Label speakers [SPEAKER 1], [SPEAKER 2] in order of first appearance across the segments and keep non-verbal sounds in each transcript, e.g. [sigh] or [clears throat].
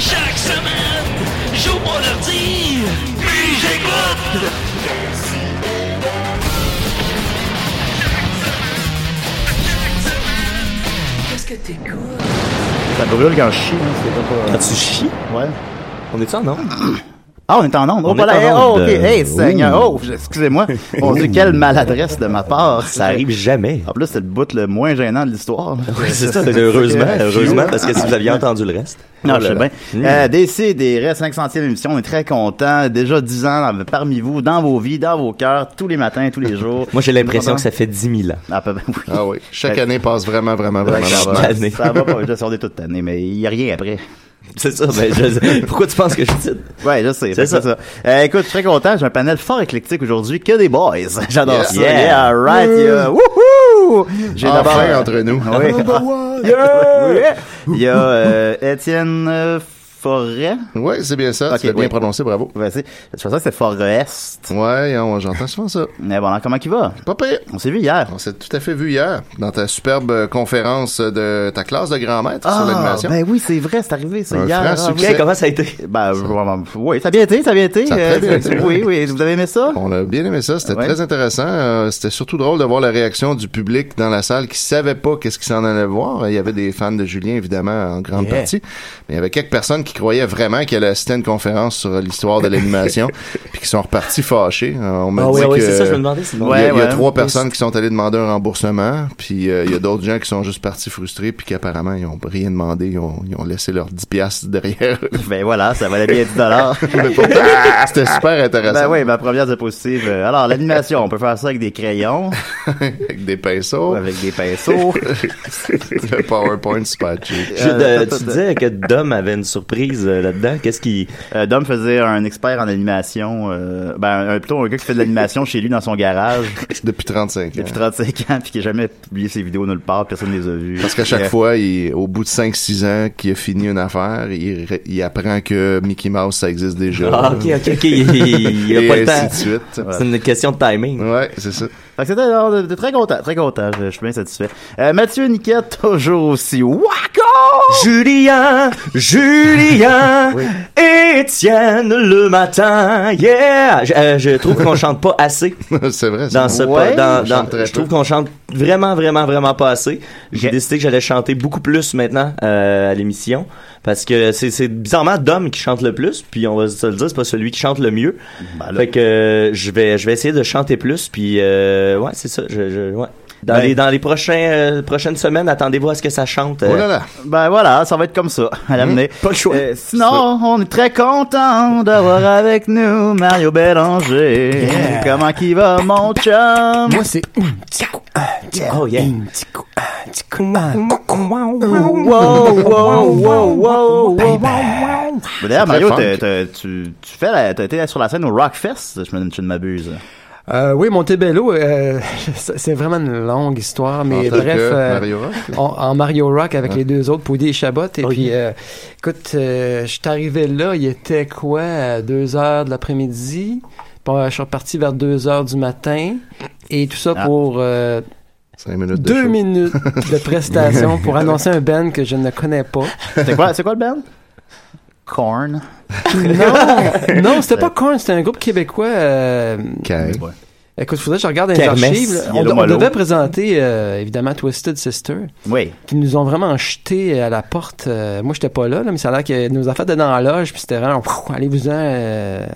[SPEAKER 1] Chaque semaine, j'ouvre mon ordi, puis j'écoute. Qu'est-ce que t'écoutes?
[SPEAKER 2] Ça brûle quand je chie, hein, c'est pas-
[SPEAKER 3] Quand tu chies?
[SPEAKER 2] Ouais.
[SPEAKER 3] On est en onde?
[SPEAKER 2] Ah, on est en onde. Oh,
[SPEAKER 3] On
[SPEAKER 2] voilà.
[SPEAKER 3] est
[SPEAKER 2] Hey,
[SPEAKER 3] en
[SPEAKER 2] oh,
[SPEAKER 3] onde.
[SPEAKER 2] ok. Hey,
[SPEAKER 3] Ouh.
[SPEAKER 2] Seigneur. Oh, je- excusez-moi. Mon Dieu, quelle maladresse de ma part.
[SPEAKER 3] Ça Ah, arrive jamais.
[SPEAKER 2] En plus, c'est le bout le moins gênant de l'histoire. là.
[SPEAKER 3] Oui, c'est ça. Heureusement, heureusement, parce que si vous aviez entendu le reste.
[SPEAKER 2] Non,
[SPEAKER 3] Oh
[SPEAKER 2] je
[SPEAKER 3] là
[SPEAKER 2] sais
[SPEAKER 3] là.
[SPEAKER 2] bien.
[SPEAKER 3] Mm.
[SPEAKER 2] Euh, DC, des 500e émission, on est très content. Déjà 10 ans euh, parmi vous, dans vos vies, dans vos cœurs, tous les matins, tous les jours.
[SPEAKER 3] Moi, j'ai l'impression que ça fait 10 000 ans.
[SPEAKER 2] Ah, peu- [laughs] oui.
[SPEAKER 4] Ah oui. Chaque
[SPEAKER 2] Ben,
[SPEAKER 4] année passe vraiment, vraiment, vraiment.
[SPEAKER 2] Ça
[SPEAKER 3] Chaque
[SPEAKER 2] va,
[SPEAKER 3] année.
[SPEAKER 2] ça va pas, je sais, on est toute année, mais il n'y a rien après.
[SPEAKER 3] C'est ça. Ben,
[SPEAKER 2] [laughs]
[SPEAKER 3] je... Pourquoi tu penses que je titre?
[SPEAKER 2] Ouais, je sais. C'est
[SPEAKER 3] C'est
[SPEAKER 2] ça.
[SPEAKER 3] ça.
[SPEAKER 2] Euh, écoute, je suis très content. J'ai un panel fort éclectique aujourd'hui. Que des boys. [laughs] J'adore
[SPEAKER 4] Yeah.
[SPEAKER 2] ça.
[SPEAKER 3] Yeah.
[SPEAKER 2] Yeah, right.
[SPEAKER 3] Euh,
[SPEAKER 2] yeah. Euh, Wouhou! J'ai d'abord-
[SPEAKER 4] Enfin Ah, ben, entre nous.
[SPEAKER 2] Oui. [laughs] Yeah! Il y a euh, Étienne euh, Forêt.
[SPEAKER 4] [laughs] Oui, c'est bien ça.
[SPEAKER 2] Ok,
[SPEAKER 4] tu l'as
[SPEAKER 2] oui.
[SPEAKER 4] bien prononcé, bravo.
[SPEAKER 2] Vas-y. Je pense que c'est Forest.
[SPEAKER 4] Ouais, on- j'entends souvent ça.
[SPEAKER 2] Mais bon, alors, comment il va?
[SPEAKER 4] Pas pire.
[SPEAKER 2] On s'est vu hier.
[SPEAKER 4] On s'est tout à fait vu hier dans ta superbe euh, conférence de ta classe de grand maître sur
[SPEAKER 2] Ah,
[SPEAKER 4] l'animation.
[SPEAKER 2] ben oui, c'est vrai, c'est arrivé, ça,
[SPEAKER 4] Un
[SPEAKER 2] hier.
[SPEAKER 4] franc
[SPEAKER 2] Ah, oui.
[SPEAKER 4] succès.
[SPEAKER 3] Ok, comment ça a été?
[SPEAKER 2] Ben, je- oui, ça a bien été, ça a bien été.
[SPEAKER 4] Ça a très
[SPEAKER 2] Euh,
[SPEAKER 4] bien été.
[SPEAKER 2] Oui, oui, vous avez aimé ça?
[SPEAKER 4] On a bien aimé ça, c'était
[SPEAKER 2] Ouais.
[SPEAKER 4] très intéressant. Euh, c'était surtout drôle de voir la réaction du public dans la salle qui savait pas qu'est-ce qu'ils s'en allait voir. Il y avait des fans de Julien évidemment en grande
[SPEAKER 3] Yeah.
[SPEAKER 4] partie, mais il y avait quelques personnes qui croyaient vraiment qu'elle assistait à une conférence sur l'histoire de l'animation, puis qui sont repartis fâchés. Euh, on
[SPEAKER 3] Ah
[SPEAKER 4] m'a dit que
[SPEAKER 3] demandais. si-
[SPEAKER 4] il y a- il y a
[SPEAKER 2] Ouais, ouais.
[SPEAKER 4] trois personnes qui sont allées demander un remboursement, puis euh, il y a d'autres gens qui sont juste partis frustrés, puis qu'apparemment ils ont rien demandé, ils ont, ils ont laissé leurs 10 piastres derrière. eux.
[SPEAKER 2] Ben voilà, ça valait bien 10
[SPEAKER 4] [laughs]
[SPEAKER 2] dollars.
[SPEAKER 4] Mais pourtant, c'était [laughs] super intéressant.
[SPEAKER 2] Ben oui, ma première diapositive. Euh, Alors, l'animation, on peut faire ça avec des
[SPEAKER 4] [laughs]
[SPEAKER 2] crayons,
[SPEAKER 4] Avec des pinceaux,
[SPEAKER 2] avec des
[SPEAKER 4] [laughs]
[SPEAKER 2] pinceaux.
[SPEAKER 4] le PowerPoint super cheap.
[SPEAKER 3] Je- de-
[SPEAKER 2] Euh,
[SPEAKER 3] tu disais que Dom avait une surprise euh, là-dedans.
[SPEAKER 2] [laughs]
[SPEAKER 3] Qu'est-ce qui.
[SPEAKER 2] Euh, Dom faisait un expert en animation, euh, ben un- plutôt un gars qui fait de l'animation chez lui dans son
[SPEAKER 4] [laughs]
[SPEAKER 2] garage
[SPEAKER 4] Depuis 35 ans.
[SPEAKER 2] depuis 35 ans, puis qui n'a jamais publié ses vidéos nulle part, personne ne les a vues.
[SPEAKER 4] Parce qu'à chaque
[SPEAKER 2] Euh,
[SPEAKER 4] fois, il- au bout de 5-6 ans qu'il a fini une affaire, il, ré- il apprend que Mickey Mouse, ça existe déjà.
[SPEAKER 3] Ah, ok, ok, ok. Il n'y
[SPEAKER 4] Et
[SPEAKER 3] a pas le
[SPEAKER 4] ainsi de
[SPEAKER 3] temps.
[SPEAKER 4] suite.
[SPEAKER 3] C'est une question de timing.
[SPEAKER 4] Ouais, c'est ça. [laughs]
[SPEAKER 2] Fait que c'était alors, de- de- très content, très content, je, je suis bien satisfait. Euh, Mathieu Niquette, toujours aussi wacko!
[SPEAKER 3] Julien, Julien, Étienne le matin, yeah! Je, euh, je trouve qu'on chante pas assez
[SPEAKER 4] c'est vrai. ça.
[SPEAKER 3] dans ce
[SPEAKER 2] Ouais,
[SPEAKER 3] po- dans,
[SPEAKER 4] on
[SPEAKER 3] dans-
[SPEAKER 4] chante très
[SPEAKER 3] je trouve
[SPEAKER 4] peu.
[SPEAKER 3] qu'on chante vraiment vraiment vraiment pas assez. J'ai
[SPEAKER 2] Ok.
[SPEAKER 3] décidé que j'allais chanter beaucoup plus maintenant euh, à l'émission parce que c'est c'est bizarrement Dom qui chante le plus puis on va se le dire c'est pas celui qui chante le mieux.
[SPEAKER 2] Ben là.
[SPEAKER 3] fait que euh, je vais je vais essayer de chanter plus puis euh, ouais, c'est ça, je, je- ouais. Dans,
[SPEAKER 2] Ben.
[SPEAKER 3] les, dans les prochains, euh, prochaines semaines, attendez-vous à ce que ça chante. euh,
[SPEAKER 4] Oh là là. Mmh.
[SPEAKER 2] Ben voilà, ça va être comme ça, à l'amener.
[SPEAKER 3] pas le choix.
[SPEAKER 2] Euh, sinon, on est très content d'avoir avec nous Mario Bélanger. Comment qu'il va, mon chum?
[SPEAKER 5] Moi, c'est un petit coup, un petit coup,
[SPEAKER 3] Oh, yeah.
[SPEAKER 5] un petit coup, un petit coup, un coucou, wow, wow,
[SPEAKER 2] Wow, wow, wow, wow, wow.
[SPEAKER 5] wow.
[SPEAKER 2] Mais D'ailleurs,
[SPEAKER 4] C'est très
[SPEAKER 2] Mario,
[SPEAKER 4] funk.
[SPEAKER 2] t'as- t'as- tu, tu fais la, t'as été sur la scène au Rockfest, je me tu ne m'abuses.
[SPEAKER 5] Euh, oui, Montebello, euh, [laughs] c'est c'est vraiment une longue histoire, mais
[SPEAKER 4] En tant
[SPEAKER 5] bref,
[SPEAKER 4] que
[SPEAKER 5] euh,
[SPEAKER 4] Mario Rock, là.
[SPEAKER 5] en, en Mario Rock avec les deux autres, Poudy et Chabot.
[SPEAKER 3] Oui.
[SPEAKER 5] Et puis, euh, écoute, euh, je suis arrivé là, il était quoi, à 2 heures de l'après-midi. Puis, euh, je suis reparti vers 2 heures du matin. Et tout ça
[SPEAKER 2] Ah.
[SPEAKER 5] pour euh,
[SPEAKER 4] Cinq minutes de
[SPEAKER 5] deux
[SPEAKER 4] show.
[SPEAKER 5] minutes de prestation pour annoncer un band que je Ben ne connais pas.
[SPEAKER 2] C'est quoi, c'est quoi le band? Korn.
[SPEAKER 5] Non, non, c'était pas Korn, c'était un groupe québécois. euh,
[SPEAKER 4] Ok.
[SPEAKER 5] Écoute, faudrait que je regarde dans les
[SPEAKER 3] Kermesse,
[SPEAKER 5] archives. là. On,
[SPEAKER 2] Yellow
[SPEAKER 5] on
[SPEAKER 2] Molo.
[SPEAKER 5] devait présenter, euh, évidemment, Twisted Sister,
[SPEAKER 2] Oui.
[SPEAKER 5] qui nous ont vraiment jeté à la porte. Euh, moi, j'étais pas là, là, mais ça a l'air qu'ils nous ont fait dedans dans la loge, puis c'était vraiment, Pfff, allez-vous-en, euh,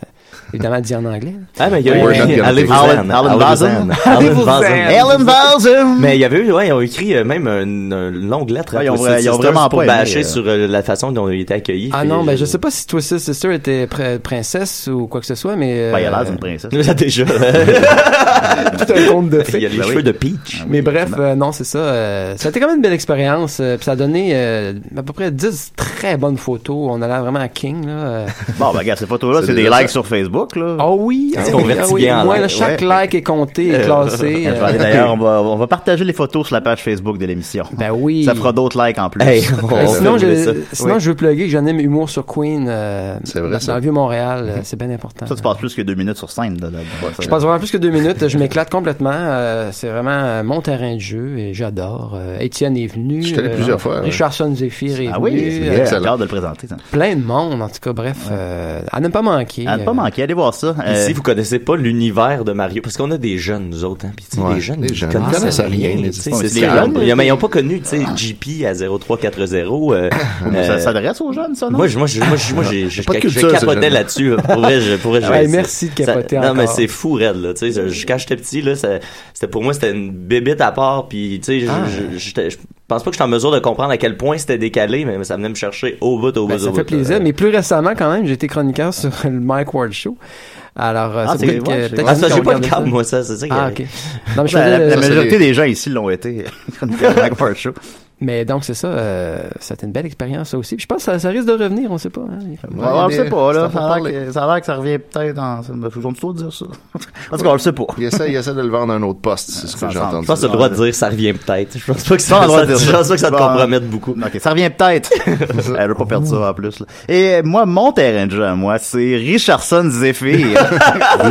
[SPEAKER 5] évidemment, dit en anglais.
[SPEAKER 3] Ah, mais il y a
[SPEAKER 4] We're not
[SPEAKER 3] eu.
[SPEAKER 4] gonna
[SPEAKER 3] Allez-vous-en.
[SPEAKER 2] take it.
[SPEAKER 3] Allez-vous-en.
[SPEAKER 2] Alan Bazan.
[SPEAKER 3] Allez-vous-en.
[SPEAKER 5] Ben,
[SPEAKER 2] Ellen Balsam!
[SPEAKER 3] Mais il y avait eu, ouais, ils ont écrit euh, même une, une longue lettre à
[SPEAKER 2] Ouais, ils ont
[SPEAKER 3] Twisted
[SPEAKER 2] vra- ils ont
[SPEAKER 3] Sisters
[SPEAKER 2] vraiment
[SPEAKER 3] pour
[SPEAKER 2] pas aimé,
[SPEAKER 3] bâcher
[SPEAKER 2] euh.
[SPEAKER 3] sur euh, la façon dont ils étaient accueillis.
[SPEAKER 5] Ah
[SPEAKER 3] Puis,
[SPEAKER 5] non, ben je
[SPEAKER 3] euh,
[SPEAKER 5] sais pas si Twisted Sister était pr- princesse ou quoi que ce soit, mais... euh,
[SPEAKER 2] Ben, il a l'air d'une princesse.
[SPEAKER 3] [laughs] Là, déjà,
[SPEAKER 2] [laughs]
[SPEAKER 5] tout un conte de
[SPEAKER 3] il y a les
[SPEAKER 2] Ben oui.
[SPEAKER 3] cheveux de Peach.
[SPEAKER 5] Mais bref, euh, non, c'est ça. euh, ça a été quand même une belle expérience. euh, puis ça a donné euh, à peu près 10 très bonnes photos. On a l'air vraiment à King. Là. euh.
[SPEAKER 2] Bon, ben, regarde, ces photos-là,
[SPEAKER 4] C'est
[SPEAKER 2] c'est des
[SPEAKER 4] déjà
[SPEAKER 2] likes
[SPEAKER 4] ça.
[SPEAKER 2] sur Facebook, là.
[SPEAKER 5] Ah oui, ah
[SPEAKER 3] C'est
[SPEAKER 5] oui,
[SPEAKER 3] convertible
[SPEAKER 5] ah oui.
[SPEAKER 3] en
[SPEAKER 5] Moi,
[SPEAKER 3] l'air,
[SPEAKER 5] là, chaque
[SPEAKER 2] ouais.
[SPEAKER 5] like est compté, est
[SPEAKER 2] [laughs]
[SPEAKER 5] classé.
[SPEAKER 2] Je vais
[SPEAKER 5] euh.
[SPEAKER 2] aller D'ailleurs, on va, on va partager les photos sur la page Facebook de l'émission.
[SPEAKER 5] Ben oui.
[SPEAKER 2] Ça fera d'autres likes en plus.
[SPEAKER 3] Hey,
[SPEAKER 2] [laughs]
[SPEAKER 3] on-
[SPEAKER 5] Euh,
[SPEAKER 3] on
[SPEAKER 5] sinon,
[SPEAKER 3] fait rouler ça.
[SPEAKER 5] je, sinon
[SPEAKER 3] Oui.
[SPEAKER 5] je veux plugger que j'anime Humour sur Queen euh,
[SPEAKER 4] C'est vrai,
[SPEAKER 5] dans,
[SPEAKER 4] ça.
[SPEAKER 5] dans le Vieux-Montréal. euh, c'est bien important.
[SPEAKER 2] Mhm. Ça, tu passes euh. plus que deux minutes sur scène, là. là.
[SPEAKER 5] Je passe vraiment plus que deux minutes. Je m'éclate complètement. euh, c'est vraiment euh, mon terrain de jeu et j'adore. Euh, Étienne est venu.
[SPEAKER 4] Je suis allé plusieurs fois, ouais.
[SPEAKER 5] Richardson Zephyr est
[SPEAKER 2] Ah
[SPEAKER 5] venu.
[SPEAKER 2] oui,
[SPEAKER 5] euh,
[SPEAKER 2] c'est
[SPEAKER 4] excellent.
[SPEAKER 2] bien. de le présenter, ça.
[SPEAKER 5] plein de monde, en tout cas, bref, euh, à ne pas manquer.
[SPEAKER 2] À ne Ah, pas
[SPEAKER 5] Euh,
[SPEAKER 2] manquer, allez voir ça.
[SPEAKER 3] Puis
[SPEAKER 2] Euh,
[SPEAKER 3] Si vous connaissez pas l'univers de Mario, parce qu'on a des jeunes, nous autres, hein, puis tu sais,
[SPEAKER 4] Ouais,
[SPEAKER 3] les jeunes,
[SPEAKER 4] les
[SPEAKER 3] ils
[SPEAKER 4] jeunes, ils
[SPEAKER 2] Ah,
[SPEAKER 3] connaissent
[SPEAKER 4] connaissent rien,
[SPEAKER 3] rien,
[SPEAKER 4] les
[SPEAKER 3] tu sais,
[SPEAKER 4] histoires,
[SPEAKER 3] c'est
[SPEAKER 4] c'est
[SPEAKER 3] ça.
[SPEAKER 4] les jeunes.
[SPEAKER 3] Ils- Mais ils ont pas connu, tu sais, JP à 0340, euh,
[SPEAKER 2] [laughs] Ça
[SPEAKER 3] euh,
[SPEAKER 2] s'adresse aux jeunes, ça, Oh, non?
[SPEAKER 3] Moi, je, moi, je, moi, je, moi, j'ai- je,
[SPEAKER 4] Pas de
[SPEAKER 3] je
[SPEAKER 4] culture, ces
[SPEAKER 3] capotais
[SPEAKER 4] jeunes.
[SPEAKER 3] là-dessus. là. Pour vrai, je, pour vrai, je-
[SPEAKER 5] Ah, Ouais,
[SPEAKER 3] ça-
[SPEAKER 5] merci de
[SPEAKER 3] ça-
[SPEAKER 5] capoter
[SPEAKER 3] Non,
[SPEAKER 5] encore.
[SPEAKER 3] mais c'est fou, Red, là. Tu sais, je- je- quand j'étais petit, là, ça- c'était, pour moi, c'était une bébite à part. Puis, tu sais,
[SPEAKER 5] Ah.
[SPEAKER 3] je, je- j'étais- je pense pas que j'étais en mesure de comprendre à quel point c'était décalé, mais ça venait me chercher au bout, au bout,
[SPEAKER 5] ben,
[SPEAKER 3] au
[SPEAKER 5] ça
[SPEAKER 3] bout.
[SPEAKER 5] fait plaisir,
[SPEAKER 3] là.
[SPEAKER 5] mais plus récemment quand même, j'ai été chroniqueur sur [laughs] le Mike Ward Show. Alors, euh,
[SPEAKER 2] Ah, c'est-
[SPEAKER 5] c'est peut-être
[SPEAKER 2] ouais,
[SPEAKER 5] que-
[SPEAKER 2] c'est-
[SPEAKER 5] peut-être
[SPEAKER 3] Ah, ça,
[SPEAKER 5] qu'on
[SPEAKER 3] j'ai pas
[SPEAKER 5] regarde
[SPEAKER 3] de
[SPEAKER 5] ça.
[SPEAKER 3] câble, moi, ça. C'est ça qui
[SPEAKER 5] Ah, ok. Non, mais je
[SPEAKER 2] Ben, la, la
[SPEAKER 5] faisais-
[SPEAKER 4] Ça, c'est
[SPEAKER 2] majorité
[SPEAKER 4] des-
[SPEAKER 2] des gens ici l'ont été. [laughs] Mike Ward Show.
[SPEAKER 5] Mais donc, c'est ça, euh, c'était une belle expérience, ça aussi. Puis je pense que ça, ça risque de revenir, on sait pas. hein.
[SPEAKER 2] Ouais, on le sait pas, là.
[SPEAKER 4] C'est
[SPEAKER 2] Ça
[SPEAKER 4] pas
[SPEAKER 2] a l'air
[SPEAKER 4] parlé.
[SPEAKER 2] que, ça a l'air que ça revient peut-être en. Ils ont toujours dire ça. En tout cas, on le sait pas.
[SPEAKER 4] Il essaie, il essaie de le vendre à un autre poste, c'est ce
[SPEAKER 2] Ça
[SPEAKER 4] que j'ai
[SPEAKER 2] semble.
[SPEAKER 4] entendu.
[SPEAKER 3] Je pense que t'as le droit de dire, ça revient peut-être. Je pense pas que ça,
[SPEAKER 2] T'as le droit
[SPEAKER 3] ça-
[SPEAKER 2] de dire
[SPEAKER 3] je
[SPEAKER 2] ça.
[SPEAKER 3] pense pas que ça te
[SPEAKER 2] Bon.
[SPEAKER 3] compromette beaucoup.
[SPEAKER 2] Ok, ça revient
[SPEAKER 6] [laughs]
[SPEAKER 2] peut-être. Elle veut pas perdre ça en plus. là. Et moi, mon terrain de jeu, à moi, c'est Richardson Zephyr.
[SPEAKER 6] [laughs]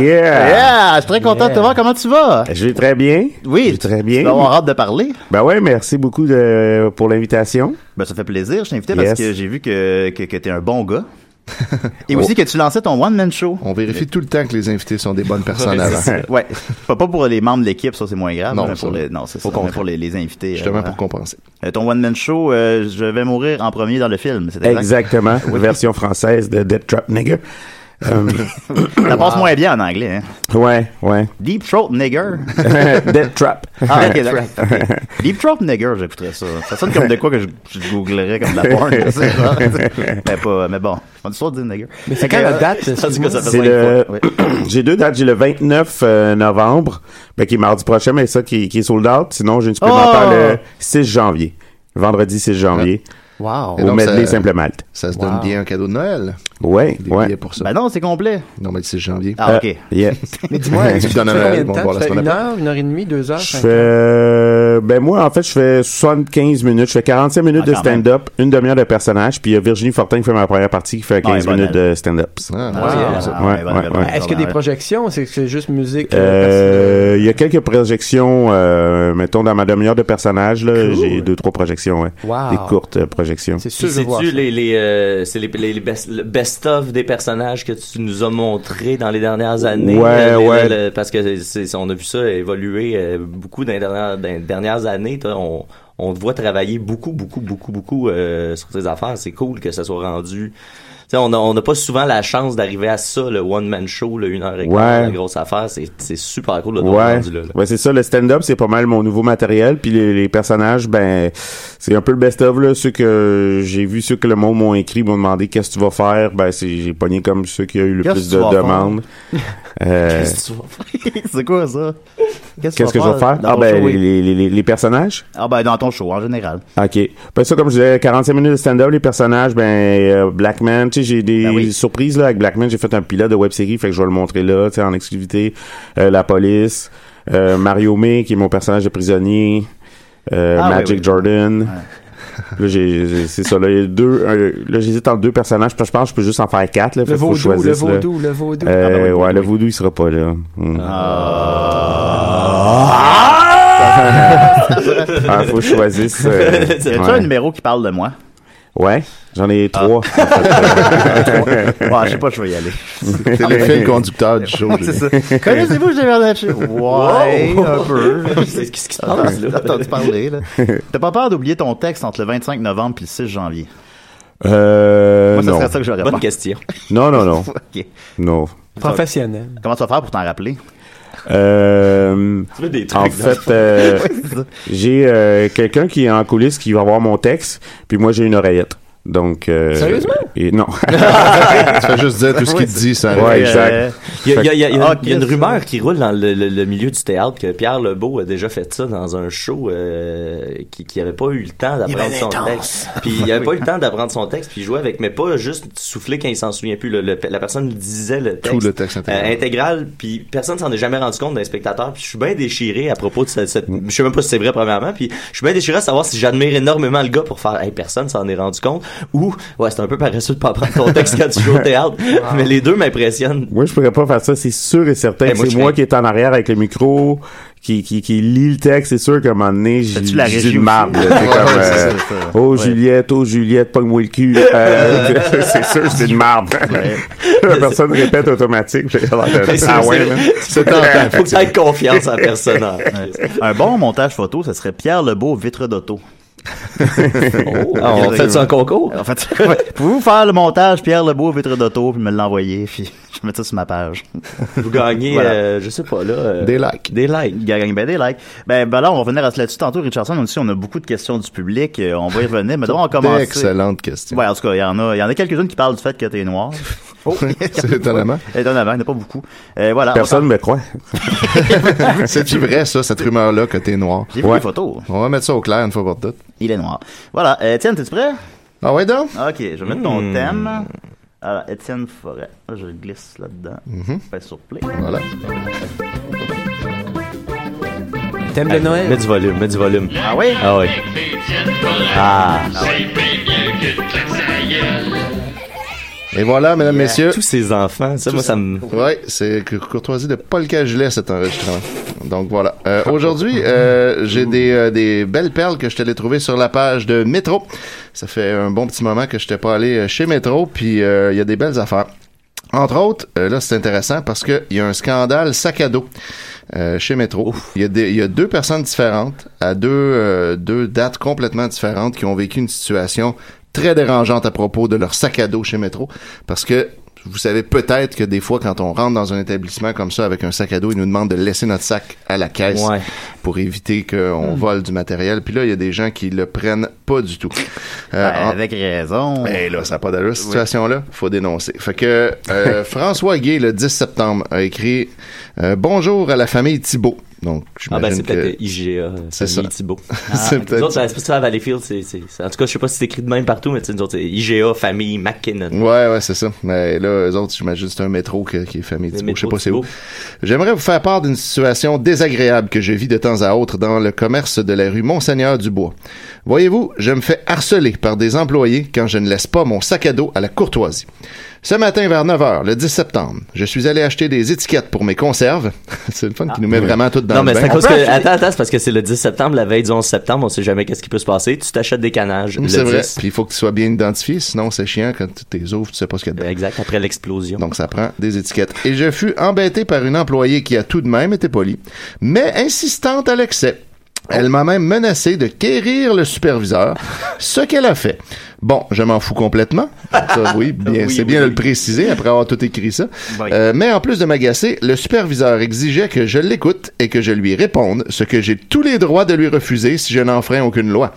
[SPEAKER 6] Yeah!
[SPEAKER 2] yeah, je suis très content de te voir. Comment tu vas?
[SPEAKER 6] Je vais très bien. Je
[SPEAKER 2] Oui,
[SPEAKER 6] vais très
[SPEAKER 2] Tu
[SPEAKER 6] bien.
[SPEAKER 2] vas avoir hâte de parler.
[SPEAKER 6] Ben ouais, merci beaucoup de, pour l'invitation.
[SPEAKER 2] Ben, ça fait plaisir. Je t'ai invité
[SPEAKER 6] Yes. Oh.
[SPEAKER 2] parce que j'ai vu que, que, que t'es un bon
[SPEAKER 6] [laughs]
[SPEAKER 2] gars. Et aussi que tu lançais ton one-man show.
[SPEAKER 4] On vérifie tout le temps que les invités sont des bonnes personnes avant.
[SPEAKER 2] Ouais. Pas, pas pour les membres de l'équipe, ça c'est moins grave.
[SPEAKER 4] Non,
[SPEAKER 2] mais
[SPEAKER 4] ça,
[SPEAKER 2] pour les, non, c'est ça. Mais pour les, les invités. euh,
[SPEAKER 4] Justement
[SPEAKER 2] voilà.
[SPEAKER 4] pour compenser.
[SPEAKER 2] Euh, ton one-man show, euh, je vais mourir en premier dans le film. C'est exact.
[SPEAKER 6] Exactement. Version française de Dead Trap Nigger. Euh,
[SPEAKER 2] Ça passe moins bien en anglais. Hein.
[SPEAKER 6] Ah. ouais, ouais.
[SPEAKER 2] Deep Throat Nigger.
[SPEAKER 6] [laughs] Dead Trap.
[SPEAKER 2] Ah, ok, d'accord. Ok. Deep Throat Nigger, j'écouterais ça. Ça sonne comme de quoi que je, je googlerais comme de la porn. je sais pas.
[SPEAKER 6] [laughs]
[SPEAKER 2] mais, pas, mais bon, on dit ça, dit nigger. euh,
[SPEAKER 5] Mais c'est quand la
[SPEAKER 2] [laughs]
[SPEAKER 5] date,
[SPEAKER 3] Ça dit que ça fait
[SPEAKER 6] C'est
[SPEAKER 3] cinq
[SPEAKER 6] le...
[SPEAKER 3] fois.
[SPEAKER 6] [clears throat] j'ai deux dates. J'ai le 29 euh, novembre, ben, qui est mardi prochain, mais ça qui, qui est sold out. Sinon, j'ai une supplémentaire
[SPEAKER 2] Oh!
[SPEAKER 6] le 6 janvier. Vendredi 6 janvier.
[SPEAKER 4] Ah.
[SPEAKER 5] Wow.
[SPEAKER 4] Et
[SPEAKER 6] Au
[SPEAKER 4] donc,
[SPEAKER 2] Euh,
[SPEAKER 6] Medley
[SPEAKER 4] ça-
[SPEAKER 6] Simple Malte.
[SPEAKER 4] Ça se donne bien un cadeau de Noël.
[SPEAKER 6] Ouais,
[SPEAKER 4] Des
[SPEAKER 6] ouais.
[SPEAKER 4] billets pour ça.
[SPEAKER 2] Ben non, c'est complet.
[SPEAKER 4] non, mais le 6 janvier. [laughs]
[SPEAKER 2] Ah, ok.
[SPEAKER 6] Euh, yeah.
[SPEAKER 5] Mais dis-moi,
[SPEAKER 6] [laughs]
[SPEAKER 4] Tu
[SPEAKER 5] tu fais
[SPEAKER 4] donnes un-
[SPEAKER 5] combien de
[SPEAKER 4] bon,
[SPEAKER 5] temps?
[SPEAKER 4] bon,
[SPEAKER 5] Tu
[SPEAKER 4] la
[SPEAKER 5] fais
[SPEAKER 4] semaine
[SPEAKER 5] une heure, une heure et demie, deux
[SPEAKER 2] Ah,
[SPEAKER 5] heures?
[SPEAKER 6] Je
[SPEAKER 5] cinq
[SPEAKER 6] fais,
[SPEAKER 5] heures?
[SPEAKER 6] euh, ben moi, en fait, je fais 75 minutes. Je fais 45 minutes
[SPEAKER 2] Ah,
[SPEAKER 6] de
[SPEAKER 2] quand même.
[SPEAKER 6] stand-up, une demi-heure de personnage, puis il y a Virginie Fortin qui fait ma première partie qui fait
[SPEAKER 2] Ah,
[SPEAKER 6] 15
[SPEAKER 2] elle est
[SPEAKER 6] minutes
[SPEAKER 2] bonne,
[SPEAKER 6] de stand-up.
[SPEAKER 4] Ah,
[SPEAKER 2] Ah,
[SPEAKER 4] ouais.
[SPEAKER 2] ouais,
[SPEAKER 6] Ouais,
[SPEAKER 2] ouais,
[SPEAKER 6] ouais,
[SPEAKER 2] ouais,
[SPEAKER 6] ouais.
[SPEAKER 5] Est-ce qu'il y a des projections? C'est que c'est juste musique? euh,
[SPEAKER 6] Euh, Il y a quelques projections, euh, mettons, dans ma demi-heure de personnage, là, j'ai deux, trois projections, ouais.
[SPEAKER 5] Wow.
[SPEAKER 6] Des courtes euh, projections.
[SPEAKER 5] C'est sûr,
[SPEAKER 3] Puis
[SPEAKER 5] je veux voir
[SPEAKER 3] C'est-tu
[SPEAKER 5] ça.
[SPEAKER 3] les, les, euh, c'est les, les, les best- le best-of des personnages que tu nous as montrés dans les dernières années?
[SPEAKER 6] Ouais,
[SPEAKER 3] euh, les-
[SPEAKER 6] ouais.
[SPEAKER 3] le- le- parce que c'est, on a vu ça évoluer euh, beaucoup dans les dernières, dans les dernières années. Toi, On, on te voit travailler beaucoup, beaucoup, beaucoup, beaucoup euh, sur tes affaires. C'est cool que ça soit rendu... Tu sais, on n'a on n'a pas souvent la chance d'arriver à ça, le one-man show, le une heure et
[SPEAKER 6] Ouais.
[SPEAKER 3] quart, la grosse affaire. C'est, c'est super cool de t'avoir
[SPEAKER 6] Ouais,
[SPEAKER 3] rendu là. là.
[SPEAKER 6] ouais c'est ça, le stand-up, c'est pas mal mon nouveau matériel, puis les, les personnages, ben, c'est un peu le best-of, là, ceux que j'ai vu, ceux que le monde m'ont écrit, m'ont demandé qu'est-ce que tu vas faire, ben, c'est, j'ai pogné comme ceux qui ont eu le
[SPEAKER 2] Qu'est-ce
[SPEAKER 6] plus
[SPEAKER 2] que
[SPEAKER 6] de
[SPEAKER 2] tu vas faire?
[SPEAKER 6] demandes. Euh,
[SPEAKER 2] [laughs] c'est quoi ça? tu
[SPEAKER 6] Qu'est-ce que je vais faire?
[SPEAKER 2] dans
[SPEAKER 6] Ah
[SPEAKER 2] ton
[SPEAKER 6] ben,
[SPEAKER 2] show, oui?
[SPEAKER 6] les, les- les- les personnages?
[SPEAKER 2] Ah ben dans ton show en général.
[SPEAKER 6] OK. Ben ça, comme je disais, 45 minutes de stand-up, les personnages, ben, euh, Blackman, tu sais, j'ai des
[SPEAKER 2] Ben oui.
[SPEAKER 6] surprises, là, avec Blackman, j'ai fait un pilote de web-série, fait que je vais le montrer là, tu sais, en exclusivité. Euh, la police, euh, Mario May, qui est mon personnage de prisonnier, euh,
[SPEAKER 2] Ah, oui,
[SPEAKER 6] Magic
[SPEAKER 2] oui.
[SPEAKER 6] Jordan. Là, j'ai, j'ai- c'est ça, là, il y a deux, euh, là, j'hésite entre deux personnages, parce que je pense que je peux juste en faire quatre, là, fait
[SPEAKER 5] Le
[SPEAKER 6] que faut que je
[SPEAKER 5] vaudou, le
[SPEAKER 6] choisisse, là.
[SPEAKER 5] vaudou, le vaudou.
[SPEAKER 6] Euh,
[SPEAKER 2] Ah, ben oui, le
[SPEAKER 6] ouais, le
[SPEAKER 2] vaudou, oui.
[SPEAKER 6] voodoo, il sera pas là. Mm.
[SPEAKER 2] Ah!
[SPEAKER 6] Ah, faut que je choisisse. euh,
[SPEAKER 2] As-tu [laughs]
[SPEAKER 6] ouais. euh, [laughs]
[SPEAKER 2] un numéro qui parle de moi?
[SPEAKER 6] Ouais, j'en ai trois.
[SPEAKER 2] Ouais, je sais pas, je vais y aller.
[SPEAKER 6] [laughs]
[SPEAKER 4] T'es le fil conducteur du show.
[SPEAKER 2] C'est ça. [laughs] Connaissez-vous Gilles chez Ouais, un
[SPEAKER 3] [laughs]
[SPEAKER 2] peu.
[SPEAKER 3] Qu'est-ce Oh! qui se
[SPEAKER 6] Ah,
[SPEAKER 3] passe
[SPEAKER 2] T'as
[SPEAKER 3] là?
[SPEAKER 2] entendu parler, là. [laughs] T'as pas peur d'oublier ton texte entre le 25 novembre puis le 6 janvier?
[SPEAKER 6] Euh,
[SPEAKER 2] Moi, ça
[SPEAKER 6] non.
[SPEAKER 2] serait ça que j'aurais
[SPEAKER 3] Bonne
[SPEAKER 2] peur.
[SPEAKER 3] question.
[SPEAKER 6] non, non,
[SPEAKER 3] [laughs]
[SPEAKER 6] non,
[SPEAKER 2] Ok.
[SPEAKER 6] non.
[SPEAKER 5] Professionnel.
[SPEAKER 2] Comment tu vas faire pour t'en rappeler?
[SPEAKER 6] Euh,
[SPEAKER 3] Tu veux des trucs.
[SPEAKER 6] en
[SPEAKER 3] dans-
[SPEAKER 6] fait, euh, j'ai euh, quelqu'un qui est en coulisses qui va voir mon texte, puis moi j'ai une oreillette. Donc, euh,
[SPEAKER 5] Sérieusement?
[SPEAKER 6] et- non.
[SPEAKER 4] Tu fais juste dire tout ce qu'il te dit, ça.
[SPEAKER 6] Ouais,
[SPEAKER 2] Et,
[SPEAKER 6] exact.
[SPEAKER 2] euh,
[SPEAKER 3] Il y a, il y a- il y a- il y a-
[SPEAKER 2] Ah,
[SPEAKER 3] il y a une
[SPEAKER 2] Christ.
[SPEAKER 3] rumeur qui roule dans le, le- le milieu du théâtre que Pierre Lebeau a déjà fait ça dans un show euh, qui qui avait pas eu le temps d'apprendre son texte. Puis il avait pas eu le temps d'apprendre son texte, puis il jouait avec, mais pas juste souffler quand il s'en souvient plus. le- le- la personne disait le texte.
[SPEAKER 4] Tout le texte intégral.
[SPEAKER 3] Euh, intégral, puis personne s'en est jamais rendu compte d'un spectateur. Puis je suis bien déchiré à propos de cette. cette- je sais même pas si c'est vrai, premièrement. Puis je suis bien déchiré à savoir si j'admire énormément le gars pour faire. Hey, personne s'en est rendu compte. Ou, ouais, c'est un peu paresseux de pas prendre ton texte quand tu joues au théâtre. Mais les deux m'impressionnent.
[SPEAKER 6] Moi, je pourrais pas faire ça, c'est sûr et certain.
[SPEAKER 3] Eh, moi,
[SPEAKER 6] c'est
[SPEAKER 3] je
[SPEAKER 6] moi
[SPEAKER 3] serais-
[SPEAKER 6] qui est en arrière avec le micro, qui, qui, qui lit le texte. C'est sûr qu'à un moment donné, j'ai
[SPEAKER 2] T'as-tu la
[SPEAKER 6] j'ai
[SPEAKER 2] régie
[SPEAKER 6] une marbre.
[SPEAKER 2] aussi?
[SPEAKER 6] là. C'est
[SPEAKER 2] [laughs] Ouais,
[SPEAKER 6] comme,
[SPEAKER 2] ouais, c'est
[SPEAKER 6] euh,
[SPEAKER 2] ça, ça.
[SPEAKER 6] oh
[SPEAKER 2] Ouais.
[SPEAKER 6] Juliette, oh Juliette, pogne-moi le cul. Euh, [laughs] c'est sûr, c'est une marbre. la personne répète automatique.
[SPEAKER 4] [laughs]
[SPEAKER 6] j'ai l'air
[SPEAKER 3] Mais
[SPEAKER 6] de-
[SPEAKER 3] c'est-
[SPEAKER 6] Ah
[SPEAKER 3] Ben, c'est-
[SPEAKER 6] ouais, man.
[SPEAKER 3] c'est- [laughs] Faut que tu aies confiance en la personne. hein.
[SPEAKER 2] Un bon montage photo, ça serait Pierre Lebeau, vitre d'auto.
[SPEAKER 3] Oh, on fait ça un concours?
[SPEAKER 2] En fait, [laughs] ouais. pouvez-vous faire le montage Pierre Lebeau, vitre d'auto, puis me l'envoyer, puis [laughs] je vais mettre ça sur ma page.
[SPEAKER 3] Vous gagnez,
[SPEAKER 2] Voilà.
[SPEAKER 3] euh, je sais pas, là. euh,
[SPEAKER 4] Des likes.
[SPEAKER 3] Des likes.
[SPEAKER 2] Gagne ben des likes. Ben, ben là, on va revenir à ce là-dessus tantôt, Richardson. Nous aussi, on a beaucoup de questions du public. euh, On va y revenir, mais donc on commence.
[SPEAKER 4] Excellente question.
[SPEAKER 2] Ouais, en tout cas, il y en a, il y en a quelques-unes qui parlent du fait que t'es noir. [laughs] Oh,
[SPEAKER 4] [laughs] C'est étonnamment.
[SPEAKER 2] Étonnamment, il n'y en a pas beaucoup. Euh, voilà.
[SPEAKER 6] Personne me croit.
[SPEAKER 4] [laughs] C'est-tu vrai, ça, cette rumeur-là, que t'es noir?
[SPEAKER 2] on- J'ai vu
[SPEAKER 6] Ouais.
[SPEAKER 2] les photos.
[SPEAKER 4] On va mettre ça au clair une fois pour toutes.
[SPEAKER 2] Il est noir. Voilà. Euh, Étienne, t'es-tu prêt?
[SPEAKER 4] Ah ouais, donc?
[SPEAKER 2] Ok, je vais mettre ton
[SPEAKER 3] Hmm.
[SPEAKER 2] thème. Alors, Étienne Forêt. Là, je glisse là-dedans. Fais sur play.
[SPEAKER 4] Voilà.
[SPEAKER 5] Thème de
[SPEAKER 3] Mets
[SPEAKER 5] Noël.
[SPEAKER 3] du volume, mets du volume.
[SPEAKER 2] Ah oui?
[SPEAKER 3] Ah oui.
[SPEAKER 2] Ah.
[SPEAKER 4] Et voilà, mesdames, messieurs.
[SPEAKER 3] Tous ces enfants, ça, moi, ça me...
[SPEAKER 4] Ouais, c'est cou- courtoisie de Paul Cagelet, cet enregistrement. Donc voilà. Euh,
[SPEAKER 3] Ah.
[SPEAKER 4] Aujourd'hui, euh, j'ai des, euh, des belles perles que je t'allais trouver sur la page de Métro. Ça fait un bon petit moment que je n'étais pas allé euh, chez Métro, puis euh, il y a des belles affaires. Entre autres, euh, là c'est intéressant parce qu'il y a un scandale sac à dos euh, chez Métro. Il y, a des- il y a deux personnes différentes à deux, euh, deux dates complètement différentes qui ont vécu une situation très dérangeante à propos de leur sac à dos chez Métro parce que vous savez peut-être que des fois quand on rentre dans un établissement comme ça avec un sac à dos, ils nous demandent de laisser notre sac à la caisse
[SPEAKER 3] Ouais.
[SPEAKER 4] pour éviter qu'on vole du matériel. Puis là, il y a des gens qui le prennent pas du tout. Euh, en-
[SPEAKER 2] Avec raison.
[SPEAKER 4] mais Eh, là, ça n'a pas d'allure, cette situation-là. Faut dénoncer. Fait que
[SPEAKER 3] [laughs]
[SPEAKER 4] euh, François Gay, le 10 septembre, a écrit euh, Bonjour à la famille Thibault. Donc,
[SPEAKER 3] Ah ben, c'est
[SPEAKER 4] j'imagine [laughs]
[SPEAKER 3] peut-être
[SPEAKER 4] que...
[SPEAKER 3] euh, IGA,
[SPEAKER 4] C'est
[SPEAKER 3] c'est
[SPEAKER 4] ça.
[SPEAKER 3] ça. Thibault.
[SPEAKER 4] [laughs] C'est
[SPEAKER 3] Nous
[SPEAKER 4] peut-être...
[SPEAKER 3] autres, euh, c'est ça, à Valleyfield, c'est... c'est- c'est- En tout cas, je sais pas si c'est écrit de même partout, mais tu sais, nous autres, c'est IGA, famille, McKinnon.
[SPEAKER 4] Ouais, ouais, c'est ça. Mais là, eux autres, j'imagine que c'est un métro que- qui est famille
[SPEAKER 3] Le
[SPEAKER 4] Thibault. Je sais
[SPEAKER 3] métro
[SPEAKER 4] pas c'est où.
[SPEAKER 3] Thibault.
[SPEAKER 4] J'aimerais vous faire part d'une situation désagréable que je vis de temps à autre dans le commerce de la rue Monseigneur-Dubois. Voyez-vous, je me fais harceler par des employés quand je ne laisse pas mon sac à dos à la courtoisie. Ce matin vers 9h, le 10 septembre, je suis allé acheter des étiquettes pour mes conserves. [laughs] c'est le fun qui nous met vraiment tout dans
[SPEAKER 3] Ah. Non, mais
[SPEAKER 4] le bain.
[SPEAKER 3] c'est à
[SPEAKER 4] On
[SPEAKER 3] cause
[SPEAKER 4] peut
[SPEAKER 3] que...
[SPEAKER 4] acheter-
[SPEAKER 3] Attends, attends, c'est parce que c'est le 10 septembre, la veille du 11 septembre, on sait jamais qu'est-ce qui peut se passer. Tu t'achètes des canages, le
[SPEAKER 4] Mm, C'est vrai.
[SPEAKER 3] 10.
[SPEAKER 4] Puis il faut que tu sois bien identifié, sinon c'est chiant quand tu t'es ouvres, tu sais pas ce qu'il y a dedans.
[SPEAKER 3] Exact, après l'explosion.
[SPEAKER 4] Donc, ça prend des étiquettes. Et je fus embêté par une employée qui a tout de même été polie, mais insistante à l'excès. Elle m'a même menacé de quérir le superviseur, ce qu'elle a fait. Bon, je m'en fous complètement.
[SPEAKER 3] [laughs]
[SPEAKER 4] Ça, oui, bien,
[SPEAKER 3] Oui,
[SPEAKER 4] c'est bien
[SPEAKER 3] oui.
[SPEAKER 4] de le préciser après avoir tout écrit ça.
[SPEAKER 2] Oui.
[SPEAKER 4] Euh, mais en plus de m'agacer, le superviseur exigeait que je l'écoute et que je lui réponde, ce que j'ai tous les droits de lui refuser si je n'enfreins aucune loi.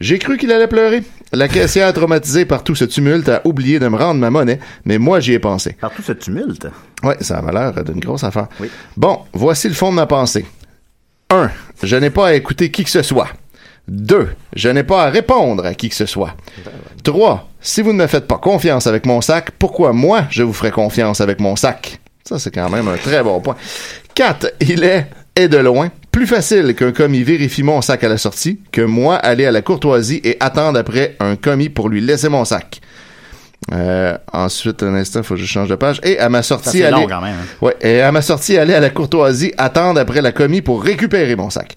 [SPEAKER 4] J'ai cru qu'il allait pleurer. La caissière traumatisée par tout ce tumulte a oublié de me rendre ma monnaie, mais moi j'y ai pensé.
[SPEAKER 2] Par tout ce tumulte.
[SPEAKER 4] Ouais, ça a l'air d'une grosse affaire.
[SPEAKER 2] Oui.
[SPEAKER 4] Bon, voici le fond de ma pensée. 1. Je n'ai pas à écouter qui que ce soit. 2. Je n'ai pas à répondre à qui que ce soit. 3. Si vous ne me faites pas confiance avec mon sac, pourquoi moi je vous ferai confiance avec mon sac? Ça, c'est quand même un très bon point. 4. Il est, et de loin, plus facile qu'un commis vérifie mon sac à la sortie que moi aller à la courtoisie et attendre après un commis pour lui laisser mon sac. Euh, ensuite, un instant, faut que je change de page. Et à ma
[SPEAKER 2] Ça,
[SPEAKER 4] sortie,
[SPEAKER 2] c'est
[SPEAKER 4] aller...
[SPEAKER 2] long quand même. hein.
[SPEAKER 4] Ouais, et à ma sortie, aller à la courtoisie, attendre après la commis pour récupérer mon sac.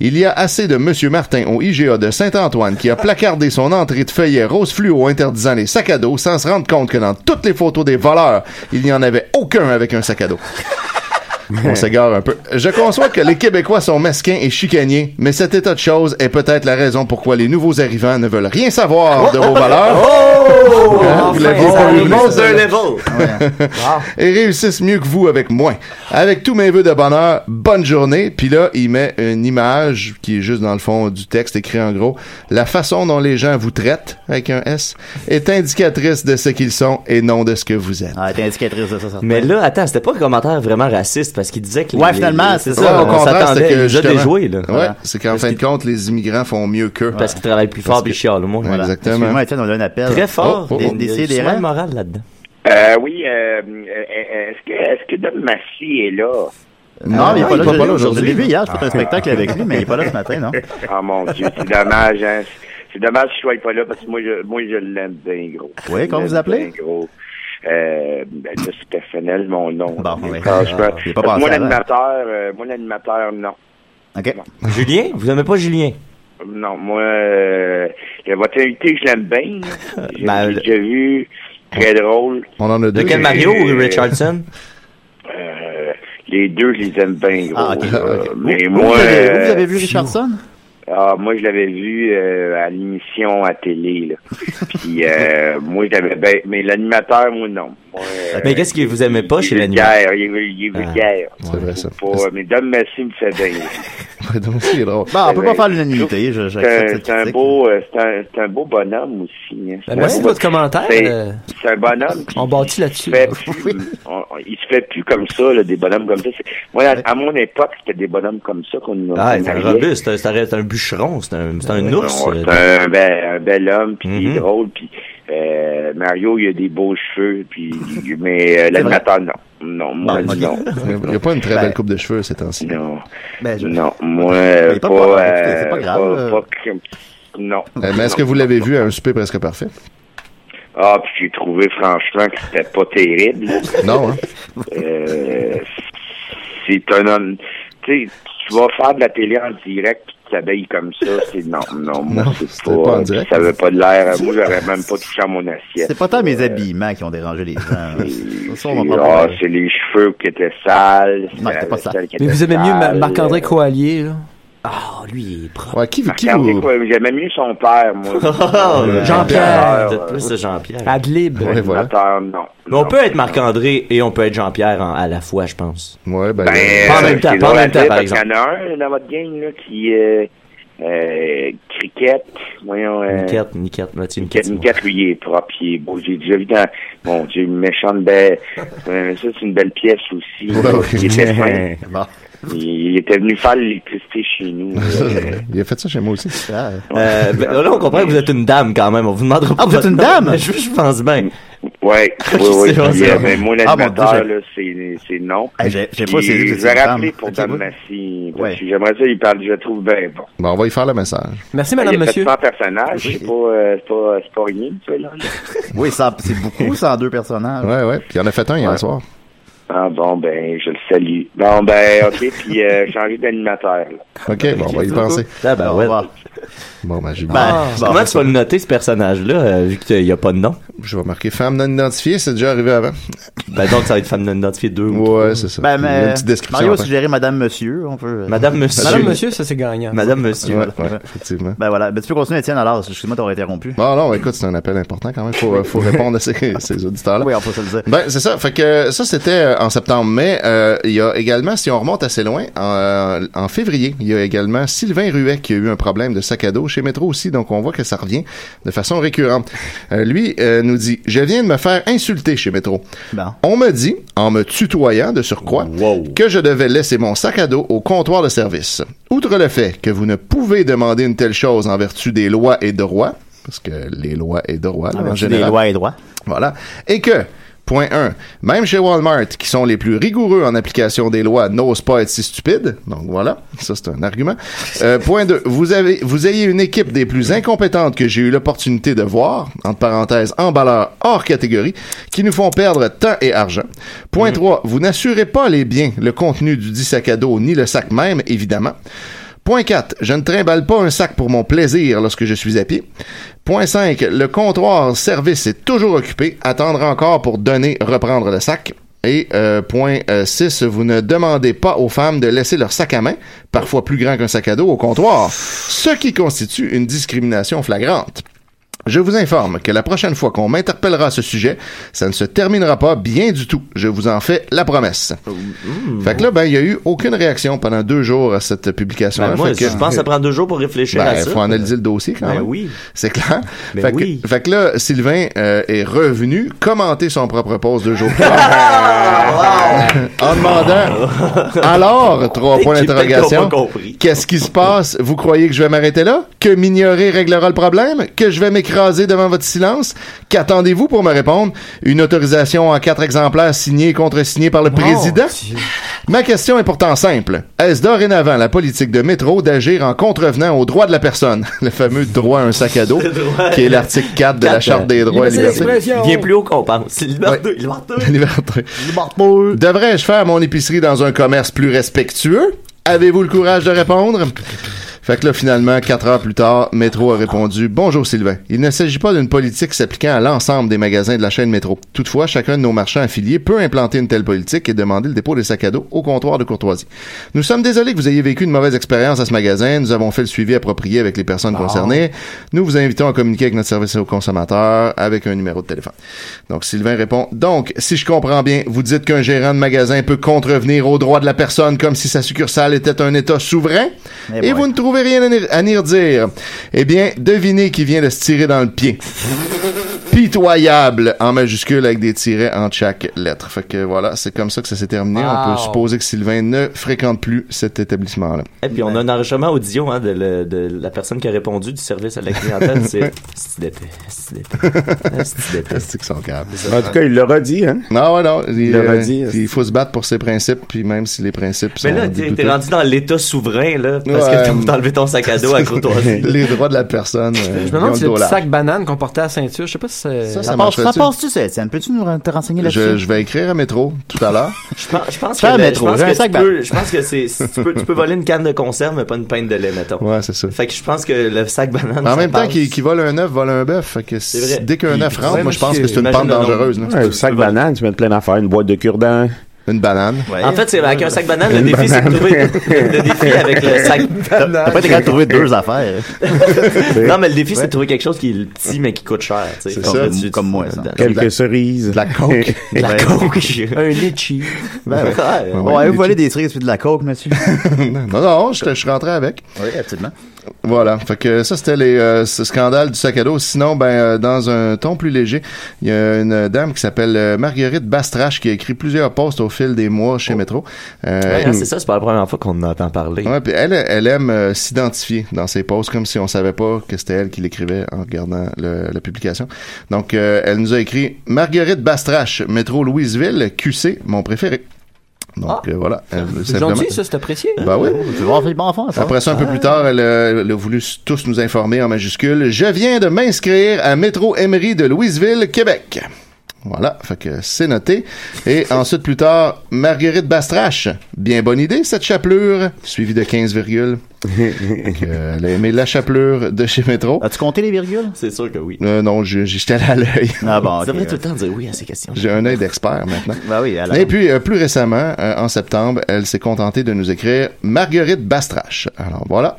[SPEAKER 4] Il y a assez de Monsieur Martin au IGA de Saint-Antoine qui a placardé son entrée de feuillet rose fluo interdisant les sacs à dos sans se rendre compte que dans toutes les photos des voleurs, il n'y en avait aucun avec un sac à dos. On s'égare un peu. Je conçois que les Québécois sont mesquins et chicaniers, mais cet état de choses est peut-être la raison pourquoi les nouveaux arrivants ne veulent rien savoir de vos valeurs.
[SPEAKER 3] Oh!
[SPEAKER 4] Hein, vous l'aviez pas vu, mais c'est
[SPEAKER 3] monte
[SPEAKER 4] ça.
[SPEAKER 3] d'un level!
[SPEAKER 4] et réussissent mieux que vous avec moins. Avec tous mes vœux de bonheur, bonne journée. Puis là, il met une image qui est juste dans le fond du texte écrit en gros. La façon dont les gens vous traitent, avec un S, est indicatrice de ce qu'ils sont et non de ce que vous êtes.
[SPEAKER 2] Ah, t'es indicatrice de ça, certain.
[SPEAKER 3] Mais là, attends, c'était pas un commentaire vraiment raciste parce qu'il disait que.
[SPEAKER 2] Ouais, finalement, c'est ça,
[SPEAKER 4] Ouais,
[SPEAKER 2] au
[SPEAKER 3] on
[SPEAKER 2] contraire,
[SPEAKER 3] s'attendait
[SPEAKER 4] c'était
[SPEAKER 3] à déjà
[SPEAKER 4] justement-
[SPEAKER 3] déjoué, là.
[SPEAKER 4] Ouais,
[SPEAKER 3] Voilà.
[SPEAKER 4] c'est qu'en
[SPEAKER 3] Parce
[SPEAKER 4] fin de
[SPEAKER 3] qu'il-
[SPEAKER 4] compte, les immigrants font mieux qu'eux.
[SPEAKER 3] Parce qu'il travaille plus
[SPEAKER 4] Parce
[SPEAKER 3] fort,
[SPEAKER 4] que-
[SPEAKER 3] puis chiale, au moins.
[SPEAKER 4] Ouais, Exactement.
[SPEAKER 2] Excuse-moi, Étienne, on a un appel.
[SPEAKER 3] Très fort.
[SPEAKER 4] Oh, oh, oh.
[SPEAKER 3] Il y a une- il y a
[SPEAKER 2] Décidément.
[SPEAKER 3] souvent une morale là-dedans.
[SPEAKER 6] Euh, oui, euh, euh, est-ce que, est-ce que Don Massy est là?
[SPEAKER 3] Ah,
[SPEAKER 2] Non, il est pas là aujourd'hui. Je l'ai vu
[SPEAKER 4] aujourd'hui.
[SPEAKER 2] hier, j'ai fait un spectacle avec lui, mais il est pas là ce matin, non?
[SPEAKER 6] Ah mon Dieu, c'est dommage, hein? C'est dommage qu'il soit pas là parce que moi, je, moi, je l'aime bien gros.
[SPEAKER 2] Oui, comment
[SPEAKER 6] Je l'aime
[SPEAKER 2] vous appelez?
[SPEAKER 6] bien gros. Euh, ben, là, c'est personnel, mon nom.
[SPEAKER 2] Bon, oui.
[SPEAKER 6] Franchement.
[SPEAKER 2] Ah, j'ai pas
[SPEAKER 6] Parce que moi,
[SPEAKER 2] pensé avant.
[SPEAKER 6] l'animateur, euh, moi, l'animateur, non.
[SPEAKER 2] OK.
[SPEAKER 3] Julien? Vous aimez pas Julien?
[SPEAKER 6] Non, moi, euh, votre invité, je l'aime bien. là. J'ai
[SPEAKER 2] [laughs]
[SPEAKER 3] Ben,
[SPEAKER 6] j'ai déjà vu, très drôle.
[SPEAKER 4] On en a deux.
[SPEAKER 3] Lequel
[SPEAKER 6] Oui.
[SPEAKER 3] Mario ou Richardson?
[SPEAKER 6] Euh, les deux, je les aime bien gros.
[SPEAKER 2] Ah, ok.
[SPEAKER 6] Euh,
[SPEAKER 2] Ok.
[SPEAKER 6] Mais
[SPEAKER 2] Vous-
[SPEAKER 6] moi,
[SPEAKER 2] vous, avez, vous
[SPEAKER 6] euh,
[SPEAKER 2] avez vu Richardson?
[SPEAKER 6] Ah, moi, je l'avais vu euh, à l'émission à télé, là. Puis, euh, moi, je l'avais ben, mais l'animateur, moi, non. Moi, euh,
[SPEAKER 3] Mais qu'est-ce que vous aimez pas chez
[SPEAKER 6] il est
[SPEAKER 3] l'animateur?
[SPEAKER 6] vulgaire, Il est, vul- il est vulgaire.
[SPEAKER 4] C'est vrai, ça.
[SPEAKER 6] Faut pas- mais Dom Massy me fait bien.
[SPEAKER 4] [laughs] Ouais, donc, c'est drôle.
[SPEAKER 2] Bon, Bah, on peut
[SPEAKER 6] euh,
[SPEAKER 2] pas faire l'unanimité, je-
[SPEAKER 6] C'est un-
[SPEAKER 2] j'accepte cette
[SPEAKER 6] c'est un,
[SPEAKER 2] critique.
[SPEAKER 6] beau, euh, c'est un, c'est un beau bonhomme aussi. hein. C'est
[SPEAKER 5] Ben, merci
[SPEAKER 6] un
[SPEAKER 5] de
[SPEAKER 6] beau-
[SPEAKER 5] votre commentaire.
[SPEAKER 6] C'est-
[SPEAKER 5] euh,
[SPEAKER 6] C'est un bonhomme. qui-
[SPEAKER 5] on bâtit là-dessus. [laughs]
[SPEAKER 6] fait plus- on- on- il se fait plus comme ça, là, des bonhommes comme ça. C'est- Moi, à, à mon époque, c'était des bonhommes comme ça qu'on
[SPEAKER 3] Ah,
[SPEAKER 6] qu'on
[SPEAKER 3] c'est un
[SPEAKER 6] mariait.
[SPEAKER 3] robuste, c'est un- c'est un, c'est un bûcheron, c'est un, c'est un ours.
[SPEAKER 6] Non,
[SPEAKER 3] euh,
[SPEAKER 6] C'est un bel, un bel homme, puis il
[SPEAKER 3] Mhm.
[SPEAKER 6] est drôle, puis euh, Mario, il a des beaux cheveux, puis mais euh, l'animateur, non. Non, moi,
[SPEAKER 2] Bon, ok.
[SPEAKER 6] non.
[SPEAKER 4] Il n'y a pas une très
[SPEAKER 2] Ben-
[SPEAKER 4] belle coupe de cheveux ces temps-ci.
[SPEAKER 6] Non,
[SPEAKER 2] Ben, je-
[SPEAKER 6] non, moi, euh,
[SPEAKER 2] Mais pas
[SPEAKER 6] pas...
[SPEAKER 2] grave,
[SPEAKER 6] euh,
[SPEAKER 2] écoutez, c'est pas grave, euh.
[SPEAKER 6] que- non.
[SPEAKER 4] Euh, mais est-ce que vous l'avez vu à un souper presque parfait?
[SPEAKER 6] Ah, puis j'ai trouvé, franchement, que c'était pas terrible.
[SPEAKER 4] Non, hein?
[SPEAKER 6] Euh, c'est un homme... Tu sais, tu vas faire de la télé en direct, puis tu t'habilles comme ça, c'est... Non, non, moi,
[SPEAKER 4] Non,
[SPEAKER 6] c'est
[SPEAKER 4] c'était pas en
[SPEAKER 6] pas...
[SPEAKER 4] direct.
[SPEAKER 6] ça avait pas de l'air... Moi, j'aurais même pas touché à mon assiette.
[SPEAKER 2] C'est pas tant mes habillements qui ont dérangé les gens. Ça, ça, on va pas
[SPEAKER 6] Ah,
[SPEAKER 2] parler.
[SPEAKER 6] c'est les cheveux qui étaient sales.
[SPEAKER 2] Non, c'était
[SPEAKER 6] la
[SPEAKER 2] pas ça.
[SPEAKER 6] vaisselle qui
[SPEAKER 5] Mais
[SPEAKER 6] était
[SPEAKER 5] vous aimez mieux Ma-
[SPEAKER 6] sale.
[SPEAKER 5] Marc-André Coallier, là.
[SPEAKER 3] Ah, lui, il est propre.
[SPEAKER 4] Ouais, qui, qui
[SPEAKER 6] Regardez
[SPEAKER 4] vous...
[SPEAKER 6] quoi, J'aimais mieux son père,
[SPEAKER 5] [laughs]
[SPEAKER 6] moi.
[SPEAKER 3] Euh,
[SPEAKER 5] Oh, Jean-Pierre.
[SPEAKER 3] Vous êtes plus de Jean-Pierre.
[SPEAKER 5] Adlib.
[SPEAKER 4] Ouais, voilà.
[SPEAKER 6] L'animateur, non.
[SPEAKER 3] Mais on
[SPEAKER 6] Non.
[SPEAKER 3] peut être Marc-André et on peut être Jean-Pierre en- à la fois, je pense.
[SPEAKER 4] Ouais, ben,
[SPEAKER 6] Ben,
[SPEAKER 4] euh,
[SPEAKER 3] Pas en même temps,
[SPEAKER 6] c'est
[SPEAKER 3] pas en
[SPEAKER 6] drôle à
[SPEAKER 3] même temps,
[SPEAKER 6] dire,
[SPEAKER 3] par
[SPEAKER 6] parce qu'il y en a un dans votre gang là, qui euh, euh, cricket. Voyons. euh,
[SPEAKER 3] Niquette, Niquette, Mathieu Niquette.
[SPEAKER 6] Niquette, Niquette, lui, il est propre, il est beau. J'ai déjà vu dans. Bon, Dieu, une méchante belle. euh, ça, c'est une belle pièce aussi.
[SPEAKER 4] Ouais, oui.
[SPEAKER 6] Il était
[SPEAKER 3] [laughs]
[SPEAKER 6] fin.
[SPEAKER 2] Bon.
[SPEAKER 6] Il était venu faire l'électricité chez nous.
[SPEAKER 2] [laughs]
[SPEAKER 6] Euh, [laughs]
[SPEAKER 4] [laughs] il a fait ça chez moi aussi.
[SPEAKER 2] Ah,
[SPEAKER 3] Euh, ben, là, on comprend que vous êtes une dame quand même. On vous demandera pas.
[SPEAKER 2] vous êtes
[SPEAKER 3] votre
[SPEAKER 2] une
[SPEAKER 3] nom,
[SPEAKER 2] dame?
[SPEAKER 3] mais [laughs] Je, je pense bien.
[SPEAKER 2] [laughs]
[SPEAKER 6] Ouais, oui, oui.
[SPEAKER 3] C'est vrai,
[SPEAKER 6] Puis,
[SPEAKER 3] c'est
[SPEAKER 6] euh,
[SPEAKER 3] vrai.
[SPEAKER 6] ben, moi,
[SPEAKER 2] Ah, mon
[SPEAKER 6] l'animateur,
[SPEAKER 2] Dieu, j'ai-
[SPEAKER 6] là, c'est, c'est non.
[SPEAKER 2] Ah, j'ai- j'ai
[SPEAKER 6] Puis,
[SPEAKER 2] pas saisi que
[SPEAKER 6] Je
[SPEAKER 2] c'était une
[SPEAKER 6] vais rappeler
[SPEAKER 2] femme.
[SPEAKER 6] pour
[SPEAKER 2] Ok,
[SPEAKER 6] Dame
[SPEAKER 2] oui.
[SPEAKER 6] Massy.
[SPEAKER 2] Ouais.
[SPEAKER 6] parce que J'aimerais ça, il parle, je le trouve bien bon.
[SPEAKER 4] Bon, on va y faire le message.
[SPEAKER 5] Merci,
[SPEAKER 6] Ah, Il
[SPEAKER 5] madame,
[SPEAKER 6] a fait
[SPEAKER 5] monsieur.
[SPEAKER 6] 100 personnages, c'est pas, euh, c'est pas, c'est pas rien, tu vois, là.
[SPEAKER 2] Oui, ça- c'est beaucoup, ça, deux personnages.
[SPEAKER 4] Ouais, ouais. Puis il en a fait un hier
[SPEAKER 6] Ouais.
[SPEAKER 4] soir.
[SPEAKER 6] Ah, bon, ben, je le salue. Bon, ben, OK, puis
[SPEAKER 2] [laughs]
[SPEAKER 6] euh, changer d'animateur, là.
[SPEAKER 4] OK, bon, on va y penser.
[SPEAKER 3] Ah, ben,
[SPEAKER 2] Au
[SPEAKER 3] ouais.
[SPEAKER 2] revoir.
[SPEAKER 4] Bon, ben, j'ai-
[SPEAKER 2] Ben, bon,
[SPEAKER 3] Comment tu vas le noter, ce personnage-là, euh, vu qu'il n'y a pas de nom?
[SPEAKER 4] je vais marquer femme non identifiée, c'est déjà arrivé avant.
[SPEAKER 3] Ben, donc, ça va être femme non identifiée 2 ou
[SPEAKER 4] Ouais, c'est ça.
[SPEAKER 2] ben,
[SPEAKER 4] Il y a
[SPEAKER 2] mais,
[SPEAKER 4] une petite description.
[SPEAKER 2] Mario a
[SPEAKER 4] après.
[SPEAKER 2] suggéré Madame Monsieur, on peut. euh,
[SPEAKER 3] Madame Monsieur.
[SPEAKER 5] Madame, monsieur, ça, c'est gagnant.
[SPEAKER 3] Madame Monsieur.
[SPEAKER 4] Ouais, ouais, effectivement.
[SPEAKER 2] Ben voilà, ben, tu peux continuer, Étienne, alors, excuse-moi, t'aurais interrompu.
[SPEAKER 4] Bon, non, écoute, c'est un appel important quand même. Faut, euh, faut répondre à ces, ces auditeurs-là.
[SPEAKER 2] Oui, on peut se le dire.
[SPEAKER 4] Ben, c'est ça. Fait que ça, c'était euh, en septembre. Mais euh, il y a également, si on remonte assez loin, en, euh, en février, il y a également Sylvain Ruet qui a eu un problème de sac à dos chez Métro aussi. Donc, on voit que ça revient de façon récurrente. Euh, lui euh, nous dit « Je viens de me faire insulter chez Métro.
[SPEAKER 2] Bon.
[SPEAKER 4] On me dit, en me tutoyant de surcroît, que je devais laisser mon sac à dos au comptoir de service. Outre le fait que vous ne pouvez demander une telle chose en vertu des lois et droits, parce que les lois et droits, là, en
[SPEAKER 2] J'ai
[SPEAKER 4] général,
[SPEAKER 2] des lois et droits.
[SPEAKER 4] voilà. Et que Point 1. Même chez Walmart, qui sont les plus rigoureux en application des lois, n'osent pas être si stupides. Donc voilà, ça c'est un argument. Euh, point 2. Vous, avez, vous ayez une équipe des plus incompétentes que j'ai eu l'opportunité de voir, entre parenthèses, emballeurs hors catégorie, qui nous font perdre temps et argent. Point 3. Vous n'assurez pas les biens, le contenu du dit sac à dos, ni le sac même, évidemment. Point 4. Je ne trimballe pas un sac pour mon plaisir lorsque je suis à pied. Point 5. Le comptoir service est toujours occupé. Attendre encore pour donner, reprendre le sac. Et euh, point 6. Vous ne demandez pas aux femmes de laisser leur sac à main, parfois plus grand qu'un sac à dos, au comptoir, ce qui constitue une discrimination flagrante. Je vous informe que la prochaine fois qu'on m'interpellera à ce sujet, ça ne se terminera pas bien du tout. Je vous en fais la promesse.
[SPEAKER 3] Mmh,
[SPEAKER 4] Fait que là, ben, il n'y a eu aucune réaction pendant deux jours à cette publication-là.
[SPEAKER 3] Ben, moi,
[SPEAKER 4] Fait que-
[SPEAKER 3] je pense que ça prend deux jours pour réfléchir
[SPEAKER 4] ben,
[SPEAKER 3] à ça.
[SPEAKER 4] faut analyser le dossier quand
[SPEAKER 3] Ben
[SPEAKER 4] même.
[SPEAKER 3] oui.
[SPEAKER 4] C'est clair.
[SPEAKER 3] Ben
[SPEAKER 4] fait, que,
[SPEAKER 3] oui.
[SPEAKER 4] fait que là, Sylvain euh, est revenu commenter son propre poste deux jours plus
[SPEAKER 3] [laughs]
[SPEAKER 4] tard. en
[SPEAKER 3] [laughs]
[SPEAKER 4] demandant Alors, trois
[SPEAKER 3] Peut-être
[SPEAKER 4] points
[SPEAKER 3] qu'il- peut-être qu'ils ont
[SPEAKER 4] d'interrogation.
[SPEAKER 3] pas compris.
[SPEAKER 4] Qu'est-ce qui se passe? Vous croyez que je vais m'arrêter là? Que Mignorer réglera le problème? Que je vais m'écraser devant votre silence? Qu'attendez-vous pour me répondre? Une autorisation en quatre exemplaires signée et contre-signée par le président? Ma question est pourtant simple. Est-ce dorénavant la politique de métro d'agir en contrevenant aux droits de la personne? [laughs] Le fameux droit à un sac à dos,
[SPEAKER 3] droit.
[SPEAKER 4] qui est l'article 4 de la
[SPEAKER 3] Quatre.
[SPEAKER 4] Charte des droits et
[SPEAKER 5] Liberté
[SPEAKER 4] libertés. [laughs]
[SPEAKER 5] d'expression.
[SPEAKER 3] Il est plus haut qu'on pense. Liberté, liberté.
[SPEAKER 4] Liberté. Devrais-je faire mon épicerie dans un commerce plus respectueux? Avez-vous le courage de répondre? Fait que là, finalement, quatre heures plus tard, Métro a répondu Bonjour Sylvain. Il ne s'agit pas d'une politique s'appliquant à l'ensemble des magasins de la chaîne Métro. Toutefois, chacun de nos marchands affiliés peut implanter une telle politique et demander le dépôt des sacs à dos au comptoir de courtoisie. Nous sommes désolés que vous ayez vécu une mauvaise expérience à ce magasin. Nous avons fait le suivi approprié avec les personnes concernées. Nous vous invitons à communiquer avec notre service aux consommateurs avec un numéro de téléphone. Donc, Sylvain répond Donc, si je comprends bien, vous dites qu'un gérant de magasin peut contrevenir aux droits de la personne comme si sa succursale était un État souverain
[SPEAKER 2] Eh
[SPEAKER 4] et
[SPEAKER 2] boy.
[SPEAKER 4] vous ne trouvez rien à nir- à nir dire. Eh bien, devinez qui vient de se tirer dans le pied. Pitoyable en majuscule avec des tirets en chaque lettre. Fait que voilà, c'est comme ça que ça s'est terminé. On peut
[SPEAKER 5] Wow.
[SPEAKER 4] supposer que Sylvain ne fréquente plus cet établissement-là.
[SPEAKER 3] Et puis on a un enregistrement audio hein, de, le- de la personne qui a répondu du service à la clientèle. C'est c'est d'épais, c'est d'épais, c'est d'épais.
[SPEAKER 4] C'est que son câble.
[SPEAKER 6] En tout cas, il l'aura dit, hein?
[SPEAKER 4] Non, ouais, non. Il,
[SPEAKER 6] Le
[SPEAKER 4] euh,
[SPEAKER 6] redit.
[SPEAKER 4] il faut se battre pour ses principes, puis même si les principes
[SPEAKER 3] Mais
[SPEAKER 4] sont.
[SPEAKER 3] là, t'es
[SPEAKER 4] douteux.
[SPEAKER 3] t'es rendu dans l'état souverain, là, parce
[SPEAKER 4] Ouais.
[SPEAKER 3] que t'as- t'as enlevé ton sac à dos à courtoisie.
[SPEAKER 4] [laughs] les droits de la personne. euh,
[SPEAKER 5] Je me demande si le petit sac banane qu'on portait à la ceinture, je sais pas si c'est...
[SPEAKER 4] Ça, ça
[SPEAKER 2] Ça,
[SPEAKER 4] marcherait-tu?
[SPEAKER 2] passe, ça passe-tu, ça, Étienne? Peux-tu nous re- te renseigner
[SPEAKER 4] Je,
[SPEAKER 2] là-dessus?
[SPEAKER 4] je vais écrire à Métro tout à l'heure.
[SPEAKER 3] Je pense, je pense que,
[SPEAKER 2] Fais un
[SPEAKER 3] le-
[SPEAKER 2] métro,
[SPEAKER 3] je pense
[SPEAKER 2] j'ai un
[SPEAKER 3] que
[SPEAKER 2] sac
[SPEAKER 3] tu peux, je pense que c'est, si tu peux, tu peux voler une canne de conserve, mais pas une pinte de lait, mettons.
[SPEAKER 4] Ouais, c'est ça.
[SPEAKER 3] Fait que je pense que le sac banane.
[SPEAKER 4] En
[SPEAKER 3] ça
[SPEAKER 4] même temps,
[SPEAKER 3] passe.
[SPEAKER 4] qui, qui vole un œuf, vole un bœuf. Fait que si-
[SPEAKER 3] vrai.
[SPEAKER 4] dès qu'un œuf rentre,
[SPEAKER 5] ouais,
[SPEAKER 4] moi,
[SPEAKER 5] moi,
[SPEAKER 4] je pense
[SPEAKER 5] je-
[SPEAKER 4] que c'est une
[SPEAKER 3] imagine
[SPEAKER 4] pente
[SPEAKER 3] le nombre.
[SPEAKER 4] dangereuse. là.
[SPEAKER 6] Un sac banane, tu mets plein d'affaires, une boîte de cure-dents.
[SPEAKER 4] Une banane.
[SPEAKER 3] Ouais. En fait, c'est avec un sac banane, le défi, c'est de trouver le défi avec le
[SPEAKER 4] [laughs]
[SPEAKER 3] sac
[SPEAKER 2] T'as pas été capable de trouver deux affaires.
[SPEAKER 3] Non, mais le défi, c'est de trouver quelque chose qui est petit, mais qui coûte cher, tu sais.
[SPEAKER 4] C'est
[SPEAKER 3] Comme
[SPEAKER 4] ça.
[SPEAKER 3] tu- tu-
[SPEAKER 2] Comme moi, ça.
[SPEAKER 6] Quelques cerises.
[SPEAKER 4] De la [laughs] coke.
[SPEAKER 3] De la
[SPEAKER 4] [laughs]
[SPEAKER 3] coke.
[SPEAKER 5] Un litchi.
[SPEAKER 2] Ben, ouais.
[SPEAKER 3] Ouais.
[SPEAKER 2] Bon,
[SPEAKER 4] Ouais,
[SPEAKER 2] avez-vous
[SPEAKER 4] les
[SPEAKER 2] volé des cerises puis de la coke,
[SPEAKER 4] [laughs]
[SPEAKER 2] monsieur?
[SPEAKER 4] non, non, je, je suis rentré avec.
[SPEAKER 2] oui, absolument.
[SPEAKER 4] Voilà. Fait que ça, c'était les euh, ce scandale du sac à dos. Sinon, ben, euh, dans un ton plus léger, il y a une euh, dame qui s'appelle euh, Marguerite Bastrache qui a écrit plusieurs posts au fil des mois chez Métro. Euh,
[SPEAKER 3] Oh. Ouais, hein, c'est ça, c'est pas la première fois qu'on en entend parler.
[SPEAKER 4] Ouais, puis elle, elle aime euh, s'identifier dans ses posts comme si on savait pas que c'était elle qui l'écrivait en regardant le- la publication. Donc, euh, elle nous a écrit Marguerite Bastrache, métro Louisville, QC, mon préféré. Donc, euh, voilà. Elle veut
[SPEAKER 5] Ah. C'est
[SPEAKER 4] simplement-
[SPEAKER 5] gentil, ça, c'est apprécié.
[SPEAKER 4] Ben oui.
[SPEAKER 2] Tu vois, on fait bon enfant, ça.
[SPEAKER 4] Après ça, un peu plus tard, elle a, elle a voulu s- tous nous informer en majuscule. Je viens de m'inscrire à Métro Emery de Louisville, Québec. Voilà, fait que c'est noté. Et ensuite, plus tard, Marguerite Bastrache. Bien bonne idée, cette chapelure. Suivie de 15 virgules. Donc, euh, elle a aimé la chapelure de chez Métro.
[SPEAKER 2] As-tu compté les virgules?
[SPEAKER 3] C'est sûr que oui.
[SPEAKER 4] Euh, non, j'ai- j'ai jeté à l'œil. [laughs]
[SPEAKER 2] Ah bon,
[SPEAKER 3] Ça
[SPEAKER 2] ok,
[SPEAKER 3] devrait tout
[SPEAKER 2] ouais.
[SPEAKER 3] le temps dire oui à ces questions.
[SPEAKER 4] J'ai un œil d'expert maintenant.
[SPEAKER 2] Ben oui, alors.
[SPEAKER 4] Et puis, euh, plus récemment, euh, en septembre, elle s'est contentée de nous écrire Marguerite Bastrache. Alors voilà.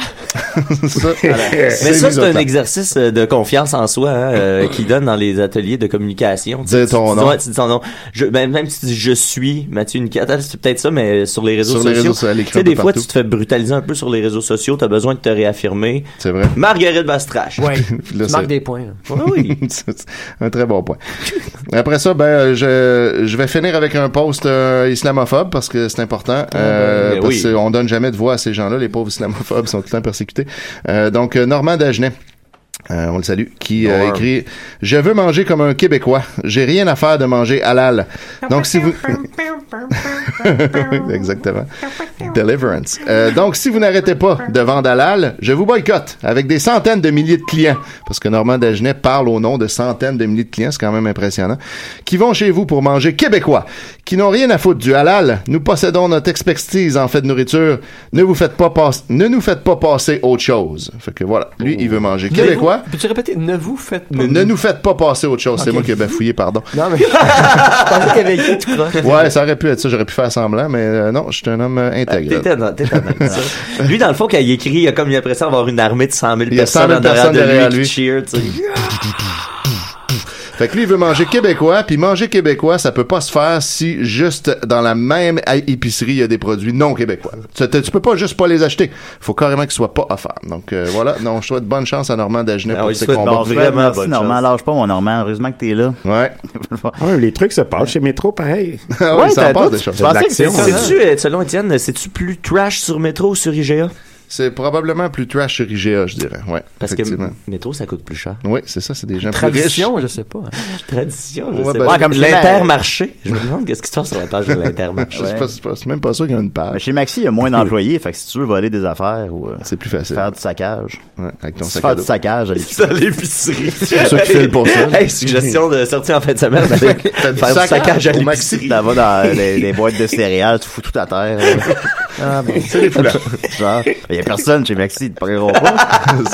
[SPEAKER 4] [laughs] Ça,
[SPEAKER 3] Mais ça, c'est un
[SPEAKER 4] misophone.
[SPEAKER 3] exercice euh, de confiance en soi hein,
[SPEAKER 4] [coughs]
[SPEAKER 3] euh, qui donne dans les ateliers de communication. Tu-
[SPEAKER 4] Dis
[SPEAKER 3] tu-
[SPEAKER 4] ton
[SPEAKER 3] tu-
[SPEAKER 4] nom.
[SPEAKER 3] ouais, tu dis ton nom. Je, ben, même si tu dis je suis Mathieu Nicatal, c'est peut-être ça, mais sur les réseaux
[SPEAKER 4] Sur les
[SPEAKER 3] sociaux.
[SPEAKER 4] réseaux sociaux, elle écrit
[SPEAKER 3] tu sais,
[SPEAKER 4] un peu
[SPEAKER 3] des fois,
[SPEAKER 4] partout.
[SPEAKER 3] tu te fais brutaliser un peu sur les réseaux sociaux, t'as besoin de te réaffirmer.
[SPEAKER 4] C'est vrai. [laughs]
[SPEAKER 3] Marguerite Bastrache.
[SPEAKER 4] Là,
[SPEAKER 5] Ouais. tu
[SPEAKER 4] c'est-
[SPEAKER 5] marques des points. là.
[SPEAKER 3] Ah
[SPEAKER 4] [laughs]
[SPEAKER 3] oui.
[SPEAKER 4] C'est un très bon point. Après ça, ben, euh, je, je vais finir avec un post euh, islamophobe parce que c'est important. euh,
[SPEAKER 3] ben
[SPEAKER 4] parce
[SPEAKER 3] oui.
[SPEAKER 4] qu'on donne jamais de voix à ces gens-là. Les pauvres islamophobes sont tout le temps persécutés. Euh, donc, euh, Normand Dagenet euh, on le salue, qui euh, écrit Je veux manger comme un Québécois. J'ai rien à faire de manger halal. Donc si vous Exactement. Deliverance. Euh, donc, si vous n'arrêtez pas de vendre halal, je vous boycotte avec des centaines de milliers de clients, parce que Normand Dagenet parle au nom de centaines de milliers de clients, c'est quand même impressionnant, qui vont chez vous pour manger québécois, qui n'ont rien à foutre du halal. Nous possédons notre expertise en fait de nourriture. Ne vous faites pas passer, ne nous faites pas passer autre chose. Fait que voilà, lui, il veut manger
[SPEAKER 5] Ne vous-
[SPEAKER 4] québécois.
[SPEAKER 5] Peux-tu répéter Ne vous faites pas.
[SPEAKER 4] Ne nous faites pas passer autre chose. C'est
[SPEAKER 5] Ok.
[SPEAKER 4] moi qui ai bafouillé, pardon.
[SPEAKER 5] Non, mais. Je pensais qu'il y avait écrit tout croche.
[SPEAKER 3] Ben,
[SPEAKER 4] Ouais, ça aurait pu être ça. J'aurais pu faire semblant, mais euh, non, je suis un homme euh, intègre.
[SPEAKER 3] Ah, T'étais dans- t'étais dans ça.
[SPEAKER 4] [laughs]
[SPEAKER 3] Lui, dans le fond, quand il écrit, il a comme l'impression d'avoir une armée de 100 000
[SPEAKER 4] Il y a 100
[SPEAKER 3] personnes en
[SPEAKER 4] 000
[SPEAKER 3] derrière
[SPEAKER 4] personnes derrière
[SPEAKER 3] de lui
[SPEAKER 4] lui.
[SPEAKER 3] qui cheer, tu sais.
[SPEAKER 4] Fait que lui, il veut manger québécois, puis manger québécois, ça peut pas se faire si juste dans la même a- épicerie, il y a des produits non québécois. Tu, tu peux pas juste pas les acheter. Faut carrément qu'ils soient pas offerts. Donc euh, voilà, non, je souhaite bonne chance à Normand Dagenet
[SPEAKER 3] Ah
[SPEAKER 4] pour
[SPEAKER 3] oui,
[SPEAKER 4] ses
[SPEAKER 3] je souhaite
[SPEAKER 4] combats.
[SPEAKER 3] bon vent. Vraiment
[SPEAKER 2] merci,
[SPEAKER 3] bonne
[SPEAKER 2] Normand.
[SPEAKER 3] chance.
[SPEAKER 2] Lâche pas, mon Normand. Heureusement que t'es là.
[SPEAKER 4] Ouais.
[SPEAKER 6] Ouais, Ah, les trucs se passent chez Métro, pareil.
[SPEAKER 4] [laughs] Ah ouais, ça en passe des choses.
[SPEAKER 6] Je pensais que c'était ça.
[SPEAKER 3] Sais-tu, euh, selon Étienne, c'est-tu plus trash sur Métro ou sur IGA?
[SPEAKER 4] C'est probablement plus trash sur IGA, je dirais. Ouais,
[SPEAKER 3] Parce que
[SPEAKER 4] effectivement.
[SPEAKER 3] Métro, ça coûte plus cher.
[SPEAKER 4] Oui, c'est ça, c'est des gens plus riches.
[SPEAKER 5] Tradition, je sais pas. hein.
[SPEAKER 3] Tradition, je
[SPEAKER 4] Ouais,
[SPEAKER 3] sais
[SPEAKER 4] ben,
[SPEAKER 3] pas.
[SPEAKER 4] comme
[SPEAKER 3] Comme
[SPEAKER 4] chez la-
[SPEAKER 3] l'intermarché. Je me demande qu'est-ce qui se passe sur la page de
[SPEAKER 4] Je
[SPEAKER 3] l'intermarché.
[SPEAKER 4] sais pas, c'est pas- c'est même pas sûr qu'il y a une
[SPEAKER 2] Mais
[SPEAKER 4] page.
[SPEAKER 2] chez Maxi, il y a
[SPEAKER 4] [laughs]
[SPEAKER 2] moins d'employés. fait que si tu veux voler des affaires ou euh,
[SPEAKER 4] C'est plus facile.
[SPEAKER 2] faire du saccage,
[SPEAKER 4] Ouais, avec ton sac à
[SPEAKER 2] faire du
[SPEAKER 4] dos. [laughs]
[SPEAKER 2] saccage, allez,
[SPEAKER 3] [laughs] C'est à l'épicerie.
[SPEAKER 4] ceux qui filent pour ça.
[SPEAKER 3] Hey, suggestion de sortir en fin de semaine avec faire
[SPEAKER 4] T'as du
[SPEAKER 3] du
[SPEAKER 4] saccage
[SPEAKER 3] saccage à
[SPEAKER 4] au
[SPEAKER 3] l'épicerie.
[SPEAKER 2] Là, va dans les, les boîtes de céréales, tu fous tout à terre.
[SPEAKER 5] Ah, bon.
[SPEAKER 4] C'est des foulards. [laughs]
[SPEAKER 2] Genre, il y a personne chez Maxi, ils te pogneront pas.
[SPEAKER 4] c'est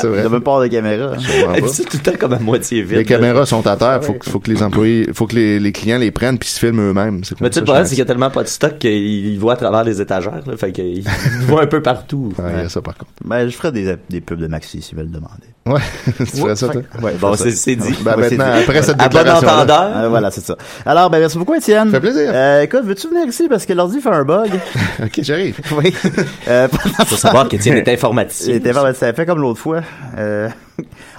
[SPEAKER 3] [laughs]
[SPEAKER 2] T'as
[SPEAKER 4] vrai.
[SPEAKER 2] même pas hors de caméra.
[SPEAKER 4] Vraiment
[SPEAKER 3] Et
[SPEAKER 4] pas.
[SPEAKER 3] puis [laughs] c'est tout le temps comme à moitié vide.
[SPEAKER 4] Les caméras sont à terre, faut, que- faut que les employés, faut que les, les clients les prennent puis se filment eux-mêmes. C'est comme
[SPEAKER 3] Mais tu sais,
[SPEAKER 4] ça,
[SPEAKER 3] le
[SPEAKER 4] je
[SPEAKER 3] problème,
[SPEAKER 4] pense.
[SPEAKER 3] c'est qu'il y a tellement pas de stock qu'ils voient à travers les étagères, là. Fait [laughs] qu'ils voient un peu partout.
[SPEAKER 4] Ouais, il y a ça par contre.
[SPEAKER 2] Ben, je ferai des, des pubs de Maxi s'ils veulent demander.
[SPEAKER 4] Ouais, [laughs] tu ferais ça, toi?
[SPEAKER 2] Ouais,
[SPEAKER 3] Bon,
[SPEAKER 2] fais ça.
[SPEAKER 3] c'est c'est dit.
[SPEAKER 4] Ben,
[SPEAKER 2] Ouais,
[SPEAKER 4] maintenant,
[SPEAKER 2] c'est-
[SPEAKER 4] après cette
[SPEAKER 3] À bon
[SPEAKER 4] déclaration.
[SPEAKER 3] entendeur.
[SPEAKER 2] Ah, voilà, c'est ça. Alors, ben, merci beaucoup, Étienne.
[SPEAKER 4] Fait plaisir.
[SPEAKER 2] Euh, écoute, veux-tu venir ici parce que l'ordi fait un bug?
[SPEAKER 4] Ok, j'arrive.
[SPEAKER 2] oui. Euh, pendant
[SPEAKER 3] Faut
[SPEAKER 2] ça-
[SPEAKER 3] savoir
[SPEAKER 4] [laughs]
[SPEAKER 3] qu'Étienne est informaticien.
[SPEAKER 2] C'était pas- ça fait comme l'autre fois. Euh,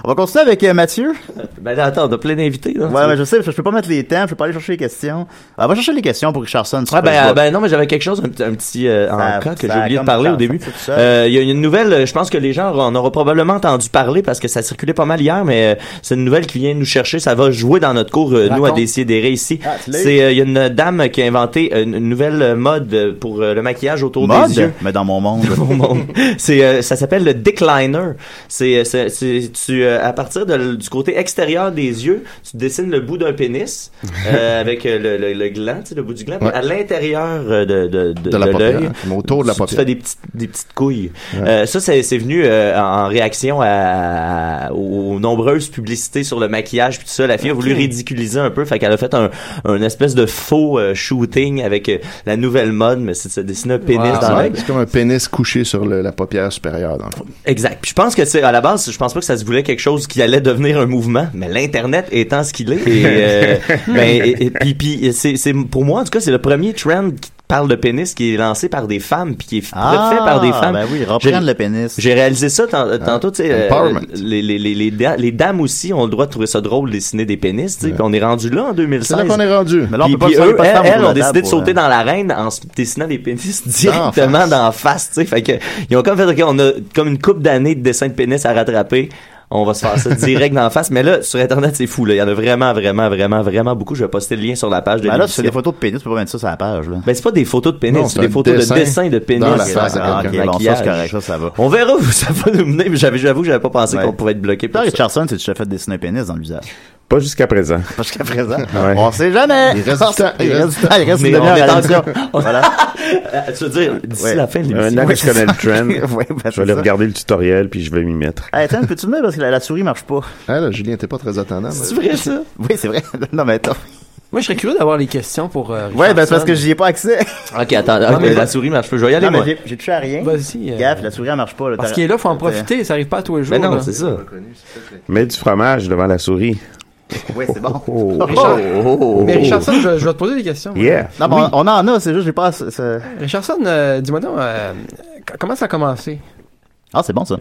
[SPEAKER 2] on va continuer avec euh, Mathieu.
[SPEAKER 3] Ben, attends, on a plein d'invités, là.
[SPEAKER 2] Ouais, mais je sais, parce que je peux pas mettre les temps, je peux pas aller chercher les questions. Ah, va chercher les questions pour Richardson. sur
[SPEAKER 3] Ah ben,
[SPEAKER 2] Facebook.
[SPEAKER 3] ah, ben non, mais j'avais quelque chose, un, petit- un petit euh, en
[SPEAKER 2] Ça-
[SPEAKER 3] cas que
[SPEAKER 2] ça
[SPEAKER 3] j'ai oublié de
[SPEAKER 2] comme
[SPEAKER 3] parler
[SPEAKER 2] ça,
[SPEAKER 3] au début.
[SPEAKER 2] ça, tout
[SPEAKER 3] Euh,
[SPEAKER 2] ça.
[SPEAKER 3] Il y a une nouvelle, euh, je pense que les gens en auront probablement entendu parler parce que ça circulait pas mal hier, mais euh, c'est une nouvelle qui vient nous chercher. Ça va jouer dans notre cours, euh, nous, à
[SPEAKER 2] Raconte.
[SPEAKER 3] décider ici.
[SPEAKER 2] Ah, tu l'as eu?
[SPEAKER 3] C'est euh, Il y a une dame qui a inventé une, une nouvelle euh, mode euh, pour euh, le maquillage autour des
[SPEAKER 2] Mode,
[SPEAKER 3] yeux.
[SPEAKER 2] mais dans mon
[SPEAKER 3] [laughs]
[SPEAKER 2] monde.
[SPEAKER 3] au
[SPEAKER 4] [laughs]
[SPEAKER 3] monde. C'est euh, ça s'appelle le decliner. C'est euh, c'est- c'est- tu euh, à partir de l- du côté extérieur des yeux, tu dessines le bout d'un
[SPEAKER 4] [laughs]
[SPEAKER 3] pénis euh, avec euh, le, le, le gland, tu sais, le bout du gland. puis
[SPEAKER 4] Ouais.
[SPEAKER 3] À l'intérieur euh, de de de,
[SPEAKER 4] De la
[SPEAKER 3] l'œil,
[SPEAKER 4] paupière. Comme autour de la
[SPEAKER 3] tu- Tu
[SPEAKER 4] paupière.
[SPEAKER 3] fais des petites des petites couilles. Euh, ça c'est c'est venu euh, en en réaction à, à- aux nombreuses publicités sur le maquillage puis tout ça. La fille a voulu ridiculiser un peu, fait qu'elle a fait un un espèce de faux euh, shooting avec euh, la nouvelle mode, mais c'est de se dessiner un pénis
[SPEAKER 5] Wow.
[SPEAKER 3] dans l'œil.
[SPEAKER 4] Ouais, C'est comme un pénis couché sur le- la paupière supérieure, dans le fond.
[SPEAKER 3] Exact. Puis je pense que c'est à la base, je pense pas que ça se voulait quelque chose qui allait devenir un mouvement, mais l'internet étant ce qu'il est, et, euh, ben, et- et- puis puis c'est c'est pour moi en tout cas c'est le premier trend qui parle de pénis qui est lancé par des femmes puis qui est fait par des femmes.
[SPEAKER 2] Ben oui, reprendre
[SPEAKER 3] J'ai-
[SPEAKER 2] le pénis.
[SPEAKER 3] J'ai réalisé ça tant- tantôt, tu sais, euh,
[SPEAKER 4] Empowerment.
[SPEAKER 3] les, les, les, les, da- les dames aussi ont le droit de trouver ça drôle, dessiner des pénis, tu sais, puis on est rendu là en 2016.
[SPEAKER 4] C'est là qu'on est rendu.
[SPEAKER 2] Mais là, on
[SPEAKER 3] Puis-
[SPEAKER 2] peut pas
[SPEAKER 3] puis
[SPEAKER 2] se faire
[SPEAKER 3] eux,
[SPEAKER 2] pas de
[SPEAKER 3] elles,
[SPEAKER 2] femme autour
[SPEAKER 3] elles
[SPEAKER 2] de la
[SPEAKER 3] ont décidé
[SPEAKER 2] table
[SPEAKER 3] de
[SPEAKER 2] pour,
[SPEAKER 3] sauter
[SPEAKER 2] euh,
[SPEAKER 3] dans l'arène en se dessinant
[SPEAKER 2] [laughs]
[SPEAKER 3] des pénis
[SPEAKER 4] D'en
[SPEAKER 3] directement
[SPEAKER 4] face.
[SPEAKER 3] d'en face, tu sais. Fait que, ils ont comme fait, OK, on a comme une coupe d'années de dessins de pénis à rattraper. On va se faire ça direct d'en face. Mais là, sur Internet, c'est fou, là. Il y en a vraiment, vraiment, vraiment, vraiment beaucoup. Je vais poster le lien sur la page de
[SPEAKER 2] Ben là, tu
[SPEAKER 3] l'émission.
[SPEAKER 2] fais des photos de pénis, tu peux pas mettre ça sur la page, là.
[SPEAKER 3] Ben, c'est pas des photos de pénis,
[SPEAKER 4] Non,
[SPEAKER 3] c'est
[SPEAKER 4] c'est
[SPEAKER 3] des
[SPEAKER 4] un
[SPEAKER 3] photos
[SPEAKER 4] dessin
[SPEAKER 3] de dessins de pénis.
[SPEAKER 4] dans la
[SPEAKER 3] et
[SPEAKER 4] face
[SPEAKER 3] de
[SPEAKER 4] à quelqu'un.
[SPEAKER 2] Ok, bon, ça, c'est
[SPEAKER 3] maquillage.
[SPEAKER 2] correct, ça, ça va.
[SPEAKER 3] On verra où ça va nous mener, mais j'avais- j'avoue que j'avais pas pensé
[SPEAKER 2] Ouais.
[SPEAKER 3] qu'on pouvait être bloqué
[SPEAKER 2] Toi,
[SPEAKER 3] par ça.
[SPEAKER 2] Richardson, tu te fait dessiner un pénis dans le visage.
[SPEAKER 6] Pas jusqu'à présent.
[SPEAKER 2] Parce qu'à présent, on sait jamais.
[SPEAKER 4] Il reste du temps, il
[SPEAKER 2] Il
[SPEAKER 4] reste
[SPEAKER 2] reste du temps, il reste une
[SPEAKER 3] Mais on
[SPEAKER 2] demi-heure
[SPEAKER 3] est
[SPEAKER 2] à
[SPEAKER 3] en-
[SPEAKER 2] l'émission. Voilà.
[SPEAKER 3] Euh, [laughs] Tu veux dire, d'ici
[SPEAKER 2] Ouais.
[SPEAKER 3] la fin de l'émission.
[SPEAKER 6] Maintenant que je
[SPEAKER 3] [laughs]
[SPEAKER 6] connais le trend,
[SPEAKER 2] [laughs] Ouais,
[SPEAKER 6] je
[SPEAKER 2] ben,
[SPEAKER 6] vais
[SPEAKER 2] c'est
[SPEAKER 6] aller
[SPEAKER 2] ça.
[SPEAKER 6] regarder le tutoriel puis je vais m'y mettre.
[SPEAKER 2] Hey, Étienne, peux-tu venir parce que la, la souris marche pas? [laughs]
[SPEAKER 4] Ah, là, Julien, t'es pas très attendant. mais-
[SPEAKER 3] C'est vrai, ça?
[SPEAKER 2] Oui, c'est vrai. [laughs] Non, mais attends.
[SPEAKER 5] Moi, je serais curieux d'avoir les questions pour. euh,
[SPEAKER 2] Ouais, ben, c'est parce
[SPEAKER 5] Richardson.
[SPEAKER 2] que j'y ai pas accès.
[SPEAKER 3] Ok, attends, ok,
[SPEAKER 5] mais-
[SPEAKER 3] la souris marche pas. Je vais y aller,
[SPEAKER 2] Non, mais
[SPEAKER 3] moi.
[SPEAKER 2] j'ai- j'ai touché à rien.
[SPEAKER 5] Vas-y. euh,
[SPEAKER 2] Gaffe, la souris, elle marche pas, là.
[SPEAKER 5] Parce
[SPEAKER 2] T'as-
[SPEAKER 5] qu'il est là, faut en
[SPEAKER 2] t'as-
[SPEAKER 5] profiter. Ça arrive pas à tous les jours.
[SPEAKER 3] Mais Ben non,
[SPEAKER 5] là.
[SPEAKER 3] c'est ça.
[SPEAKER 6] Mets du fromage devant la souris.
[SPEAKER 2] Ouais, c'est bon.
[SPEAKER 6] Oh.
[SPEAKER 2] Richard-
[SPEAKER 3] oh.
[SPEAKER 5] Mais Richardson, je, je vais te poser des questions. moi.
[SPEAKER 6] Yeah.
[SPEAKER 2] Non, mais on, on en a, c'est juste, j'ai pas. assez- c'est-
[SPEAKER 5] Richardson, euh, dis-moi donc, euh, c- comment ça a commencé?
[SPEAKER 2] Ah, c'est bon, ça.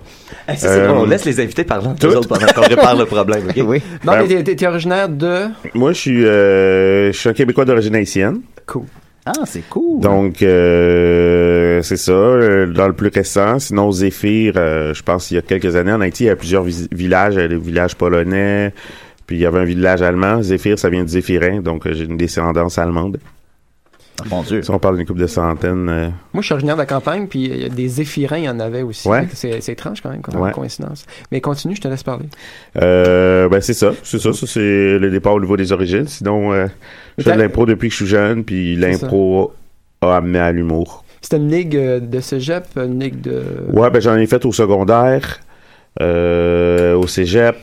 [SPEAKER 3] Hey, ça, c'est
[SPEAKER 6] Euh,
[SPEAKER 3] bon, on laisse les invités parler entre eux autres pendant qu'on répare le problème, ok?
[SPEAKER 2] Oui.
[SPEAKER 5] Non,
[SPEAKER 6] Ben-
[SPEAKER 5] mais t'es- t'es t'es originaire de...
[SPEAKER 6] Moi, je suis, euh, je suis un Québécois d'origine haïtienne.
[SPEAKER 5] Cool.
[SPEAKER 6] Ah, c'est cool.
[SPEAKER 2] Donc, euh, c'est ça. euh, Dans le plus récent, sinon Zéphyr, euh, je pense il y a quelques années en Haïti, il y a plusieurs vis- villages, euh, le village polonais, puis il y avait un village allemand. Zéphyr, ça vient de Zéphirin, donc euh, j'ai une descendance allemande. Ah,
[SPEAKER 6] Mon Dieu.
[SPEAKER 2] Si on parle d'une couple de centaines. euh,
[SPEAKER 5] Moi, je suis originaire de la campagne, puis il y a des zéphirins, il y en avait aussi.
[SPEAKER 2] Ouais.
[SPEAKER 5] C'est c'est étrange quand même, comme
[SPEAKER 2] Ouais.
[SPEAKER 5] coïncidence. Mais continue, je te laisse parler.
[SPEAKER 2] Euh, ben c'est ça, c'est ça, ça c'est le départ au niveau des origines. Sinon, euh, je fais de l'impro depuis que je suis jeune, puis
[SPEAKER 5] C'est ça.
[SPEAKER 2] l'impro a amené à l'humour.
[SPEAKER 5] C'était une ligue euh, de cégep, une ligue de...
[SPEAKER 2] Ouais, ben j'en ai fait au secondaire, euh, au cégep.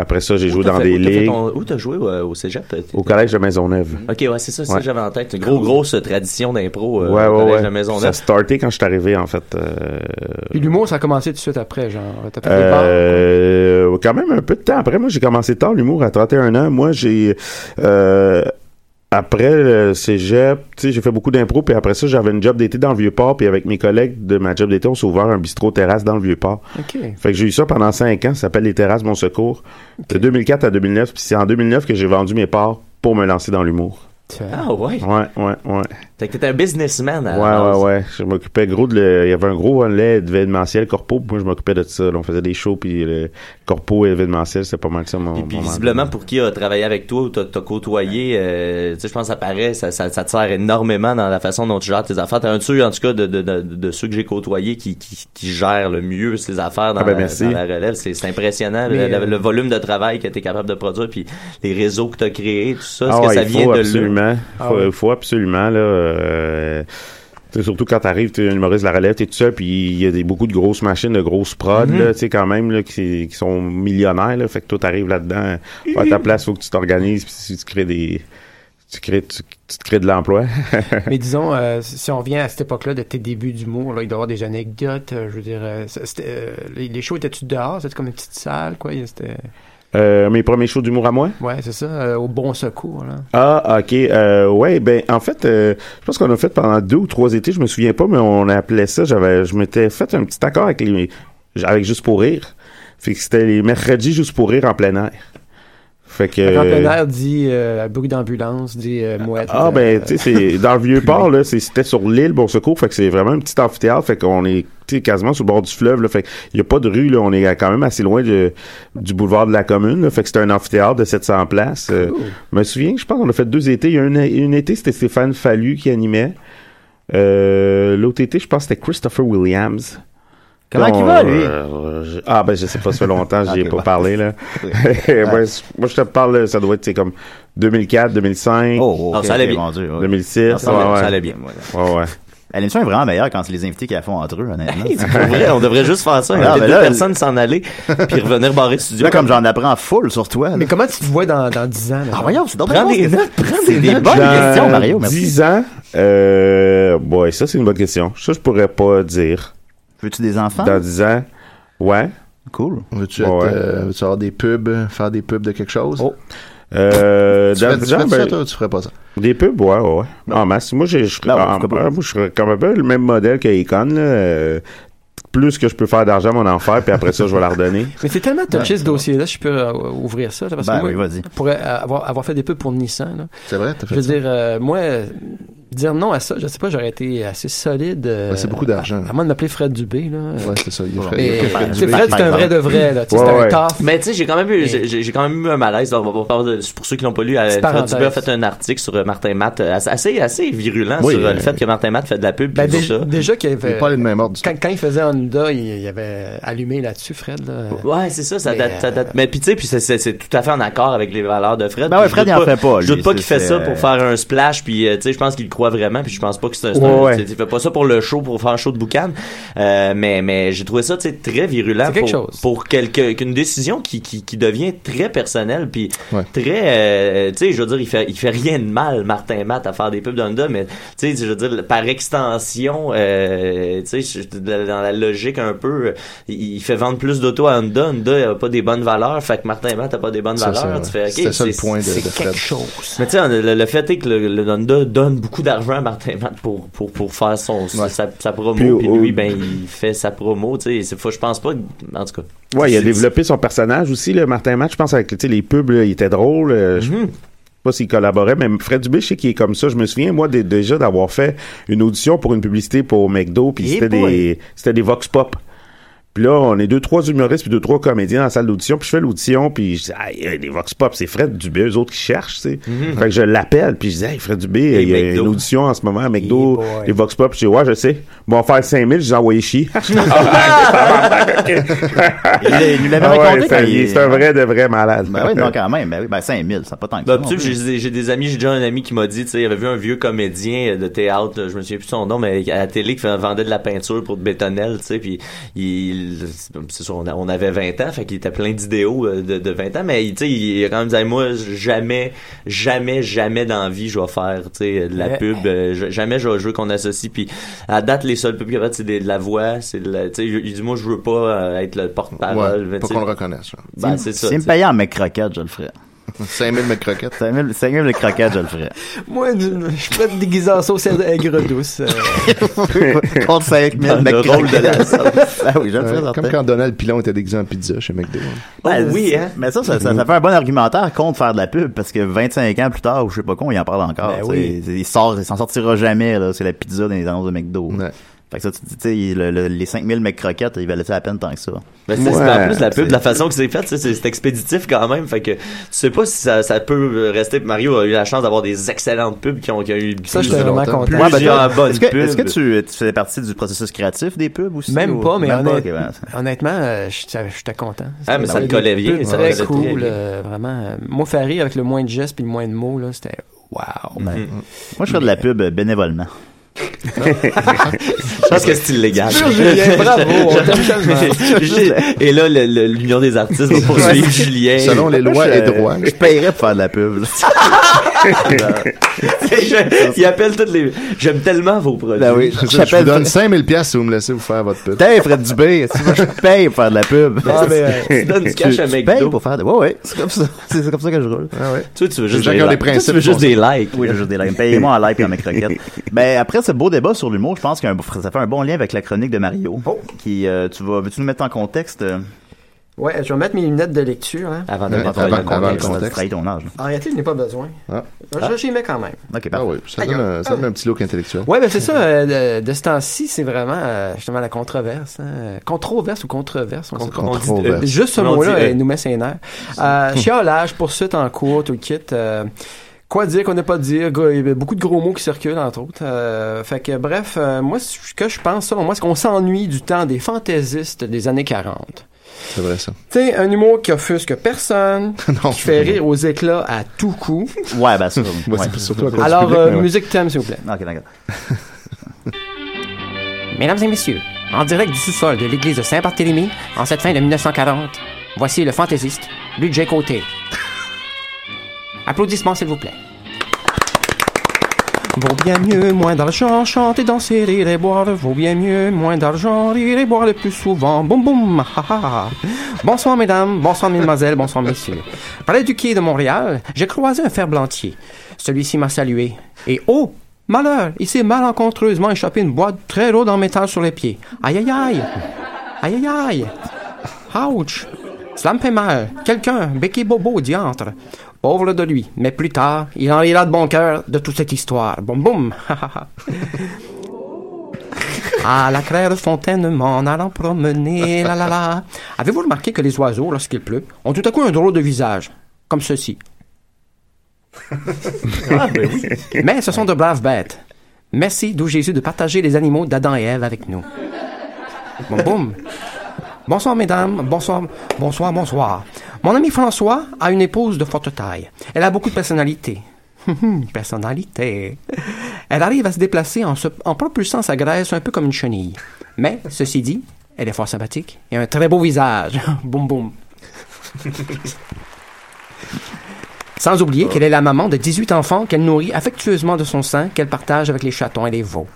[SPEAKER 2] Après ça, j'ai joué
[SPEAKER 3] t'as
[SPEAKER 2] dans
[SPEAKER 3] fait-
[SPEAKER 2] des
[SPEAKER 3] où t'as fait
[SPEAKER 2] ligues,
[SPEAKER 3] ton- Où t'as joué euh, au cégep? T'es-
[SPEAKER 2] au collège de Maisonneuve.
[SPEAKER 3] Ok, ouais, c'est ça, c'est ça
[SPEAKER 2] Ouais.
[SPEAKER 3] que j'avais en tête. Une grosse, grosse tradition d'impro euh,
[SPEAKER 2] ouais,
[SPEAKER 3] au collège
[SPEAKER 2] ouais,
[SPEAKER 3] de
[SPEAKER 2] ouais.
[SPEAKER 3] Maisonneuve.
[SPEAKER 2] Ça a starté quand je suis arrivé, en fait. euh,
[SPEAKER 5] Puis l'humour, ça a commencé tout de suite après, genre. T'as fait des bars.
[SPEAKER 2] Euh, quand même un peu de temps après. Moi, j'ai commencé tard l'humour à 31 ans. Moi, j'ai euh, après le cégep, tu sais, j'ai fait beaucoup d'impro, puis après ça, j'avais une job d'été dans le Vieux-Port, puis avec mes collègues de ma job d'été, on s'est ouvert un bistrot terrasse dans le Vieux-Port.
[SPEAKER 5] OK.
[SPEAKER 2] Fait que j'ai eu ça pendant 5 ans, ça s'appelle les terrasses Mon Secours, de 2004 à 2009, puis c'est en 2009 que j'ai vendu mes parts pour me lancer dans l'humour.
[SPEAKER 3] Ah ouais?
[SPEAKER 2] Ouais, ouais, ouais.
[SPEAKER 3] Fait que t'étais un businessman à la
[SPEAKER 2] Ouais,
[SPEAKER 3] base.
[SPEAKER 2] ouais, ouais. Je m'occupais gros de le- Il y avait un gros volet événementiel corpo. puis Moi, je m'occupais de ça. là. On faisait des shows, puis le corpo et événementiel, c'était pas mal ça, mon.
[SPEAKER 3] Et puis
[SPEAKER 2] mon-
[SPEAKER 3] visiblement pour qui a travaillé avec toi ou t'a t'a côtoyé, euh, tu sais, je pense que ça paraît, ça, ça, ça te sert énormément dans la façon dont tu gères tes affaires. T'es un de ceux, en tout cas, de, de, de, de ceux que j'ai côtoyé qui, qui, qui gère le mieux ses affaires dans,
[SPEAKER 2] Ah ben,
[SPEAKER 3] la,
[SPEAKER 2] merci.
[SPEAKER 3] dans la relève. C'est c'est impressionnant
[SPEAKER 5] Mais,
[SPEAKER 3] le, le-
[SPEAKER 5] euh,
[SPEAKER 3] le volume de travail que t'es capable de produire, puis les réseaux que t'as créés, tout ça. Est-ce
[SPEAKER 2] Ah
[SPEAKER 3] que
[SPEAKER 2] ouais,
[SPEAKER 3] ça
[SPEAKER 2] il
[SPEAKER 3] vient
[SPEAKER 2] faut
[SPEAKER 3] de là?
[SPEAKER 2] absolument.
[SPEAKER 5] Ah
[SPEAKER 2] faut,
[SPEAKER 5] ouais.
[SPEAKER 2] faut absolument, là. euh, tu sais, surtout quand t'arrives, t'es un humoriste de la relève, t'es tout seul, puis il y a des, beaucoup de grosses machines, de grosses prods,
[SPEAKER 3] Mhm.
[SPEAKER 2] là, tu sais, quand même, là, qui, qui sont millionnaires, là. Fait que toi, t'arrives là-dedans. À ta place, faut que tu t'organises, puis si tu crées des. Tu crées, tu, tu te crées de l'emploi. [laughs]
[SPEAKER 5] Mais disons, euh, si on revient à cette époque-là de tes débuts d'humour, là, il doit y avoir des anecdotes, euh, je veux dire, euh, ça- c'était, euh, les, les shows étaient-tu dehors? C'était comme une petite salle, quoi? Il y a- C'était...
[SPEAKER 2] Euh, mes premiers shows d'humour à moi?
[SPEAKER 5] Ouais, c'est ça, euh, au bon secours, là.
[SPEAKER 2] Ah, ok. Euh, ouais, ben en fait, euh, je pense qu'on a fait pendant deux ou trois étés, je me souviens pas, mais on appelait ça. J'avais, je m'étais fait un petit accord avec les, avec juste pour rire. Fait que c'était les mercredis juste pour rire en plein air. Fait que.
[SPEAKER 5] Quand plein air dit euh, bruit d'ambulance, dit euh, mouette.
[SPEAKER 2] Ah
[SPEAKER 5] euh,
[SPEAKER 2] ben tu sais c'est dans le
[SPEAKER 3] [laughs]
[SPEAKER 2] vieux port là c'est- c'était sur l'île Bon Secours fait que c'est vraiment un petit amphithéâtre fait qu'on est tu sais, quasiment sur le bord du fleuve là fait il y a pas de rue là on est quand même assez loin de, du boulevard de la commune là, fait que c'était un amphithéâtre de 700 places Euh, je me souviens je pense qu'on a fait deux étés il y a une, une été c'était Stéphane Fallu qui animait euh, l'autre été je pense que c'était Christopher Williams
[SPEAKER 6] Comment qu'il
[SPEAKER 2] on-
[SPEAKER 6] va, lui?
[SPEAKER 2] euh, je- ah ben je sais pas, ça fait longtemps, j'ai
[SPEAKER 6] Ok,
[SPEAKER 2] pas
[SPEAKER 6] ouais.
[SPEAKER 2] parlé là. [laughs] moi, je- moi, je te parle, ça doit être c'est comme 2004, 2005.
[SPEAKER 6] Oh,
[SPEAKER 3] Ah,
[SPEAKER 6] ok,
[SPEAKER 3] ça allait
[SPEAKER 6] ok,
[SPEAKER 3] bien.
[SPEAKER 6] mon Dieu, ouais.
[SPEAKER 2] 2006,
[SPEAKER 6] Ça allait-
[SPEAKER 2] Ah, ouais, ouais.
[SPEAKER 6] ça allait bien. ouais. [laughs]
[SPEAKER 2] Ouais, ouais.
[SPEAKER 6] Ben, L'émission est vraiment meilleure quand c'est les invités qui la font entre eux, honnêtement.
[SPEAKER 3] Hey, c'est pour vrai, on devrait juste faire ça.
[SPEAKER 6] Ah,
[SPEAKER 3] inviter
[SPEAKER 6] ben
[SPEAKER 3] deux
[SPEAKER 6] là,
[SPEAKER 3] personnes s'en aller, puis revenir barrer le studio.
[SPEAKER 6] Là, comme j'en apprends full sur toi. là.
[SPEAKER 5] Mais comment tu te vois dans, dans 10 ans?
[SPEAKER 6] Ah,
[SPEAKER 5] maintenant?
[SPEAKER 6] voyons, c'est donc bien
[SPEAKER 3] Prends
[SPEAKER 6] bon,
[SPEAKER 3] des
[SPEAKER 6] ce que-
[SPEAKER 3] notes, prends
[SPEAKER 6] C'est
[SPEAKER 3] des
[SPEAKER 6] des
[SPEAKER 3] notes.
[SPEAKER 6] bonnes
[SPEAKER 2] Dans
[SPEAKER 6] questions, Mario. Merci.
[SPEAKER 2] 10 ans, euh, boy, ça c'est une bonne question. Ça je pourrais pas dire.
[SPEAKER 6] Veux-tu des enfants?
[SPEAKER 2] Dans 10 ans, ouais.
[SPEAKER 6] Cool.
[SPEAKER 4] Veux-tu
[SPEAKER 2] Ouais.
[SPEAKER 4] être, euh, veux-tu avoir des pubs, faire des pubs de quelque chose?
[SPEAKER 2] Oh. Euh,
[SPEAKER 4] tu
[SPEAKER 2] dans
[SPEAKER 4] ferais, tu
[SPEAKER 2] 10 ans,
[SPEAKER 4] ferais ça,
[SPEAKER 2] ben,
[SPEAKER 4] toi, ou tu ferais pas ça?
[SPEAKER 2] des pubs, ouais, ouais. ouais. En masse. Moi, je, je, serais-
[SPEAKER 6] Non, ouais,
[SPEAKER 2] en-
[SPEAKER 6] pourquoi pas.
[SPEAKER 2] euh, moi, je serais comme un peu le même modèle que Icon. là. Euh, plus que je peux faire d'argent, mon en faire, puis après ça, je vais la redonner.
[SPEAKER 5] Mais c'est tellement touché ce dossier-là, je peux euh, ouvrir ça. là, parce que
[SPEAKER 6] Ben
[SPEAKER 5] moi,
[SPEAKER 6] oui, vas-y.
[SPEAKER 5] pour euh, avoir, avoir fait des pubs pour Nissan, là,
[SPEAKER 4] C'est vrai? T'as
[SPEAKER 5] je
[SPEAKER 4] fait
[SPEAKER 5] veux
[SPEAKER 4] ça?
[SPEAKER 5] dire, euh, moi, euh, dire non à ça, je sais pas, j'aurais été assez solide. euh,
[SPEAKER 4] Ben, c'est beaucoup d'argent.
[SPEAKER 5] À, à moins de m'appeler Fred Dubé, là.
[SPEAKER 4] Ouais, c'est ça. Il y a Fred- il y a
[SPEAKER 5] Mais,
[SPEAKER 4] Fred
[SPEAKER 5] tu
[SPEAKER 4] Dubé.
[SPEAKER 5] sais, Fred, c'est un vrai de vrai, là. Tu sais,
[SPEAKER 2] Ouais,
[SPEAKER 5] c'est un
[SPEAKER 2] ouais.
[SPEAKER 5] taf.
[SPEAKER 3] Mais tu sais, j'ai quand même eu, j'ai j'ai quand même eu un malaise. là, on va pas parler de- c'est pour ceux qui l'ont pas lu, euh,
[SPEAKER 5] Petite
[SPEAKER 3] Fred
[SPEAKER 5] parenthèse.
[SPEAKER 3] Dubé a fait un article sur euh, Martin Matt euh, assez, assez virulent
[SPEAKER 4] Oui,
[SPEAKER 3] sur euh, le
[SPEAKER 4] euh,
[SPEAKER 3] fait que Martin Matt fait de la pub.
[SPEAKER 5] Ben,
[SPEAKER 3] pis tout
[SPEAKER 5] déjà,
[SPEAKER 3] ça.
[SPEAKER 5] déjà qu'il
[SPEAKER 4] Il
[SPEAKER 5] avait.
[SPEAKER 4] est pas allé de même ordre du tout.
[SPEAKER 5] Quand, quand il faisait Honda, il, il avait allumé là-dessus, Fred. Là.
[SPEAKER 3] Ouais, c'est ça, ça
[SPEAKER 5] Mais,
[SPEAKER 3] date, ça date.
[SPEAKER 5] euh,
[SPEAKER 3] Mais puis tu sais, puis c'est- c'est c'est tout à fait en accord avec les valeurs de Fred.
[SPEAKER 6] Ben
[SPEAKER 3] Puis
[SPEAKER 6] ouais,
[SPEAKER 3] je
[SPEAKER 6] Fred,
[SPEAKER 3] doute
[SPEAKER 6] il en fait pas,
[SPEAKER 3] Je doute
[SPEAKER 6] lui,
[SPEAKER 3] pas qu'il
[SPEAKER 6] c'est-
[SPEAKER 3] fait ça
[SPEAKER 6] c'est-
[SPEAKER 3] pour faire un splash, puis euh, tu sais, je pense qu'il le croit vraiment, puis je pense pas que c'est un, c'est
[SPEAKER 2] Ouais,
[SPEAKER 3] un-
[SPEAKER 2] ouais.
[SPEAKER 3] c'est- il fait pas ça pour le show, pour faire un show de boucan. Euh, mais mais j'ai trouvé ça tu sais très virulent
[SPEAKER 5] C'est quelque
[SPEAKER 3] pour,
[SPEAKER 5] chose.
[SPEAKER 3] pour quelque qu'une décision qui, qui qui devient très personnelle, puis
[SPEAKER 4] Ouais.
[SPEAKER 3] très euh, tu sais, je veux dire, il fait il fait rien de mal, Martin Matt, à faire des pubs d'Honda, mais tu sais, je veux dire, par extension, euh, tu sais, je- dans la logique un peu, il il fait vendre plus d'auto à Honda. Honda a pas des bonnes valeurs, fait que Martin Matt a pas des bonnes
[SPEAKER 4] Ça,
[SPEAKER 3] valeurs.
[SPEAKER 4] ça,
[SPEAKER 3] tu fais, ok,
[SPEAKER 4] C'était ça le
[SPEAKER 3] c'est-
[SPEAKER 4] point de,
[SPEAKER 5] c'est
[SPEAKER 4] de
[SPEAKER 5] quelque
[SPEAKER 4] Fred.
[SPEAKER 5] chose.
[SPEAKER 3] Mais tu sais, le, le fait est que le, le Honda donne beaucoup d'argent à Martin Matt pour, pour, pour faire son, sa, sa promo,
[SPEAKER 2] Puis,
[SPEAKER 3] puis,
[SPEAKER 2] au-
[SPEAKER 3] lui, ben, il fait sa promo, tu sais, c'est faut- je pense pas, que- en tout cas.
[SPEAKER 2] Ouais, il a
[SPEAKER 3] C'est-
[SPEAKER 2] développé son personnage aussi, le Martin Matt, je pense, avec tu sais, les pubs, là, il était drôle. euh, je-
[SPEAKER 3] Mhm.
[SPEAKER 2] Moi,
[SPEAKER 6] pas s'il collaborait, mais Fred Dubé, je sais qu'il est comme ça. Je me souviens, moi, de- déjà d'avoir fait une audition pour une publicité pour McDo, puis
[SPEAKER 2] Eh
[SPEAKER 6] c'était
[SPEAKER 2] boy.
[SPEAKER 6] des, c'était des vox pop. Puis là, on est deux, trois humoristes puis deux, trois comédiens dans la salle d'audition. Puis je fais l'audition, puis je dis, Aïe, aïe, des Vox Pop, c'est Fred Dubé, eux autres qui cherchent, tu sais. Fait que je l'appelle, puis je dis, hey, Fred Dubé,
[SPEAKER 3] Et
[SPEAKER 6] il y a
[SPEAKER 3] McDo.
[SPEAKER 6] une audition en ce moment à McDo,
[SPEAKER 5] Eh boy.
[SPEAKER 6] des Vox Pop. Je dis, ouais, je sais. Bon, on va faire 5000, je les ai envoyés
[SPEAKER 2] [laughs]
[SPEAKER 6] chier.
[SPEAKER 2] Il nous l'avait
[SPEAKER 6] Ah ouais,
[SPEAKER 2] raconté
[SPEAKER 6] ça
[SPEAKER 2] quand
[SPEAKER 6] y est,
[SPEAKER 2] il-
[SPEAKER 6] c'est un vrai de vrai malade.
[SPEAKER 2] Ben oui, non, quand même. Ben oui, ben 5000, ça pas tant que ça.
[SPEAKER 3] Ben,
[SPEAKER 2] non
[SPEAKER 3] tu sais,
[SPEAKER 2] plus.
[SPEAKER 3] j'ai des- j'ai des amis, j'ai déjà un ami qui m'a dit, tu sais, il avait vu un vieux comédien euh, de théâtre, je me souviens plus de son nom, mais à la télé qui vendait de la peinture pour de bétonnelle, tu sais, puis il, c'est sûr, on, a- on avait 20 ans, fait qu'il était plein d'idéaux euh, de, de 20 ans, mais il- tu sais, il quand même disait, moi, jamais, jamais, jamais dans la vie, je vais faire, tu sais, de la
[SPEAKER 5] Ouais.
[SPEAKER 3] pub, euh, je- jamais je, je veux qu'on associe, puis à date, les seuls pubs qu'il y avait, c'est des- de la voix, c'est de la, tu sais, il dit, moi, je veux pas euh, être le porte-parole,
[SPEAKER 4] Ouais,
[SPEAKER 3] mais tu
[SPEAKER 4] pour
[SPEAKER 3] sais,
[SPEAKER 4] qu'on le reconnaisse. là.
[SPEAKER 3] ben, c'est ça,
[SPEAKER 2] Si
[SPEAKER 3] tu
[SPEAKER 2] me
[SPEAKER 3] sais.
[SPEAKER 2] payait en mes croquettes, je le ferais.
[SPEAKER 4] 5000 mètres croquettes.
[SPEAKER 2] 5000 5000 de croquettes, je le
[SPEAKER 6] [laughs]
[SPEAKER 2] ferais.
[SPEAKER 5] Moi, je suis prêt de déguiser en sauce aigre
[SPEAKER 4] [laughs]
[SPEAKER 5] douce. euh.
[SPEAKER 2] Contre 5000
[SPEAKER 3] Le rôle de la
[SPEAKER 2] [laughs] sauce. Ah oui, je le ferais.
[SPEAKER 4] Ouais,
[SPEAKER 2] certain.
[SPEAKER 4] Euh, comme quand Donald Pilon était déguisé en pizza chez McDo. hein.
[SPEAKER 3] Oh,
[SPEAKER 2] Ben,
[SPEAKER 3] oui,
[SPEAKER 2] c'est-
[SPEAKER 3] hein?
[SPEAKER 2] Mais ça, ça, ça, ça fait un bon argumentaire contre faire de la pub parce que 25 ans plus tard, ou je sais pas quoi, il en parle encore.
[SPEAKER 5] Ben
[SPEAKER 2] tu
[SPEAKER 5] oui.
[SPEAKER 2] sais. Il sort, il s'en sortira jamais, là. C'est la pizza dans les annonces de McDo.
[SPEAKER 4] Ouais.
[SPEAKER 2] Fait que ça, tu tu sais, il- le- le- les 5000 mecs croquettes, ils valaient ça à peine tant que ça.
[SPEAKER 3] Mais c'est c'est
[SPEAKER 6] Ouais.
[SPEAKER 3] en plus la pub, la façon que c'est fait, tu sais, c'est c'est expéditif quand même. Fait que tu sais pas si ça, ça peut rester. Mario a eu la chance d'avoir des excellentes pubs qui ont, qui ont eu
[SPEAKER 5] Ça,
[SPEAKER 3] plus-
[SPEAKER 5] j'étais vraiment
[SPEAKER 4] longtemps.
[SPEAKER 5] content.
[SPEAKER 3] Ouais, ben,
[SPEAKER 2] Plusieurs
[SPEAKER 3] t'as-
[SPEAKER 2] bonnes
[SPEAKER 3] est-ce que-
[SPEAKER 2] pubs.
[SPEAKER 3] est-ce que
[SPEAKER 2] tu, fais partie du processus créatif des pubs aussi?
[SPEAKER 5] Même pas, mais honnête-
[SPEAKER 2] ok, ben,
[SPEAKER 5] honnêtement, euh, j'étais j'étais content.
[SPEAKER 3] Ah, mais ça
[SPEAKER 5] C'était
[SPEAKER 3] te collait bien,
[SPEAKER 5] des
[SPEAKER 3] ça
[SPEAKER 5] très
[SPEAKER 3] te collait très
[SPEAKER 5] cool,
[SPEAKER 3] bien.
[SPEAKER 5] euh, vraiment. euh, Moi, Ferry, avec le moins de gestes puis le moins de mots, là, c'était wow.
[SPEAKER 2] ben, Moi, je fais de la pub euh, bénévolement.
[SPEAKER 3] Je pense que c'est illégal.
[SPEAKER 5] Julien, bravo,
[SPEAKER 3] [laughs]
[SPEAKER 5] on t'aime tellement.
[SPEAKER 3] J'ai- Et là, le- le- l'Union des artistes va poursuivre Julien.
[SPEAKER 4] Selon les
[SPEAKER 2] Moi,
[SPEAKER 4] lois
[SPEAKER 2] je-
[SPEAKER 4] et droits.
[SPEAKER 2] Je paierais pour faire de la pub. là.
[SPEAKER 3] [laughs]
[SPEAKER 2] [laughs]
[SPEAKER 3] Je- Il appelle toutes les. J'aime tellement vos produits.
[SPEAKER 2] ben oui,
[SPEAKER 4] Je, je vous
[SPEAKER 2] j'appelle-
[SPEAKER 4] donne 5000 pièces si vous me laissez vous faire votre pub.
[SPEAKER 2] Hey, Fred Dubé, tu vois, je paye pour faire de la pub.
[SPEAKER 4] Ben,
[SPEAKER 5] Ah, mais, euh,
[SPEAKER 3] Tu donnes du cash à
[SPEAKER 2] tu payes
[SPEAKER 3] McDo.
[SPEAKER 2] pour faire de... Ouais, ouais, c'est comme ça. [laughs] C'est comme ça que je roule.
[SPEAKER 4] Ah ouais.
[SPEAKER 3] Toi, tu veux juste des,
[SPEAKER 4] Chacun des
[SPEAKER 3] likes. Toi, tu
[SPEAKER 4] principes
[SPEAKER 3] veux juste
[SPEAKER 4] sont-
[SPEAKER 3] des likes.
[SPEAKER 2] Oui, j'ai juste des likes. Payez-moi en like dans mes
[SPEAKER 3] [laughs]
[SPEAKER 2] croquettes. Ben, après ce beau débat sur l'humour, je pense que ça fait un bon lien avec la chronique de Mario. Qui, euh, tu vas, veux-tu nous mettre en contexte? euh,
[SPEAKER 5] Ouais, je vais mettre mes lunettes de lecture. Hein.
[SPEAKER 3] Avant de
[SPEAKER 4] Ouais,
[SPEAKER 3] rentrer
[SPEAKER 4] avant-
[SPEAKER 3] dans le
[SPEAKER 4] avant le
[SPEAKER 3] contexte.
[SPEAKER 2] ça va te
[SPEAKER 4] contexte.
[SPEAKER 2] trahir ton âge. là.
[SPEAKER 5] En réalité, je n'ai pas besoin.
[SPEAKER 4] Ah.
[SPEAKER 5] Je- J'y mets quand même.
[SPEAKER 2] Ok,
[SPEAKER 4] Ah
[SPEAKER 2] parfait.
[SPEAKER 4] oui, ça donne, un, ça donne un petit look intellectuel.
[SPEAKER 5] Ouais, ben c'est ça. euh, de, de ce temps-ci, c'est vraiment euh, justement la controverse. hein. Controverse ou controverse, on sait pas.
[SPEAKER 3] On dit-
[SPEAKER 4] Controverse.
[SPEAKER 3] euh,
[SPEAKER 5] Juste ce
[SPEAKER 3] Mais on
[SPEAKER 5] mot-là,
[SPEAKER 3] dit, euh,
[SPEAKER 5] elle nous met ses nerfs.
[SPEAKER 4] [laughs]
[SPEAKER 5] Euh, chiolage, poursuite en cours, tout le kit. euh, quoi dire, qu'on n'a pas dire. gros- Il y a beaucoup de gros mots qui circulent, entre autres. Euh, fait que, bref, euh, moi, ce que je pense, selon moi, c'est qu'on s'ennuie du temps des fantaisistes des années 40.
[SPEAKER 4] C'est vrai, ça.
[SPEAKER 5] Tu sais, un humour qui offusque personne,
[SPEAKER 4] [laughs] Non.
[SPEAKER 5] qui fait rire aux éclats à tout coup.
[SPEAKER 2] Ouais, ben, ça.
[SPEAKER 4] Ouais,
[SPEAKER 2] ouais.
[SPEAKER 4] c'est surtout à cause
[SPEAKER 5] Alors,
[SPEAKER 4] du public,
[SPEAKER 5] euh,
[SPEAKER 4] mais ouais.
[SPEAKER 5] musique thème, s'il vous plaît.
[SPEAKER 2] Ok, d'accord.
[SPEAKER 5] Mesdames et messieurs, en direct du sous-sol de l'église de Saint-Barthélemy, en cette fin de 1940, voici le fantaisiste Budget Côté. Applaudissements, s'il vous plaît. Vaut bien mieux moins d'argent, chanter, danser, rire et boire. Vaut bien mieux moins d'argent, rire et boire le plus souvent. Boum boum, ha ha ha. Bonsoir mesdames, bonsoir mesdemoiselles, bonsoir messieurs. Près du quai de Montréal, j'ai croisé un ferblantier. Celui-ci m'a salué. Et oh, malheur, il s'est malencontreusement échappé une boîte très lourde en métal sur les pieds. Aïe aïe aïe. Aïe aïe aïe. Ouch! Cela me fait mal. Quelqu'un, Becky Bobo, diantre. Pauvre de lui, mais plus tard, il en rira de bon cœur de toute cette histoire. Boum boum! [laughs] À la claire fontaine, m'en allant promener, la la la. Avez-vous remarqué que les oiseaux, lorsqu'il pleut, ont tout à coup un drôle de visage? Comme ceci. Mais ce sont de braves bêtes. Merci, d'où Jésus, de partager les animaux d'Adam et Ève avec nous. Boum boum! Bonsoir, mesdames. Bonsoir, bonsoir, bonsoir. Mon ami François a une épouse de forte taille. Elle a beaucoup de personnalité. [laughs] Hum, hum, personnalité. Elle arrive à se déplacer en, se- en propulsant sa graisse un peu comme une chenille. Mais, ceci dit, elle est fort sympathique et a un très beau visage. [laughs] boum, boum. Sans oublier qu'elle est la maman de 18 enfants qu'elle nourrit affectueusement de son sein qu'elle partage avec les chatons et les veaux.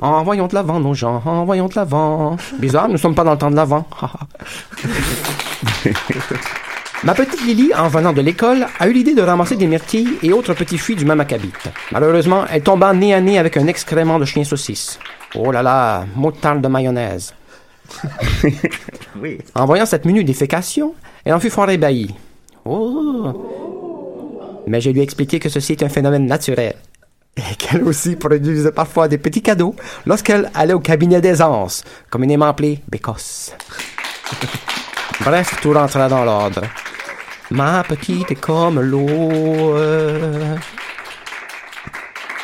[SPEAKER 5] Envoyons de l'avant, nos gens, envoyons de l'avant. Bizarre, nous ne sommes pas dans le temps de l'avant. [laughs] Ma petite Lily, en venant de l'école, a eu l'idée de ramasser des myrtilles et autres petits fruits du même acabit. Malheureusement, elle tomba nez à nez avec un excrément de chien saucisse. Oh là là, moutarde de mayonnaise.
[SPEAKER 2] Oui.
[SPEAKER 5] En voyant cette minute défécation, elle en fut fort ébahie. Oh! mais je lui ai expliqué que ceci est un phénomène naturel. Et qu'elle aussi produisait parfois des petits cadeaux lorsqu'elle allait au cabinet d'aisance, communément appelé Bécosse. [laughs] Bref, tout rentra dans l'ordre. Ma petite est comme l'eau. euh.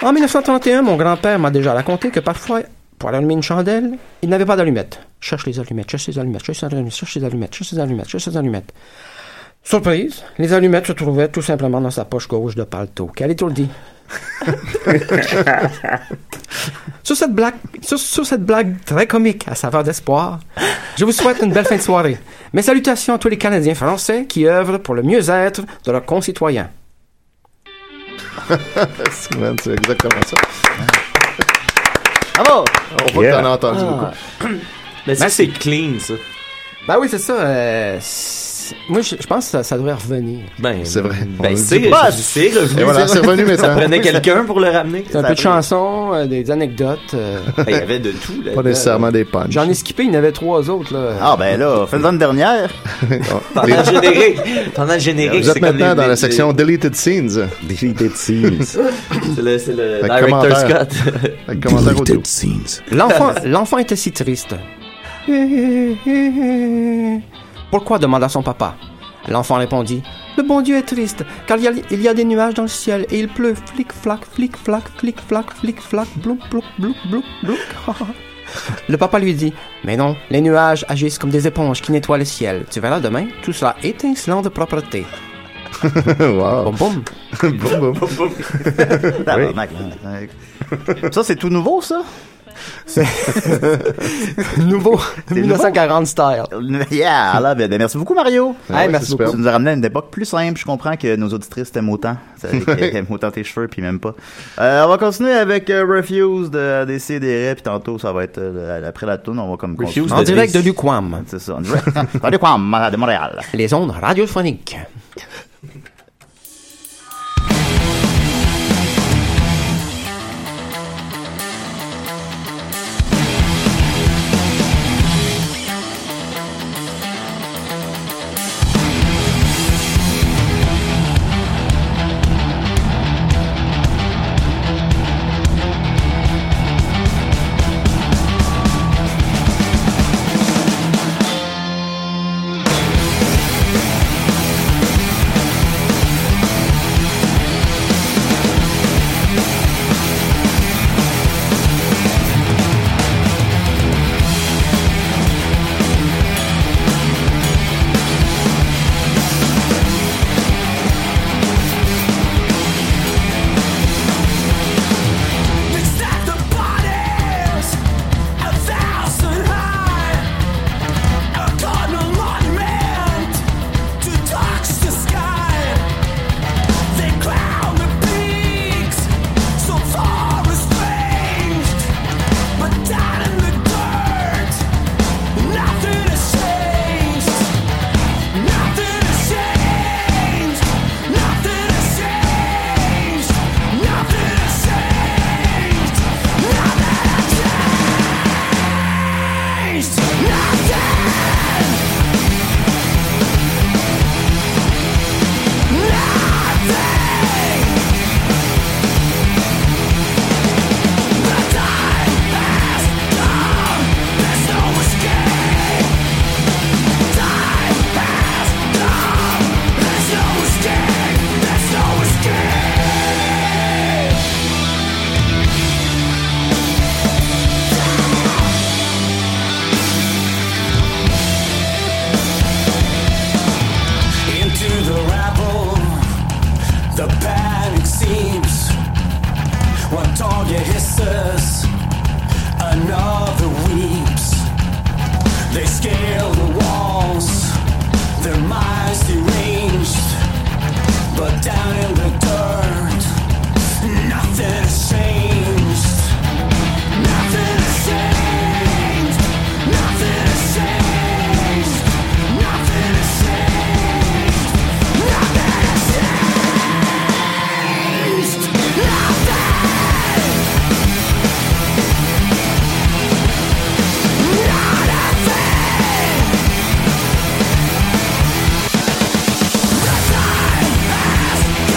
[SPEAKER 5] En 1931, mon grand-père m'a déjà raconté que parfois, pour allumer une chandelle, il n'avait pas d'allumettes. Cherche les allumettes, cherche les allumettes, cherche les allumettes, cherche les allumettes, cherche les allumettes, cherche les allumettes. Surprise, les allumettes se trouvaient tout simplement dans sa poche gauche de paletot. Quel étourdi! sur, cette blague, sur, sur cette blague très comique à saveur d'espoir, je vous souhaite une belle fin de soirée. Mes salutations à tous les Canadiens français qui œuvrent pour le mieux-être de leurs concitoyens.
[SPEAKER 4] C'est vrai, c'est exactement ça. Bravo! On voit
[SPEAKER 7] Yeah.
[SPEAKER 4] que t'en as entendu beaucoup.
[SPEAKER 3] Mais ça, Ben, c'est clean, ça.
[SPEAKER 5] Ben oui, c'est ça. euh, c'est- moi, je, je pense que ça, ça devrait revenir.
[SPEAKER 3] Ben,
[SPEAKER 4] C'est vrai. On le
[SPEAKER 3] Ben, c'est
[SPEAKER 4] dit
[SPEAKER 3] bah, c'est revenu.
[SPEAKER 4] Et voilà, c'est revenu
[SPEAKER 3] Ça
[SPEAKER 4] maintenant.
[SPEAKER 3] prenait quelqu'un pour le ramener.
[SPEAKER 5] C'est un peu de chansons, euh, des anecdotes. [laughs] euh.
[SPEAKER 3] Ben, Il y avait de tout, là.
[SPEAKER 4] Pas nécessairement des punchs. [laughs]
[SPEAKER 5] J'en ai skippé, il y en avait trois autres. Là.
[SPEAKER 2] Ah, ben là, fin de semaine dernière.
[SPEAKER 3] Pendant [laughs]
[SPEAKER 4] [laughs]
[SPEAKER 3] le générique. Pendant le générique,
[SPEAKER 4] Vous
[SPEAKER 3] c'est
[SPEAKER 4] êtes
[SPEAKER 3] comme
[SPEAKER 4] maintenant
[SPEAKER 3] les-
[SPEAKER 4] dans
[SPEAKER 3] les-
[SPEAKER 4] la section Deleted Scenes.
[SPEAKER 7] Deleted scenes.
[SPEAKER 3] C'est le, c'est le
[SPEAKER 4] Fait
[SPEAKER 3] director
[SPEAKER 4] que commentaire. [laughs]
[SPEAKER 3] Scott.
[SPEAKER 4] Avec commentaire audio.
[SPEAKER 5] [laughs] L'enfant, l'enfant était si triste. Pourquoi demanda son papa. L'enfant répondit Le bon Dieu est triste, car il y, a, il y a des nuages dans le ciel et il pleut. Flic, flac, flic, flac, flic, flac, flic, flac, blouc, blouc, blouc, blouc, blouc. [laughs] le papa lui dit Mais non, les nuages agissent comme des éponges qui nettoient le ciel. Tu verras demain, tout sera étincelant de propreté.
[SPEAKER 4] [laughs] wow.
[SPEAKER 5] Boum, boum.
[SPEAKER 4] Boum, boum.
[SPEAKER 2] Tabarnak, hein. Ça, c'est tout nouveau, ça?
[SPEAKER 5] [laughs] Nouveau,
[SPEAKER 2] nouveau.
[SPEAKER 5] 1940 style.
[SPEAKER 2] [laughs] Yeah, là, ben, ben, merci beaucoup, Mario.
[SPEAKER 5] Hey, merci
[SPEAKER 4] c'est
[SPEAKER 5] beaucoup.
[SPEAKER 2] Tu nous as ramené à une époque plus simple. Je comprends que nos auditrices t'aiment autant. Ça, qu'elles aiment autant tes cheveux, puis même pas. Euh, on va continuer avec euh, Refuse de DC des puis tantôt, ça va être euh, le- après la toune, on va comme
[SPEAKER 3] Refuse
[SPEAKER 2] continuer. Ah,
[SPEAKER 5] En direct de
[SPEAKER 3] Nice.
[SPEAKER 5] Luquam,
[SPEAKER 2] C'est ça. [laughs] Salut, quoi, malade de Montréal.
[SPEAKER 5] les ondes radiophoniques.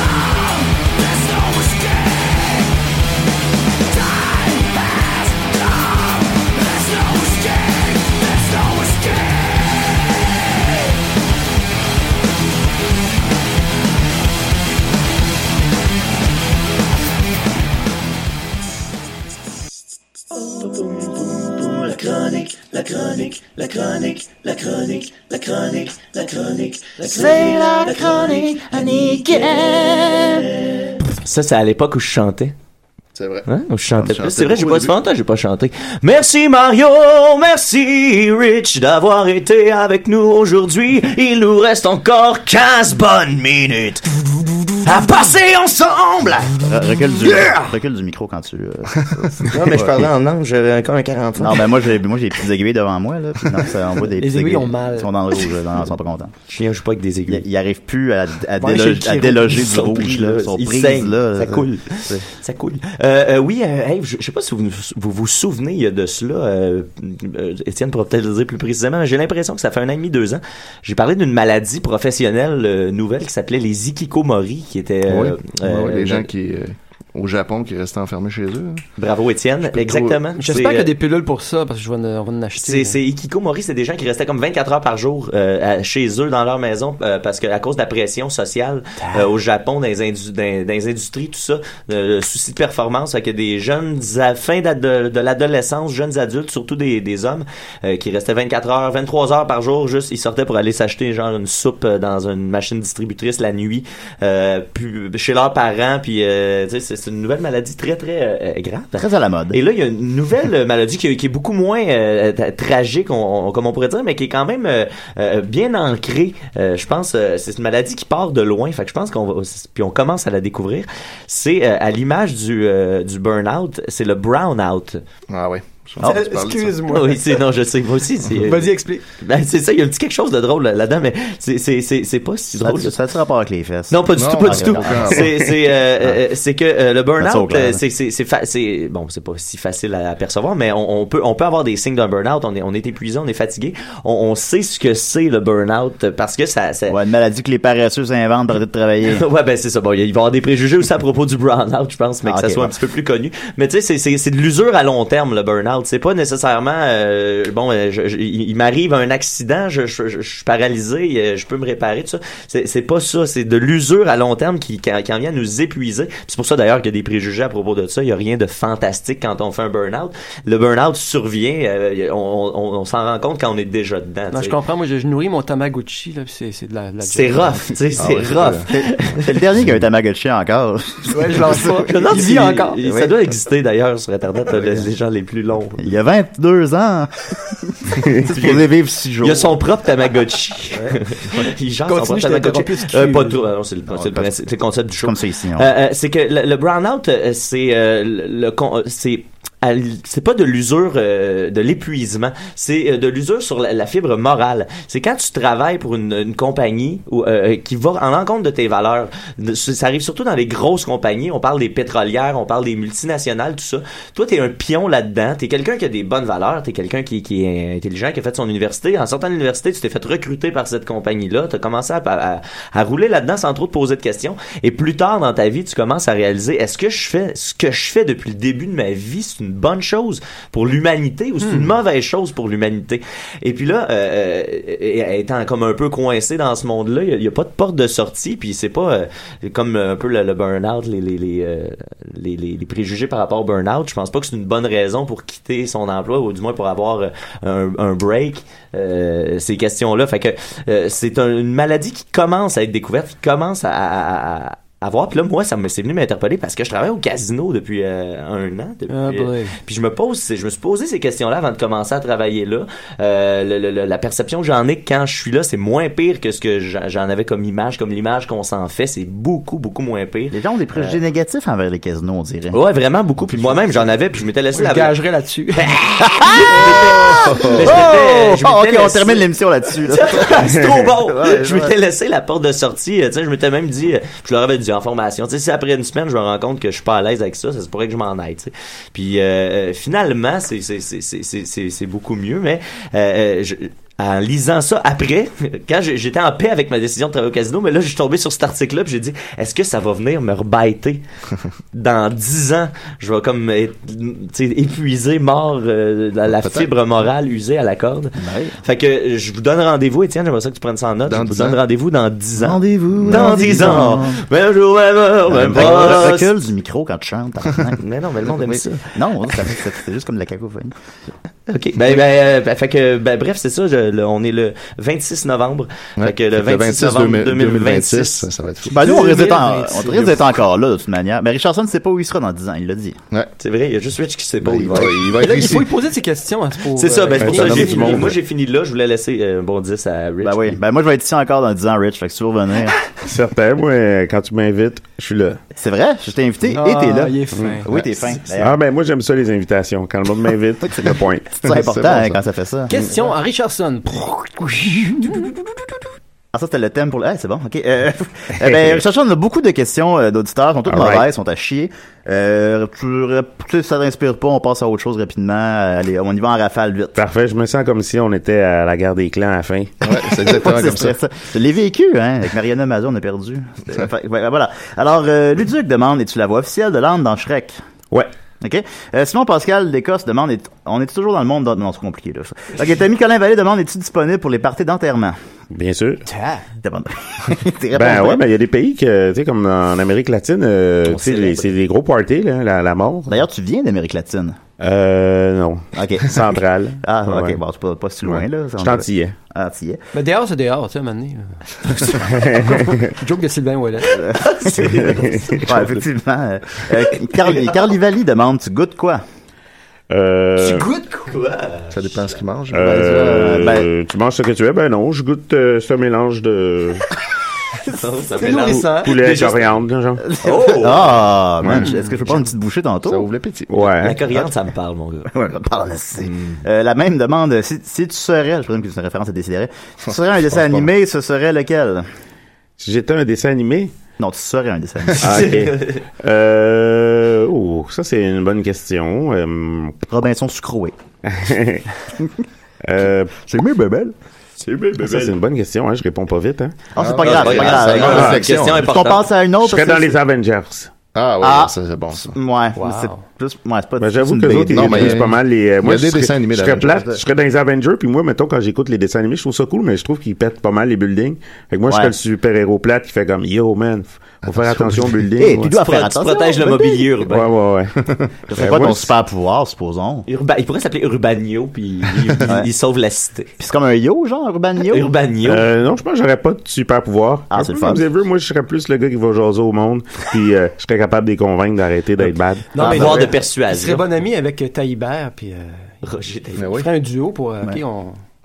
[SPEAKER 6] Nothing
[SPEAKER 1] La chronique, la chronique, la chronique, la chronique, la chronique, la chronique, la C'est la chronique,
[SPEAKER 3] Ça, c'est à l'époque où je chantais.
[SPEAKER 4] C'est vrai.
[SPEAKER 3] Hein? Où je chantais
[SPEAKER 4] On
[SPEAKER 3] plus.
[SPEAKER 4] chantait
[SPEAKER 3] C'est vrai, j'ai
[SPEAKER 4] Ah, beaucoup
[SPEAKER 3] pas, ça
[SPEAKER 4] au
[SPEAKER 3] fait
[SPEAKER 4] début.
[SPEAKER 3] longtemps que j'ai pas chanté. Merci Mario, merci Rich d'avoir été avec nous aujourd'hui. Il nous reste encore 15 bonnes minutes à passer ensemble.
[SPEAKER 2] Re- recule, du, recule du micro quand tu. euh,
[SPEAKER 3] Non, mais je parlais en anglais, j'avais encore un
[SPEAKER 2] [laughs]
[SPEAKER 3] 40
[SPEAKER 2] non, ben moi j'ai moi, j'ai des petites aiguilles devant moi. Là, puis non, ça envoie des
[SPEAKER 5] Les
[SPEAKER 2] petites
[SPEAKER 5] aiguilles ont mal.
[SPEAKER 2] Ils sont dans le rouge, là, non, ils sont pas contents.
[SPEAKER 3] Chien, je joue pas avec des aiguilles.
[SPEAKER 2] Ils, ils arrivent plus à, à,
[SPEAKER 3] Ouais,
[SPEAKER 2] déloger-
[SPEAKER 3] j'ai le
[SPEAKER 2] à
[SPEAKER 3] qui-
[SPEAKER 2] déloger
[SPEAKER 3] ils
[SPEAKER 2] du
[SPEAKER 3] sont
[SPEAKER 2] rouge.
[SPEAKER 3] pris,
[SPEAKER 2] Là, ils sont
[SPEAKER 3] ils
[SPEAKER 2] prises,
[SPEAKER 3] saignent,
[SPEAKER 2] là.
[SPEAKER 3] Ça coule. Ça coule. Euh, euh, oui, euh, Dave, je, je sais pas si vous nous- vous, vous souvenez il y a de cela. euh, euh, Étienne pourra peut-être le dire plus précisément. mais J'ai l'impression que ça fait un an et demi, deux ans. J'ai parlé d'une maladie professionnelle euh, nouvelle qui s'appelait les ikikomori, qui était
[SPEAKER 4] Oui.
[SPEAKER 3] euh, euh,
[SPEAKER 4] Ouais, ouais, les
[SPEAKER 3] euh,
[SPEAKER 4] gens qui euh, au Japon qui restaient enfermés chez eux. hein.
[SPEAKER 3] Bravo Étienne,
[SPEAKER 4] peux
[SPEAKER 3] exactement.
[SPEAKER 5] J'espère qu'il y
[SPEAKER 3] C'est,
[SPEAKER 5] a des pilules pour ça, parce que je vais en, on va en acheter.
[SPEAKER 3] C'est, c'est Ikikomori, c'est des gens qui restaient comme 24 heures par jour euh, à- chez eux dans leur maison euh, parce que à cause de la pression sociale euh, au Japon, dans les, indu- dans- dans les industries, tout ça, euh, le souci de performance, fait que des jeunes à fin d'ad- de, de l'adolescence, jeunes adultes, surtout des, des hommes, euh, qui restaient 24 heures, 23 heures par jour, juste ils sortaient pour aller s'acheter genre une soupe euh, dans une machine distributrice la nuit, euh, puis chez leurs parents, puis euh, tu sais, c'est, c'est une nouvelle maladie très très euh, euh, grave.
[SPEAKER 2] Très à la mode.
[SPEAKER 3] Et là, il y a une nouvelle [laughs] euh, maladie qui, qui est beaucoup moins euh, tra- tragique, on- on- comme on pourrait dire, mais qui est quand même euh, euh, bien ancrée. Euh, je pense, euh, c'est une maladie qui part de loin. Fait que je pense qu'on va, c'est- puis on commence à la découvrir. C'est euh, à l'image du, euh, du burn-out, c'est le brown-out.
[SPEAKER 4] Ah ouais. Je pense
[SPEAKER 5] Euh,
[SPEAKER 4] que tu parles de ça.
[SPEAKER 5] Excuse-moi.
[SPEAKER 3] Oui, c'est non, je sais, moi aussi. C'est, euh,
[SPEAKER 5] [laughs] Vas-y, explique.
[SPEAKER 3] [laughs] ben, c'est ça, il y a un petit quelque chose de drôle là- là-dedans, mais c'est, c'est, c'est, c'est pas si
[SPEAKER 2] Ça
[SPEAKER 3] drôle.
[SPEAKER 2] a- ça a-tu rapport avec les fesses?
[SPEAKER 3] Non, pas du
[SPEAKER 4] Non,
[SPEAKER 3] tout, pas
[SPEAKER 4] non,
[SPEAKER 3] du tout.
[SPEAKER 4] non, non.
[SPEAKER 3] C'est c'est, euh, euh, c'est que euh, le
[SPEAKER 2] That's all
[SPEAKER 3] burn-out,
[SPEAKER 2] clear.
[SPEAKER 3] euh, c'est c'est c'est fa- c'est- bon, c'est pas si facile à percevoir, mais on, on peut on peut avoir des signes d'un burn-out. On est on est épuisé, on est fatigué. On, on sait ce que c'est le burn-out parce que ça. ça-
[SPEAKER 2] Ouais, une maladie que les paresseux s'inventent pour arrêter de travailler.
[SPEAKER 3] Ouais, ben c'est ça. Bon, il va y avoir des préjugés aussi à propos du burn-out, je pense, mais que
[SPEAKER 2] Ah,
[SPEAKER 3] ça
[SPEAKER 2] ok,
[SPEAKER 3] soit un
[SPEAKER 2] bon.
[SPEAKER 3] petit peu plus connu. Mais tu sais, c'est- c'est c'est de l'usure à long terme, le burn-out. C'est pas nécessairement, euh, bon, euh, je- je- il il m'arrive un accident, je, je, je- je suis paralysé, euh, je peux me réparer, tout ça. C'est c'est pas ça. C'est de l'usure à long terme qui, qui, en- qui en vient nous épuiser. Puis C'est pour ça d'ailleurs qu'il y a des préjugés à propos de ça. Il y a rien de fantastique quand on fait un burn-out. Le burn-out survient, euh, on, on, on s'en rend compte quand on est déjà dedans. tu
[SPEAKER 5] Non, je
[SPEAKER 3] sais.
[SPEAKER 5] comprends. Moi, je, je nourris mon Tamaguchi, là, puis c'est c'est de la. de la
[SPEAKER 3] C'est
[SPEAKER 5] joke.
[SPEAKER 3] rough, tu sais,
[SPEAKER 4] Ah
[SPEAKER 3] c'est
[SPEAKER 4] ouais, c'est
[SPEAKER 3] rough.
[SPEAKER 2] C'est le dernier qui a un Tamagotchi [laughs] encore.
[SPEAKER 5] Ouais, je lance pas.
[SPEAKER 3] [laughs] Non, non,
[SPEAKER 5] il
[SPEAKER 3] tu-
[SPEAKER 5] vit encore.
[SPEAKER 3] il- Ça doit exister d'ailleurs sur [laughs] Internet, euh, les, les gens les plus longs.
[SPEAKER 2] Il y a 22 ans. C'est supposé vivre 6 jours.
[SPEAKER 3] Il a son propre [laughs] Tamagotchi. il gère son
[SPEAKER 5] Continue,
[SPEAKER 3] propre
[SPEAKER 5] je t'ai
[SPEAKER 3] Tamagotchi.
[SPEAKER 5] interrompu, excuse.
[SPEAKER 3] Euh, pas trop. ah non, c'est le, c'est le
[SPEAKER 2] pas-
[SPEAKER 3] principe- c'est le concept du show.
[SPEAKER 2] Comme ça ici. on-
[SPEAKER 3] Euh, euh, c'est que le, le brownout, euh, c'est euh, le, le con- euh, c'est à l- c'est pas de l'usure euh, de l'épuisement c'est euh, de l'usure sur la, la fibre morale c'est quand tu travailles pour une, une compagnie ou, euh, qui va en encontre de tes valeurs De- ça arrive surtout dans les grosses compagnies on parle des pétrolières on parle des multinationales tout ça toi t'es un pion là-dedans t'es quelqu'un qui a des bonnes valeurs t'es quelqu'un qui, qui est intelligent qui a fait son université en sortant de l'université tu t'es fait recruter par cette compagnie-là t'as commencé à, à- à- à rouler là-dedans sans trop te poser de questions et plus tard dans ta vie tu commences à réaliser est-ce que je fais ce que je fais depuis le début de ma vie c'est une bonne chose pour l'humanité ou c'est une mauvaise chose pour l'humanité et puis là euh, euh, étant comme un peu coincé dans ce monde-là il n'y a, pas de porte de sortie puis c'est pas euh, comme euh, un peu le, le burn-out les les, les, euh, les- les- les préjugés par rapport au burn-out je pense pas que c'est une bonne raison pour quitter son emploi ou du moins pour avoir euh, un, un break euh, ces questions-là fait que euh, c'est un- une maladie qui commence à être découverte, qui commence à, à, à- à voir. Puis là, moi, ça me c'est venu m'interpeller parce que je travaille au casino depuis euh, un an. Depuis, euh,
[SPEAKER 5] Ah, boy.
[SPEAKER 3] puis je me pose, ces- je me suis posé ces questions-là avant de commencer à travailler là. Euh, le- le- le- la perception que j'en ai quand je suis là, c'est moins pire que ce que j'en j'en avais comme image, comme l'image qu'on s'en fait, c'est beaucoup beaucoup moins pire.
[SPEAKER 2] Les gens ont des préjugés négatifs envers les casinos, on dirait.
[SPEAKER 3] Ouais, vraiment beaucoup. Puis moi-même, j'en avais, puis je m'étais laissé Ah!
[SPEAKER 5] Je
[SPEAKER 3] la
[SPEAKER 5] gagerais [laughs] là-dessus.
[SPEAKER 3] Mais je
[SPEAKER 2] Oh!
[SPEAKER 3] m'étais- je
[SPEAKER 2] Ah, ok,
[SPEAKER 3] m'étais
[SPEAKER 2] on
[SPEAKER 3] laissé-
[SPEAKER 2] termine l'émission là-dessus. là.
[SPEAKER 3] [laughs] c'est trop bon.
[SPEAKER 2] Ouais,
[SPEAKER 3] je
[SPEAKER 2] ouais.
[SPEAKER 3] m'étais laissé la porte de sortie. euh, Tu sais, je m'étais même dit, euh, je leur avais dit en formation. Tu sais, si après une semaine, je me rends compte que je suis pas à l'aise avec ça, ça se pourrait que je m'en aille. tu sais. Puis euh, euh, finalement, c'est c'est c'est c'est c'est- c'est c'est beaucoup mieux. Mais euh, euh, je- en lisant ça après, [laughs] quand j'ai- j'étais en paix avec ma décision de travailler au casino, mais là, je suis tombé sur cet article-là, puis j'ai dit, est-ce que ça va venir
[SPEAKER 2] [laughs]
[SPEAKER 3] me rebêter dans 10 ans? Je vais comme être tu sais, épuisé, mort, euh, la, la
[SPEAKER 4] Peut-être.
[SPEAKER 3] fibre morale usée à la corde.
[SPEAKER 2] Ben
[SPEAKER 3] Fait que euh, je vous donne rendez-vous, Étienne, j'aimerais ça que tu prennes ça en note.
[SPEAKER 4] Dans
[SPEAKER 3] je vous
[SPEAKER 4] 10 ans.
[SPEAKER 3] donne rendez-vous dans 10 ans.
[SPEAKER 2] [laughs] Rendez-vous
[SPEAKER 3] Dans 10 ans, même jour, même heure, même poste.
[SPEAKER 2] Ben, Euh, Recule du micro quand tu chantes. tabarnak. [laughs]
[SPEAKER 3] Mais non, mais le monde aime
[SPEAKER 2] Oui.
[SPEAKER 3] ça.
[SPEAKER 2] Non, ça- ça- c'est juste comme de la cacophonie.
[SPEAKER 3] OK. Ben, ben, euh, ben, fait que, ben, bref, c'est ça. je- le- on est le 26 novembre.
[SPEAKER 4] Ouais.
[SPEAKER 3] Fait que le 26,
[SPEAKER 4] 26
[SPEAKER 3] novembre
[SPEAKER 4] 2000-
[SPEAKER 3] 2026.
[SPEAKER 4] 2026, ça va être fou.
[SPEAKER 2] Ben, nous, on risque d'être en-
[SPEAKER 3] 2026.
[SPEAKER 2] on risque d'être encore là, de toute manière. Mais Richardson ne sait pas où il sera dans 10 ans, il l'a dit.
[SPEAKER 3] C'est vrai, il y a juste Rich qui sait pas
[SPEAKER 4] Ben,
[SPEAKER 3] où il va.
[SPEAKER 4] il va
[SPEAKER 5] Mais là,
[SPEAKER 4] être
[SPEAKER 5] il
[SPEAKER 4] ici.
[SPEAKER 5] faut lui poser de ses questions. hein,
[SPEAKER 3] [laughs]
[SPEAKER 5] pour,
[SPEAKER 3] C'est ça,
[SPEAKER 5] euh,
[SPEAKER 3] ben, c'est pour
[SPEAKER 4] Un
[SPEAKER 3] ça que j'ai
[SPEAKER 4] bonhomme du
[SPEAKER 3] fini.
[SPEAKER 4] monde.
[SPEAKER 3] Moi, j'ai fini là. Je voulais laisser euh, un bon 10 à Rich.
[SPEAKER 2] Ben oui. Ben, moi, je vais être ici encore dans 10 ans, Rich. Fait que si tu veux revenir.
[SPEAKER 6] [laughs] Certain, moi, euh, quand tu m'invites, je suis là.
[SPEAKER 2] C'est vrai, je t'ai invité
[SPEAKER 5] Ah,
[SPEAKER 2] et t'es là.
[SPEAKER 5] il est fin.
[SPEAKER 3] Mm.
[SPEAKER 2] Oui, t'es fin. d'ailleurs.
[SPEAKER 6] Ah ben moi j'aime ça les invitations. Quand le monde m'invite,
[SPEAKER 2] [laughs]
[SPEAKER 6] c'est le point.
[SPEAKER 2] C'est important
[SPEAKER 4] bon,
[SPEAKER 2] hein,
[SPEAKER 4] ça.
[SPEAKER 2] quand ça fait ça.
[SPEAKER 5] Question à Richardson.
[SPEAKER 2] Ah, ça, c'était le thème pour le. Ah, c'est bon, ok. Euh, [laughs]
[SPEAKER 6] [laughs]
[SPEAKER 2] eh ben, Richard, on a beaucoup de questions euh, d'auditeurs. Elles sont toutes
[SPEAKER 6] Alright.
[SPEAKER 2] mauvaises, elles sont à chier. Euh, tu, tu sais, ça t'inspire pas, on passe à autre chose rapidement. Euh, Allez, on y va en rafale vite.
[SPEAKER 6] Parfait, je me sens comme si on était à la guerre des clans à la fin.
[SPEAKER 4] Ouais, c'est exactement
[SPEAKER 2] Ouais,
[SPEAKER 4] comme ça.
[SPEAKER 2] [laughs] c'est ça. Je l'ai vécu, hein. Avec Mariana Mazon, on a perdu. C'était- Fait- ouais, voilà. Alors, euh, Luduc demande, es-tu la voix officielle de l'âne dans Shrek?
[SPEAKER 6] Ouais.
[SPEAKER 2] OK? Euh, Simon Pascal d'Écosse demande, est- on est toujours dans le monde d'en- Non, c'est compliqué, là. ça. OK, Tommy Colin Vallée demande, es-tu disponible pour les parties d'enterrement? Ah,
[SPEAKER 6] Bien sûr.
[SPEAKER 2] Demande- [laughs] T'es
[SPEAKER 6] Ben
[SPEAKER 2] répondu.
[SPEAKER 6] ouais, ben il y a des pays que tu sais comme en Amérique latine, euh, tu sais
[SPEAKER 3] célèbre.
[SPEAKER 6] les- c'est des gros parties là, la, la mort.
[SPEAKER 2] D'ailleurs, tu viens d'Amérique latine.
[SPEAKER 6] Euh non.
[SPEAKER 2] OK.
[SPEAKER 6] Centrale.
[SPEAKER 2] [laughs] Ah, OK.
[SPEAKER 6] Ouais.
[SPEAKER 2] Bon, c'est pas, pas si loin,
[SPEAKER 6] Ouais.
[SPEAKER 2] là.
[SPEAKER 6] Je t'en tillais.
[SPEAKER 2] Ah,
[SPEAKER 6] [laughs]
[SPEAKER 2] t'y es.
[SPEAKER 5] Mais Ben, dehors, c'est dehors, tu sais, à un moment donné.
[SPEAKER 3] [laughs]
[SPEAKER 5] Joke de Sylvain Ouellet.
[SPEAKER 2] Ouais, effectivement. Euh, euh, Carl- Carlivali demande, tu goûtes quoi?
[SPEAKER 6] Euh,
[SPEAKER 5] Good quoi?
[SPEAKER 4] Ça dépend ce qu'il mange.
[SPEAKER 6] euh,
[SPEAKER 2] ben-
[SPEAKER 6] tu manges ce que tu veux? Ben non, je goûte euh, ce mélange [laughs] de
[SPEAKER 3] ça
[SPEAKER 5] C'est
[SPEAKER 3] fait la-
[SPEAKER 5] nourrissant.
[SPEAKER 6] poulet
[SPEAKER 3] Mais
[SPEAKER 6] et
[SPEAKER 3] juste-
[SPEAKER 6] coriandre, genre.
[SPEAKER 2] [laughs]
[SPEAKER 3] Oh!
[SPEAKER 2] Ah, man, est-ce que je peux prendre une petite bouchée tantôt?
[SPEAKER 4] Ça ouvre l'appétit.
[SPEAKER 3] La
[SPEAKER 6] Ouais.
[SPEAKER 3] coriandre, ça me parle, mon gars.
[SPEAKER 2] Ouais, on parle assez. Euh, la même demande, euh, si, si tu serais, je présume que c'est une référence à Décideret, si tu serais un dessin
[SPEAKER 4] pas.
[SPEAKER 2] animé, ce serait lequel?
[SPEAKER 6] Si j'étais un dessin animé,
[SPEAKER 2] Non, tu serais un dessin
[SPEAKER 3] [laughs]
[SPEAKER 2] animé.
[SPEAKER 6] Ah, ok. euh, oh, ça, c'est une bonne question. Euh,
[SPEAKER 2] Robinson Sucroé.
[SPEAKER 6] euh,
[SPEAKER 2] C'est mieux, bébelle.
[SPEAKER 6] ça, c'est une bonne question. Hein, je réponds pas vite. Hein.
[SPEAKER 2] Ah, c'est pas grave, c'est pas
[SPEAKER 3] grave, Ah, c'est
[SPEAKER 2] grave.
[SPEAKER 3] pas grave.
[SPEAKER 2] grave.
[SPEAKER 3] Question
[SPEAKER 2] Est-ce qu'on
[SPEAKER 3] importante.
[SPEAKER 2] passe à une
[SPEAKER 6] Je
[SPEAKER 2] autre?
[SPEAKER 6] serais dans
[SPEAKER 2] Parce que
[SPEAKER 6] les Avengers.
[SPEAKER 4] Ah ouais,
[SPEAKER 2] Ah.
[SPEAKER 4] ouais, ça c'est bon ça.
[SPEAKER 2] c'est- Ouais,
[SPEAKER 5] Wow.
[SPEAKER 2] c'est plus, ouais, c'est pas
[SPEAKER 6] Ben, J'avoue
[SPEAKER 2] c'est
[SPEAKER 6] que
[SPEAKER 2] une
[SPEAKER 6] les autres,
[SPEAKER 2] BD.
[SPEAKER 6] ils
[SPEAKER 4] Non, mais
[SPEAKER 6] utilisent pas mal les. euh,
[SPEAKER 4] il y a
[SPEAKER 6] moi,
[SPEAKER 4] des
[SPEAKER 6] je serais-
[SPEAKER 4] dessins animés
[SPEAKER 6] Je serais
[SPEAKER 4] d'Avengers.
[SPEAKER 6] plate. Je serais dans les Avengers. Puis moi, mettons, quand j'écoute les dessins animés, je trouve ça cool, mais je trouve qu'ils pètent pas mal les buildings. Fait que moi, je
[SPEAKER 2] Ouais.
[SPEAKER 6] serais le super-héros plate qui fait comme Yo, man, f- faut faire attention aux buildings.
[SPEAKER 2] Eh, tu
[SPEAKER 6] ouais.
[SPEAKER 2] dois
[SPEAKER 3] Tu
[SPEAKER 2] faire
[SPEAKER 3] pro- tu
[SPEAKER 2] attention.
[SPEAKER 3] protèges le
[SPEAKER 2] bébé.
[SPEAKER 3] mobilier
[SPEAKER 6] Ouais,
[SPEAKER 3] urbain.
[SPEAKER 6] ouais, ouais.
[SPEAKER 2] Ce serait
[SPEAKER 6] Ben,
[SPEAKER 2] quoi
[SPEAKER 6] ouais,
[SPEAKER 2] ton
[SPEAKER 6] c'est-
[SPEAKER 2] super pouvoir, supposons?
[SPEAKER 3] Urba- il pourrait s'appeler Urbanio, puis il, il-
[SPEAKER 2] Ouais.
[SPEAKER 3] il sauve la cité.
[SPEAKER 2] Puis c'est comme un yo, genre, Urban Yo?
[SPEAKER 3] Urbanio.
[SPEAKER 6] Euh, non, je pense que j'aurais pas de super pouvoir.
[SPEAKER 2] Ah,
[SPEAKER 6] Un
[SPEAKER 2] c'est
[SPEAKER 6] peu
[SPEAKER 2] le fun.
[SPEAKER 6] Comme Xavier, moi, je serais plus le gars qui va jaser au monde, puis euh, je serais capable de les convaincre d'arrêter d'être bad.
[SPEAKER 5] Non, Ah, mais
[SPEAKER 3] pouvoir de Ben
[SPEAKER 5] Il serait
[SPEAKER 3] persuasion.
[SPEAKER 5] bon ami avec euh, Taïbert, puis euh,
[SPEAKER 3] Roger Taylor.
[SPEAKER 4] Mais
[SPEAKER 5] on
[SPEAKER 4] oui,
[SPEAKER 5] ferait un duo pour. euh, OK, on,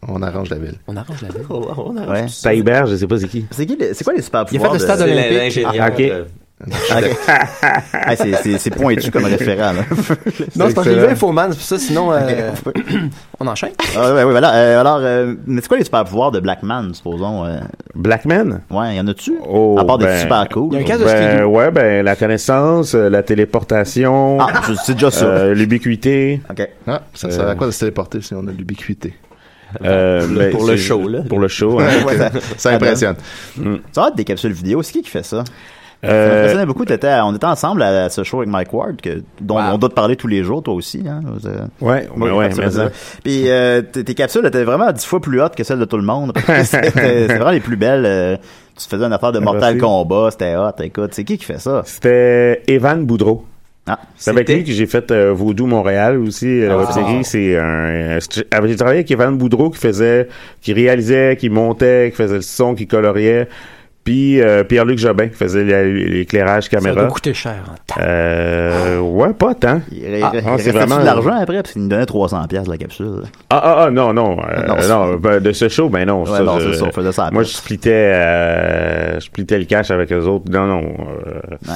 [SPEAKER 4] on arrange la ville.
[SPEAKER 5] on arrange la vie.
[SPEAKER 3] Oh, on a-
[SPEAKER 2] Ouais.
[SPEAKER 6] Cyber, je sais pas c'est qui.
[SPEAKER 2] C'est qui les- c'est quoi les super
[SPEAKER 5] Il a
[SPEAKER 2] pouvoirs?
[SPEAKER 5] fait le
[SPEAKER 2] de-
[SPEAKER 5] stade
[SPEAKER 3] C'est
[SPEAKER 5] olympique.
[SPEAKER 3] l'ingénieur.
[SPEAKER 6] Ah, ok.
[SPEAKER 3] euh,
[SPEAKER 2] Ah, c'est- c'est c'est pointu comme référent, là.
[SPEAKER 5] Non, c'est parce que j'ai
[SPEAKER 4] excellent.
[SPEAKER 5] vu Infoman, c'est pour ça, sinon,
[SPEAKER 3] [laughs]
[SPEAKER 5] euh, on enchaîne.
[SPEAKER 2] Ah, ouais, ouais, voilà. Euh, alors, euh, mais c'est quoi les super pouvoirs de Blackman, supposons? euh?
[SPEAKER 6] Blackman?
[SPEAKER 2] Ouais, y en a-tu?
[SPEAKER 6] Oh,
[SPEAKER 2] à part des
[SPEAKER 6] ben,
[SPEAKER 2] super
[SPEAKER 5] Il y a un
[SPEAKER 2] cool.
[SPEAKER 5] cas de
[SPEAKER 6] Ben,
[SPEAKER 5] Skidoo.
[SPEAKER 6] ouais, ben, la connaissance, euh, la téléportation,
[SPEAKER 2] Ah, je- c'est déjà ça.
[SPEAKER 6] euh, l'ubiquité.
[SPEAKER 2] OK.
[SPEAKER 4] Ah, ça sert à quoi de se téléporter si on a l'ubiquité?
[SPEAKER 6] euh, ben,
[SPEAKER 3] pour le
[SPEAKER 6] c'est-
[SPEAKER 3] show, là.
[SPEAKER 6] Pour le show, hein.
[SPEAKER 2] Ouais, ça,
[SPEAKER 4] [laughs] Ça impressionne.
[SPEAKER 2] ça va être des capsules vidéo. C'est qui qui fait ça? Ça
[SPEAKER 6] Euh,
[SPEAKER 2] m'impressionnait beaucoup. T'étais, on était ensemble à ce show avec Mike Ward, que, dont
[SPEAKER 5] Wow.
[SPEAKER 2] on doit te parler tous les jours, toi aussi. Hein? Euh,
[SPEAKER 6] ouais, ouais, ouais, mais ça.
[SPEAKER 2] Puis euh, tes tes capsules étaient vraiment dix fois plus hautes que celles de tout le monde.
[SPEAKER 6] [laughs]
[SPEAKER 2] C'était- C'était c'était vraiment les plus belles. euh, tu faisais une affaire de Mortal
[SPEAKER 6] Ah, Merci.
[SPEAKER 2] Kombat, c'était hot. Écoute, c'est qui qui fait ça?
[SPEAKER 6] C'était Evan Boudreau.
[SPEAKER 2] Ah,
[SPEAKER 6] C'est avec
[SPEAKER 3] C'était-
[SPEAKER 6] lui que j'ai fait euh, Vaudou Montréal aussi. euh, La web série, c'est un. un stri- ah, J'ai travaillé avec Evan Boudreau qui faisait, qui réalisait, qui montait, qui faisait le son, qui coloriait. Puis euh, Pierre-Luc Jobin qui faisait la- l'éclairage
[SPEAKER 5] Ça
[SPEAKER 6] caméra.
[SPEAKER 5] doit coûter cher. hein.
[SPEAKER 6] Euh, ouais, pas tant.
[SPEAKER 2] il, il-
[SPEAKER 6] Ah,
[SPEAKER 2] il
[SPEAKER 6] ah, c'est
[SPEAKER 2] restait-tu
[SPEAKER 6] vraiment-
[SPEAKER 2] de l'argent après, parce qu'il nous donnait 300$ piastres, la capsule.
[SPEAKER 6] Ah, ah, ah, non, non. euh,
[SPEAKER 2] Non, c'est-
[SPEAKER 6] non, ben, de ce show, ben non.
[SPEAKER 2] Ouais, non, c'est ça, on faisait ça à la
[SPEAKER 6] Moi, je
[SPEAKER 2] place.
[SPEAKER 6] splittais, euh, je splittais le cash avec eux autres. Non, non. euh,
[SPEAKER 2] Ouais.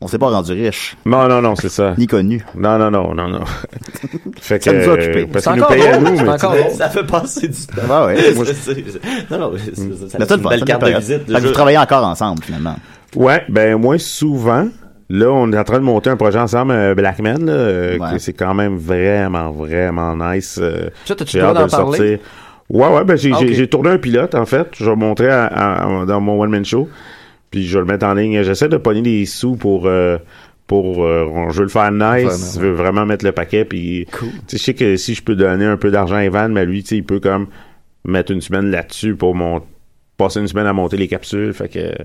[SPEAKER 2] On s'est pas rendu riche,
[SPEAKER 6] non, non, non, c'est ça.
[SPEAKER 2] ni connu.
[SPEAKER 6] Non, non, non, non, non. fait que,
[SPEAKER 2] Ça nous a occupés.
[SPEAKER 6] Parce
[SPEAKER 5] C'est
[SPEAKER 6] qu'ils nous
[SPEAKER 5] encore
[SPEAKER 6] payaient à nous,
[SPEAKER 5] drôle, c'est
[SPEAKER 6] mais
[SPEAKER 5] encore drôle.
[SPEAKER 3] Ça fait passer du temps.
[SPEAKER 2] Ah ouais.
[SPEAKER 3] Moi, je- [laughs] c'est- non, non, c'est- c'est- ça
[SPEAKER 2] Mais
[SPEAKER 3] laisse
[SPEAKER 2] ça, le
[SPEAKER 3] une
[SPEAKER 2] fun,
[SPEAKER 3] belle
[SPEAKER 2] ça,
[SPEAKER 3] carte
[SPEAKER 2] c'est
[SPEAKER 3] de
[SPEAKER 2] pas
[SPEAKER 3] visite.
[SPEAKER 2] grave. Fait que vous travaillez encore ensemble, finalement.
[SPEAKER 6] Ouais, ben moins souvent. Là, on est en train de monter un projet ensemble, euh, Blackman. là, euh,
[SPEAKER 2] Ouais.
[SPEAKER 6] que C'est quand même vraiment, vraiment nice. euh,
[SPEAKER 5] Ça, t'as-tu
[SPEAKER 6] j'ai
[SPEAKER 5] le droit
[SPEAKER 6] hâte de
[SPEAKER 5] d'en parler?
[SPEAKER 6] sortir. Ouais, ouais, ben j'ai
[SPEAKER 2] Ah,
[SPEAKER 6] j'ai-
[SPEAKER 2] ok.
[SPEAKER 6] j'ai tourné un pilote, en fait. Je le montrais à- à- à- dans mon one-man show. Puis je vais le mettre en ligne. J'essaie de pogner des sous pour. euh, pour euh, on- je veux le faire
[SPEAKER 4] Faire
[SPEAKER 6] nice,
[SPEAKER 4] nice,
[SPEAKER 6] je veux vraiment mettre le paquet. Puis,
[SPEAKER 5] Cool.
[SPEAKER 6] tu sais, je sais que si je peux donner un peu d'argent à Evan, mais lui, tu sais, il peut comme mettre une semaine là-dessus pour mon passer une semaine à monter les capsules. Fait que, tu sais,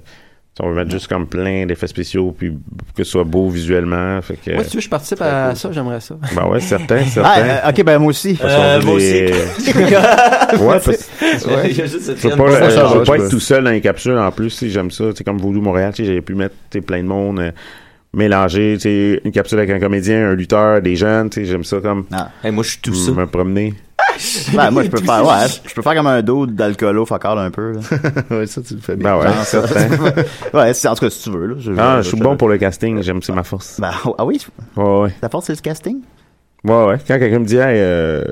[SPEAKER 6] on veut mettre juste comme plein d'effets spéciaux, puis que ce soit beau visuellement. Fait que,
[SPEAKER 5] Moi, si tu veux, je participe à ça,
[SPEAKER 6] [laughs]
[SPEAKER 5] j'aimerais ça.
[SPEAKER 6] ben ouais, certain,
[SPEAKER 2] Ah,
[SPEAKER 6] certain.
[SPEAKER 2] euh, ok, ben moi aussi.
[SPEAKER 6] Parce qu'on
[SPEAKER 3] Euh,
[SPEAKER 6] veut
[SPEAKER 3] moi aussi.
[SPEAKER 6] les-
[SPEAKER 3] [laughs]
[SPEAKER 6] ouais,
[SPEAKER 4] [laughs]
[SPEAKER 6] parce-
[SPEAKER 3] Il y a juste cette
[SPEAKER 6] Je veux
[SPEAKER 3] scène.
[SPEAKER 6] pas,
[SPEAKER 4] ça,
[SPEAKER 6] euh,
[SPEAKER 4] ça
[SPEAKER 6] je veux
[SPEAKER 4] va,
[SPEAKER 6] pas
[SPEAKER 4] je
[SPEAKER 6] être
[SPEAKER 4] peux.
[SPEAKER 6] tout seul dans les capsules en plus, si j'aime ça. C'est comme Voodoo Montréal, tu sais, j'avais pu mettre tu sais, plein de monde euh, mélangé, tu sais, une capsule avec un comédien, un lutteur, des jeunes, tu sais, j'aime ça comme
[SPEAKER 4] Ah,
[SPEAKER 3] Hey, moi, je suis tout ça.
[SPEAKER 4] Mm.
[SPEAKER 6] me promener.
[SPEAKER 2] Ben, moi, je peux faire, ouais, je peux faire comme un dos d'alcoolo focal un peu, là.
[SPEAKER 4] ouais, ça, tu le fais bien.
[SPEAKER 6] Ben ouais, certain.
[SPEAKER 2] [laughs] Ouais, c'est- en tout cas, si tu veux, là. je-
[SPEAKER 6] Ah,
[SPEAKER 2] je-
[SPEAKER 6] je suis
[SPEAKER 2] je-
[SPEAKER 6] bon pour le casting, j'aime, c'est ma force.
[SPEAKER 2] Ben, ah oui,
[SPEAKER 6] Ouais, ouais.
[SPEAKER 2] ta force, c'est le casting?
[SPEAKER 6] Ouais, ouais. Quand quelqu'un me dit, hey, euh,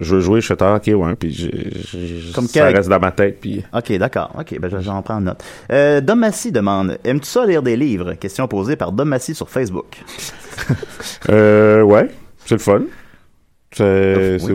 [SPEAKER 6] je veux jouer, je fais tard, ok, ouais, puis je- je- je-
[SPEAKER 2] Comme
[SPEAKER 6] ça
[SPEAKER 2] quel-
[SPEAKER 6] reste dans ma tête, puis.
[SPEAKER 2] Ok, d'accord. Ok, ben je- j'en prends note. Euh, Dom Massy demande Aimes-tu ça lire des livres Question posée par Dom Massy sur Facebook.
[SPEAKER 6] Euh, ouais, c'est le fun. C'est. c'est-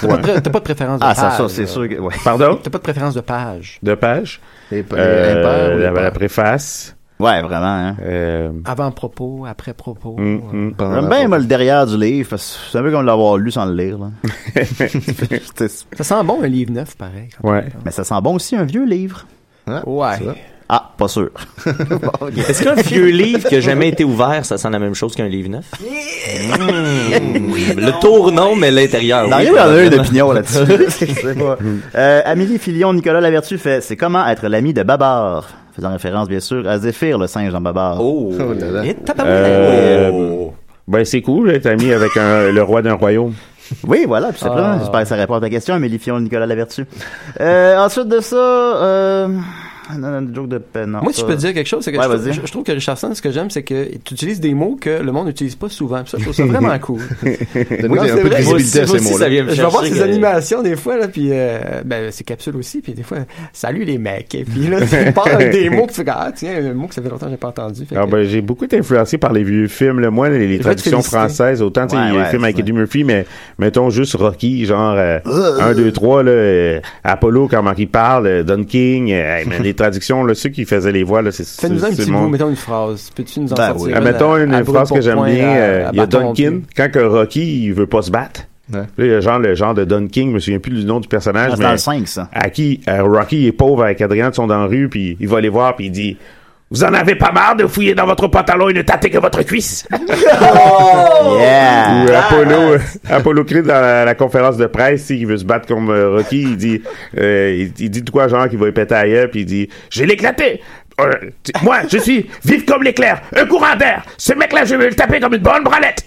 [SPEAKER 5] T'as pas de pré- t'as pas de préférence de
[SPEAKER 2] Ah,
[SPEAKER 5] page.
[SPEAKER 2] ça, ça,
[SPEAKER 5] là.
[SPEAKER 2] c'est sûr que. Ouais.
[SPEAKER 6] Pardon?
[SPEAKER 5] T'as pas de préférence de page.
[SPEAKER 6] De page.
[SPEAKER 4] Les, les
[SPEAKER 6] Euh,
[SPEAKER 4] impairs ou les
[SPEAKER 6] la, la
[SPEAKER 4] pairs?
[SPEAKER 6] préface.
[SPEAKER 2] Ouais, vraiment, hein.
[SPEAKER 6] Euh,
[SPEAKER 5] Avant-propos, après-propos.
[SPEAKER 6] hum, hum.
[SPEAKER 4] Pendant
[SPEAKER 2] J'aime
[SPEAKER 4] la
[SPEAKER 2] bien
[SPEAKER 4] pause.
[SPEAKER 2] Ben, moi, le derrière du livre, parce que c'est un peu comme l'avoir lu sans le lire, là. [laughs] C'est-
[SPEAKER 5] Ça sent bon un livre neuf, pareil. quand
[SPEAKER 6] Ouais.
[SPEAKER 5] même.
[SPEAKER 2] Mais ça sent bon aussi, un vieux livre.
[SPEAKER 4] Ah, c'est ça.
[SPEAKER 5] Ouais.
[SPEAKER 2] Ah, pas sûr. Bon, ok.
[SPEAKER 3] Est-ce qu'un vieux livre qui a jamais été ouvert, ça sent la même chose qu'un livre neuf? Mmh. Le tour, non, mais l'intérieur.
[SPEAKER 2] Non,
[SPEAKER 3] oui,
[SPEAKER 2] il y en a eu
[SPEAKER 3] probablement.
[SPEAKER 2] d'opinion là-dessus. Je sais pas. Euh, Amélie Filion, Nicolas Lavertu fait C'est comment être l'ami de Babar Faisant référence, bien sûr, à Zéphyr, le singe dans Babar.
[SPEAKER 3] Oh.
[SPEAKER 4] Oh là là.
[SPEAKER 5] Et
[SPEAKER 6] Euh,
[SPEAKER 3] Oh.
[SPEAKER 6] Ben, c'est cool d'être ami avec un- le roi d'un royaume.
[SPEAKER 2] Oui, voilà, tout simplement.
[SPEAKER 5] Ah.
[SPEAKER 2] J'espère que ça répond à ta question, Amélie Fillon, Nicolas Lavertu. Euh, ensuite de ça, euh, non, non, une joke de peine. non,
[SPEAKER 5] Moi, si
[SPEAKER 2] ça-
[SPEAKER 5] je peux te dire quelque chose, c'est que
[SPEAKER 2] Ouais,
[SPEAKER 5] je, trou-
[SPEAKER 2] vas-y.
[SPEAKER 5] je- je trouve que Richardson, ce que j'aime, c'est que tu utilises des mots que le monde n'utilise pas souvent. Puis Ça, je trouve
[SPEAKER 6] [laughs]
[SPEAKER 5] ça vraiment cool.
[SPEAKER 4] Donne-nous
[SPEAKER 5] Oui,
[SPEAKER 4] un
[SPEAKER 5] c'est
[SPEAKER 4] peu de
[SPEAKER 5] vrai.
[SPEAKER 3] Moi aussi,
[SPEAKER 4] visibilité à
[SPEAKER 3] moi
[SPEAKER 4] ces
[SPEAKER 3] aussi, ça
[SPEAKER 4] mots-là.
[SPEAKER 3] vient me
[SPEAKER 5] Je vais voir
[SPEAKER 3] chercher
[SPEAKER 5] ses
[SPEAKER 3] que-
[SPEAKER 5] animations des fois, là, puis euh, ben, ses capsules aussi, puis des fois, salut les mecs. Et puis là, [laughs] tu parles avec des mots que tu fais, ah, tiens, un mot que ça fait longtemps que j'ai pas entendu. Fait
[SPEAKER 6] Alors,
[SPEAKER 5] que-
[SPEAKER 6] ben, j'ai beaucoup été influencé par les vieux films. Là. Moi, les, les
[SPEAKER 5] te
[SPEAKER 6] traductions
[SPEAKER 5] féliciter.
[SPEAKER 6] françaises, autant tu sais,
[SPEAKER 2] Ouais,
[SPEAKER 6] il y a
[SPEAKER 2] ouais,
[SPEAKER 6] les films avec
[SPEAKER 2] c'est
[SPEAKER 6] Eddie Murphy, mais mettons juste Rocky, genre euh, 1, 2, 3, euh, Apollo, comment il parle, euh, Don King, euh, hey, mais les traductions, là, ceux qui faisaient les voix, là, c'est c'est-
[SPEAKER 5] Fais-nous un
[SPEAKER 6] c'est
[SPEAKER 5] petit
[SPEAKER 6] le
[SPEAKER 5] mot,
[SPEAKER 6] monde.
[SPEAKER 5] mettons une phrase. Peux-tu nous en
[SPEAKER 2] Ben
[SPEAKER 5] sortir
[SPEAKER 2] oui.
[SPEAKER 6] Ah,
[SPEAKER 5] une
[SPEAKER 6] mettons
[SPEAKER 5] à-
[SPEAKER 6] une
[SPEAKER 5] Euh, à brûle
[SPEAKER 6] phrase
[SPEAKER 5] pour
[SPEAKER 6] que j'aime
[SPEAKER 5] point,
[SPEAKER 6] bien.
[SPEAKER 5] à-
[SPEAKER 6] euh,
[SPEAKER 5] à
[SPEAKER 6] il y a
[SPEAKER 5] bâton
[SPEAKER 6] Don King.
[SPEAKER 5] rompu.
[SPEAKER 6] Quand que Rocky, il veut pas se battre.
[SPEAKER 4] Ouais.
[SPEAKER 6] Là, il y a genre le genre de Don King, je me souviens plus du nom du
[SPEAKER 2] Ah,
[SPEAKER 6] personnage,
[SPEAKER 2] c'est
[SPEAKER 6] mais
[SPEAKER 2] dans le 5, ça.
[SPEAKER 6] à qui euh, Rocky est pauvre avec Adrien, ils sont dans la rue, puis il va les voir, puis il dit Vous en avez pas marre de fouiller dans votre pantalon et ne tâter que votre cuisse
[SPEAKER 2] Yeah!
[SPEAKER 6] Ou euh, Apollo, Apollo crie dans la, la conférence de presse, s'il veut se battre comme euh, Rocky, il dit euh, il, il dit de quoi, genre, qu'il va y péter ailleurs, puis il dit J'ai l'éclaté Euh, tu- moi, je suis vive comme l'éclair, un courant d'air. Ce mec-là, je vais le taper comme une bonne branlette.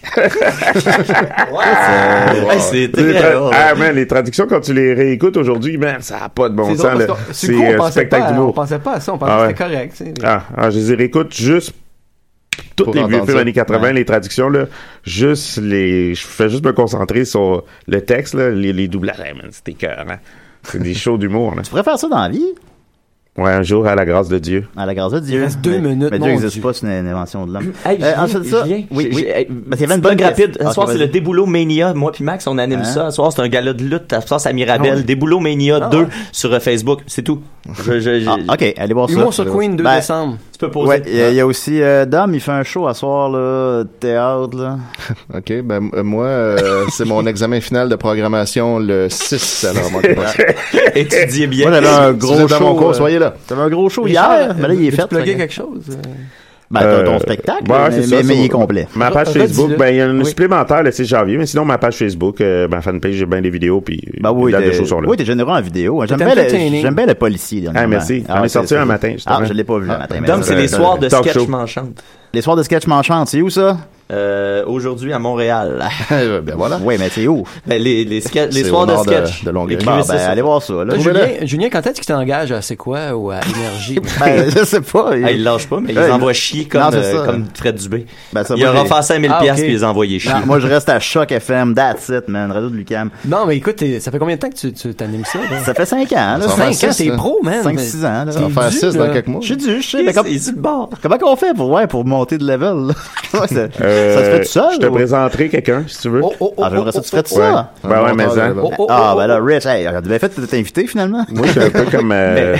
[SPEAKER 3] Hey, c'est
[SPEAKER 6] Les
[SPEAKER 3] très
[SPEAKER 6] tra- ah, man, les traductions, quand tu les réécoutes aujourd'hui, man, ça n'a pas de bon
[SPEAKER 5] C'est
[SPEAKER 6] sens.
[SPEAKER 5] drôle,
[SPEAKER 6] [laughs] là.
[SPEAKER 5] parce que
[SPEAKER 6] C'est
[SPEAKER 5] sur le coup, on
[SPEAKER 6] euh,
[SPEAKER 5] pensait
[SPEAKER 6] spectacle
[SPEAKER 5] pas à- On
[SPEAKER 6] d'humour.
[SPEAKER 5] pensait pas à ça, on pensait
[SPEAKER 6] Ah ouais.
[SPEAKER 5] que c'était correct. tu sais.
[SPEAKER 6] Ah, ah, je les réécoute juste toutes
[SPEAKER 4] Pour
[SPEAKER 6] les vieux
[SPEAKER 4] entendre
[SPEAKER 6] films
[SPEAKER 4] ça.
[SPEAKER 6] années 80,
[SPEAKER 2] Ouais.
[SPEAKER 6] les traductions, là, juste les. Je fais juste me concentrer sur le texte, là, les, les doublages. Hey, man, c'était cœur, C'est des shows d'humour, là.
[SPEAKER 2] Tu pourrais faire ça dans la vie,
[SPEAKER 6] Ouais, un jour, à la grâce de Dieu.
[SPEAKER 2] à la grâce de Dieu.
[SPEAKER 5] reste deux
[SPEAKER 2] Mais-
[SPEAKER 5] minutes,
[SPEAKER 2] Mais
[SPEAKER 5] mon
[SPEAKER 2] Dieu n'existe
[SPEAKER 5] Dieu.
[SPEAKER 2] pas, c'est une une invention de l'homme.
[SPEAKER 3] Hey,
[SPEAKER 2] Euh,
[SPEAKER 3] Julien,
[SPEAKER 2] ensuite de ça,
[SPEAKER 3] Julien,
[SPEAKER 2] oui,
[SPEAKER 3] j'ai-
[SPEAKER 2] oui.
[SPEAKER 3] j'ai- hey,
[SPEAKER 2] Parce qu'il y avait une
[SPEAKER 3] petite
[SPEAKER 2] bonne
[SPEAKER 3] blague rapide.
[SPEAKER 2] question.
[SPEAKER 3] Ce soir,
[SPEAKER 2] Ok,
[SPEAKER 3] c'est le
[SPEAKER 2] vas-y.
[SPEAKER 3] Déboulot Mania. Moi puis Max, on anime
[SPEAKER 2] Hein?
[SPEAKER 3] ça. Ce soir, c'est un gala de lutte. Ça se passe à Mirabel.
[SPEAKER 5] Ah ouais.
[SPEAKER 3] Déboulot Mania
[SPEAKER 5] Ah
[SPEAKER 3] 2
[SPEAKER 5] ouais.
[SPEAKER 3] sur euh, Facebook. C'est tout. Je, je- je-
[SPEAKER 2] Ah, ok, allez voir ça.
[SPEAKER 5] Humour sur Queen, 2
[SPEAKER 2] Ben,
[SPEAKER 5] décembre.
[SPEAKER 3] Tu peux poser.
[SPEAKER 2] Ouais, il y
[SPEAKER 3] [laughs]
[SPEAKER 2] a- il y, a aussi euh, Dom, il fait un show à soir, là, théâtre, là.
[SPEAKER 4] OK, ben euh, moi, euh, c'est mon examen final de programmation le 6. Alors, moi, moi
[SPEAKER 3] Étudiez bien.
[SPEAKER 2] Moi, j'avais un
[SPEAKER 4] gros
[SPEAKER 2] gros
[SPEAKER 4] dans mon
[SPEAKER 2] show.
[SPEAKER 4] cours,
[SPEAKER 2] euh,
[SPEAKER 4] soyez là.
[SPEAKER 2] T'avais un gros
[SPEAKER 6] Ben,
[SPEAKER 2] show
[SPEAKER 5] Richard,
[SPEAKER 2] hier, mais là, il est
[SPEAKER 5] veux-tu
[SPEAKER 2] fait.
[SPEAKER 5] plugger
[SPEAKER 2] fait que-
[SPEAKER 5] quelque chose. euh?
[SPEAKER 2] Ben, t'as ton
[SPEAKER 6] Euh,
[SPEAKER 2] spectacle,
[SPEAKER 6] ouais,
[SPEAKER 2] mais,
[SPEAKER 6] c'est ça,
[SPEAKER 2] mais- mais
[SPEAKER 6] sur
[SPEAKER 2] il est complet.
[SPEAKER 6] Ma page
[SPEAKER 5] Redis-le.
[SPEAKER 6] Facebook, ben, il y en a une
[SPEAKER 5] Oui.
[SPEAKER 6] supplémentaire [laughs] le 6 janvier, mais sinon, ma page Facebook, euh, ma fanpage, j'ai bien des vidéos, puis
[SPEAKER 2] Bah oui,
[SPEAKER 6] les dates de
[SPEAKER 2] t'es-
[SPEAKER 6] shows sont là.
[SPEAKER 2] Oui, t'es généreux en vidéo. hein. J'aime
[SPEAKER 5] T'es
[SPEAKER 2] bien, le,
[SPEAKER 5] entertaining.
[SPEAKER 2] j'aime bien le policier.
[SPEAKER 6] Ah,
[SPEAKER 2] dernièrement.
[SPEAKER 6] merci. On est
[SPEAKER 2] ouais,
[SPEAKER 6] sorti
[SPEAKER 2] c'est-
[SPEAKER 6] un
[SPEAKER 2] c'est-
[SPEAKER 6] matin, justement.
[SPEAKER 2] Ah, je l'ai pas vu
[SPEAKER 6] Ah,
[SPEAKER 2] le matin. mais
[SPEAKER 3] Dom,
[SPEAKER 2] ça-
[SPEAKER 3] c'est des
[SPEAKER 2] ça-
[SPEAKER 3] soirs de
[SPEAKER 6] talk
[SPEAKER 3] sketch
[SPEAKER 6] show.
[SPEAKER 3] m'enchante.
[SPEAKER 2] Les soirs de sketch m'enchante, c'est où ça?
[SPEAKER 3] Euh, Aujourd'hui à Montréal.
[SPEAKER 4] [laughs]
[SPEAKER 3] [laughs]
[SPEAKER 4] ben voilà.
[SPEAKER 2] Oui, mais c'est où?
[SPEAKER 3] Ben, les les, sketch- les
[SPEAKER 4] C'est
[SPEAKER 3] soirs
[SPEAKER 4] au
[SPEAKER 3] de
[SPEAKER 4] nord de-
[SPEAKER 3] sketch.
[SPEAKER 4] de Longueuil.
[SPEAKER 3] Écrivez
[SPEAKER 2] Bon,
[SPEAKER 3] ça
[SPEAKER 2] ben,
[SPEAKER 3] sur-
[SPEAKER 2] allez voir ça, là.
[SPEAKER 5] Toi,
[SPEAKER 4] Trouvez-le.
[SPEAKER 5] Julien, Julien, quand est-ce que tu t'engages à C'est quoi ou à Énergie?
[SPEAKER 2] Ben, je sais pas.
[SPEAKER 3] Ah, il lâche pas, mais il
[SPEAKER 2] Ouais,
[SPEAKER 3] les envoie chier comme,
[SPEAKER 2] Non, c'est
[SPEAKER 3] euh,
[SPEAKER 2] ça.
[SPEAKER 3] comme Fred Dubé.
[SPEAKER 2] Ben, ça,
[SPEAKER 3] il
[SPEAKER 2] moi,
[SPEAKER 3] leur a
[SPEAKER 2] j'ai-
[SPEAKER 3] offensé à 1000$
[SPEAKER 5] Ah,
[SPEAKER 3] piastres,
[SPEAKER 5] ok.
[SPEAKER 3] puis il les a envoyés chier.
[SPEAKER 2] Non, moi, je reste à Choc FM. That's it, man. Radio de Lucam.
[SPEAKER 5] non, mais écoute, t'es- ça fait combien de temps que tu- tu t'animes ça? là?
[SPEAKER 2] Ça fait 5 ans, là.
[SPEAKER 4] Ça va faire
[SPEAKER 5] 5 ans,
[SPEAKER 4] six,
[SPEAKER 5] t'es
[SPEAKER 4] là.
[SPEAKER 5] pro, man.
[SPEAKER 2] 5-6 ans, là.
[SPEAKER 4] Ça va faire
[SPEAKER 5] dû,
[SPEAKER 4] 6 dans
[SPEAKER 5] là.
[SPEAKER 4] quelques mois.
[SPEAKER 2] Je suis dû, je sais.
[SPEAKER 3] Il
[SPEAKER 2] mais
[SPEAKER 3] est
[SPEAKER 2] comme-
[SPEAKER 3] il est sur le bord.
[SPEAKER 2] Comment qu'on fait pour, ouais, pour monter de level, là? [laughs] Ouais, c'est-
[SPEAKER 6] Euh, euh,
[SPEAKER 2] Ça se fait tout seul,
[SPEAKER 6] Je te
[SPEAKER 2] ou-
[SPEAKER 6] présenterais quelqu'un, si tu veux.
[SPEAKER 5] Oh, oh, oh,
[SPEAKER 2] Ah, j'aimerais ça, tu ferais de ça?
[SPEAKER 6] Ouais. Ben ouais, mais ça.
[SPEAKER 5] oh, oh,
[SPEAKER 2] Ah,
[SPEAKER 5] oh,
[SPEAKER 2] ben
[SPEAKER 5] oh.
[SPEAKER 2] là, Rich, hey, on devait fait de t'inviter finalement.
[SPEAKER 6] Moi, je suis un peu comme. euh,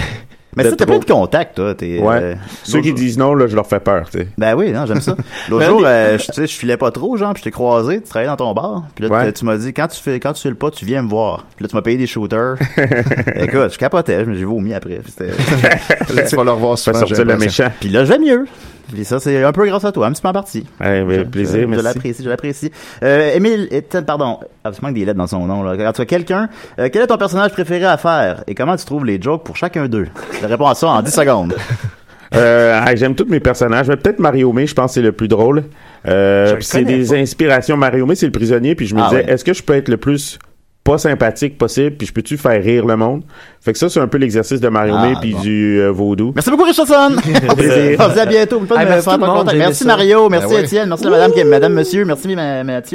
[SPEAKER 2] Mais
[SPEAKER 6] de
[SPEAKER 2] ça, t'as
[SPEAKER 6] trop.
[SPEAKER 2] plein de contacts, toi. t'es,
[SPEAKER 6] ouais.
[SPEAKER 2] euh,
[SPEAKER 6] Ceux qui
[SPEAKER 2] l'autre-
[SPEAKER 6] disent non, là, je leur fais peur, tu sais.
[SPEAKER 2] Ben oui, non, j'aime
[SPEAKER 4] [laughs]
[SPEAKER 2] ça. L'autre
[SPEAKER 5] Ben,
[SPEAKER 2] jour,
[SPEAKER 5] des-
[SPEAKER 2] euh, je- tu sais, je filais pas trop, genre, puis je t'ai croisé, tu travaillais dans ton bar, puis là,
[SPEAKER 6] Ouais.
[SPEAKER 2] tu- tu m'as dit, quand tu fais, quand tu files pas, tu viens me voir. Puis là, tu m'as payé des
[SPEAKER 4] [laughs]
[SPEAKER 2] shooters. Écoute, je capotais, je me- j'ai vomi après. puis c'était-
[SPEAKER 4] Là, tu vas leur voir
[SPEAKER 6] Fais
[SPEAKER 4] souvent. j'ai
[SPEAKER 6] sortir le
[SPEAKER 4] l'impression.
[SPEAKER 6] méchant.
[SPEAKER 2] Puis là, je vais mieux. Puis ça, c'est un peu grâce à toi, un petit peu en partie.
[SPEAKER 6] Ouais, mais plaisir,
[SPEAKER 2] je, je
[SPEAKER 6] merci.
[SPEAKER 2] l'apprécie, je l'apprécie. Euh, Émile, et- pardon, absolument que des lettres dans son nom, là. Quand tu as quelqu'un, euh, quel est ton personnage préféré à faire et comment tu trouves les jokes pour chacun d'eux? Je réponds à ça en
[SPEAKER 6] [laughs]
[SPEAKER 2] 10 secondes.
[SPEAKER 6] Euh, hey, j'aime tous mes personnages, mais peut-être Mario May, je pense que c'est le plus drôle. Euh, puis c'est des inspirations. Mario May, c'est le prisonnier, puis je me
[SPEAKER 2] Ah
[SPEAKER 6] disais,
[SPEAKER 2] ouais.
[SPEAKER 6] est-ce que je peux être le plus pas sympathique possible, puis je peux-tu faire rire le monde? Fait que ça, c'est un peu l'exercice de Mario
[SPEAKER 2] Ah,
[SPEAKER 6] May, puis
[SPEAKER 2] bon.
[SPEAKER 6] du euh, vaudou.
[SPEAKER 2] Merci beaucoup,
[SPEAKER 5] [laughs]
[SPEAKER 2] Richardson!
[SPEAKER 6] Au plaisir.
[SPEAKER 2] On se dit à bientôt. Oublie pas de
[SPEAKER 5] Ah,
[SPEAKER 2] me
[SPEAKER 5] merci
[SPEAKER 2] faire
[SPEAKER 5] tout
[SPEAKER 2] pas
[SPEAKER 5] le monde,
[SPEAKER 2] contact.
[SPEAKER 5] j'ai aimé
[SPEAKER 2] Merci
[SPEAKER 5] ça.
[SPEAKER 2] Mario, merci
[SPEAKER 4] Ben ouais.
[SPEAKER 2] Étienne, merci madame, madame, monsieur, merci ma- Mathieu.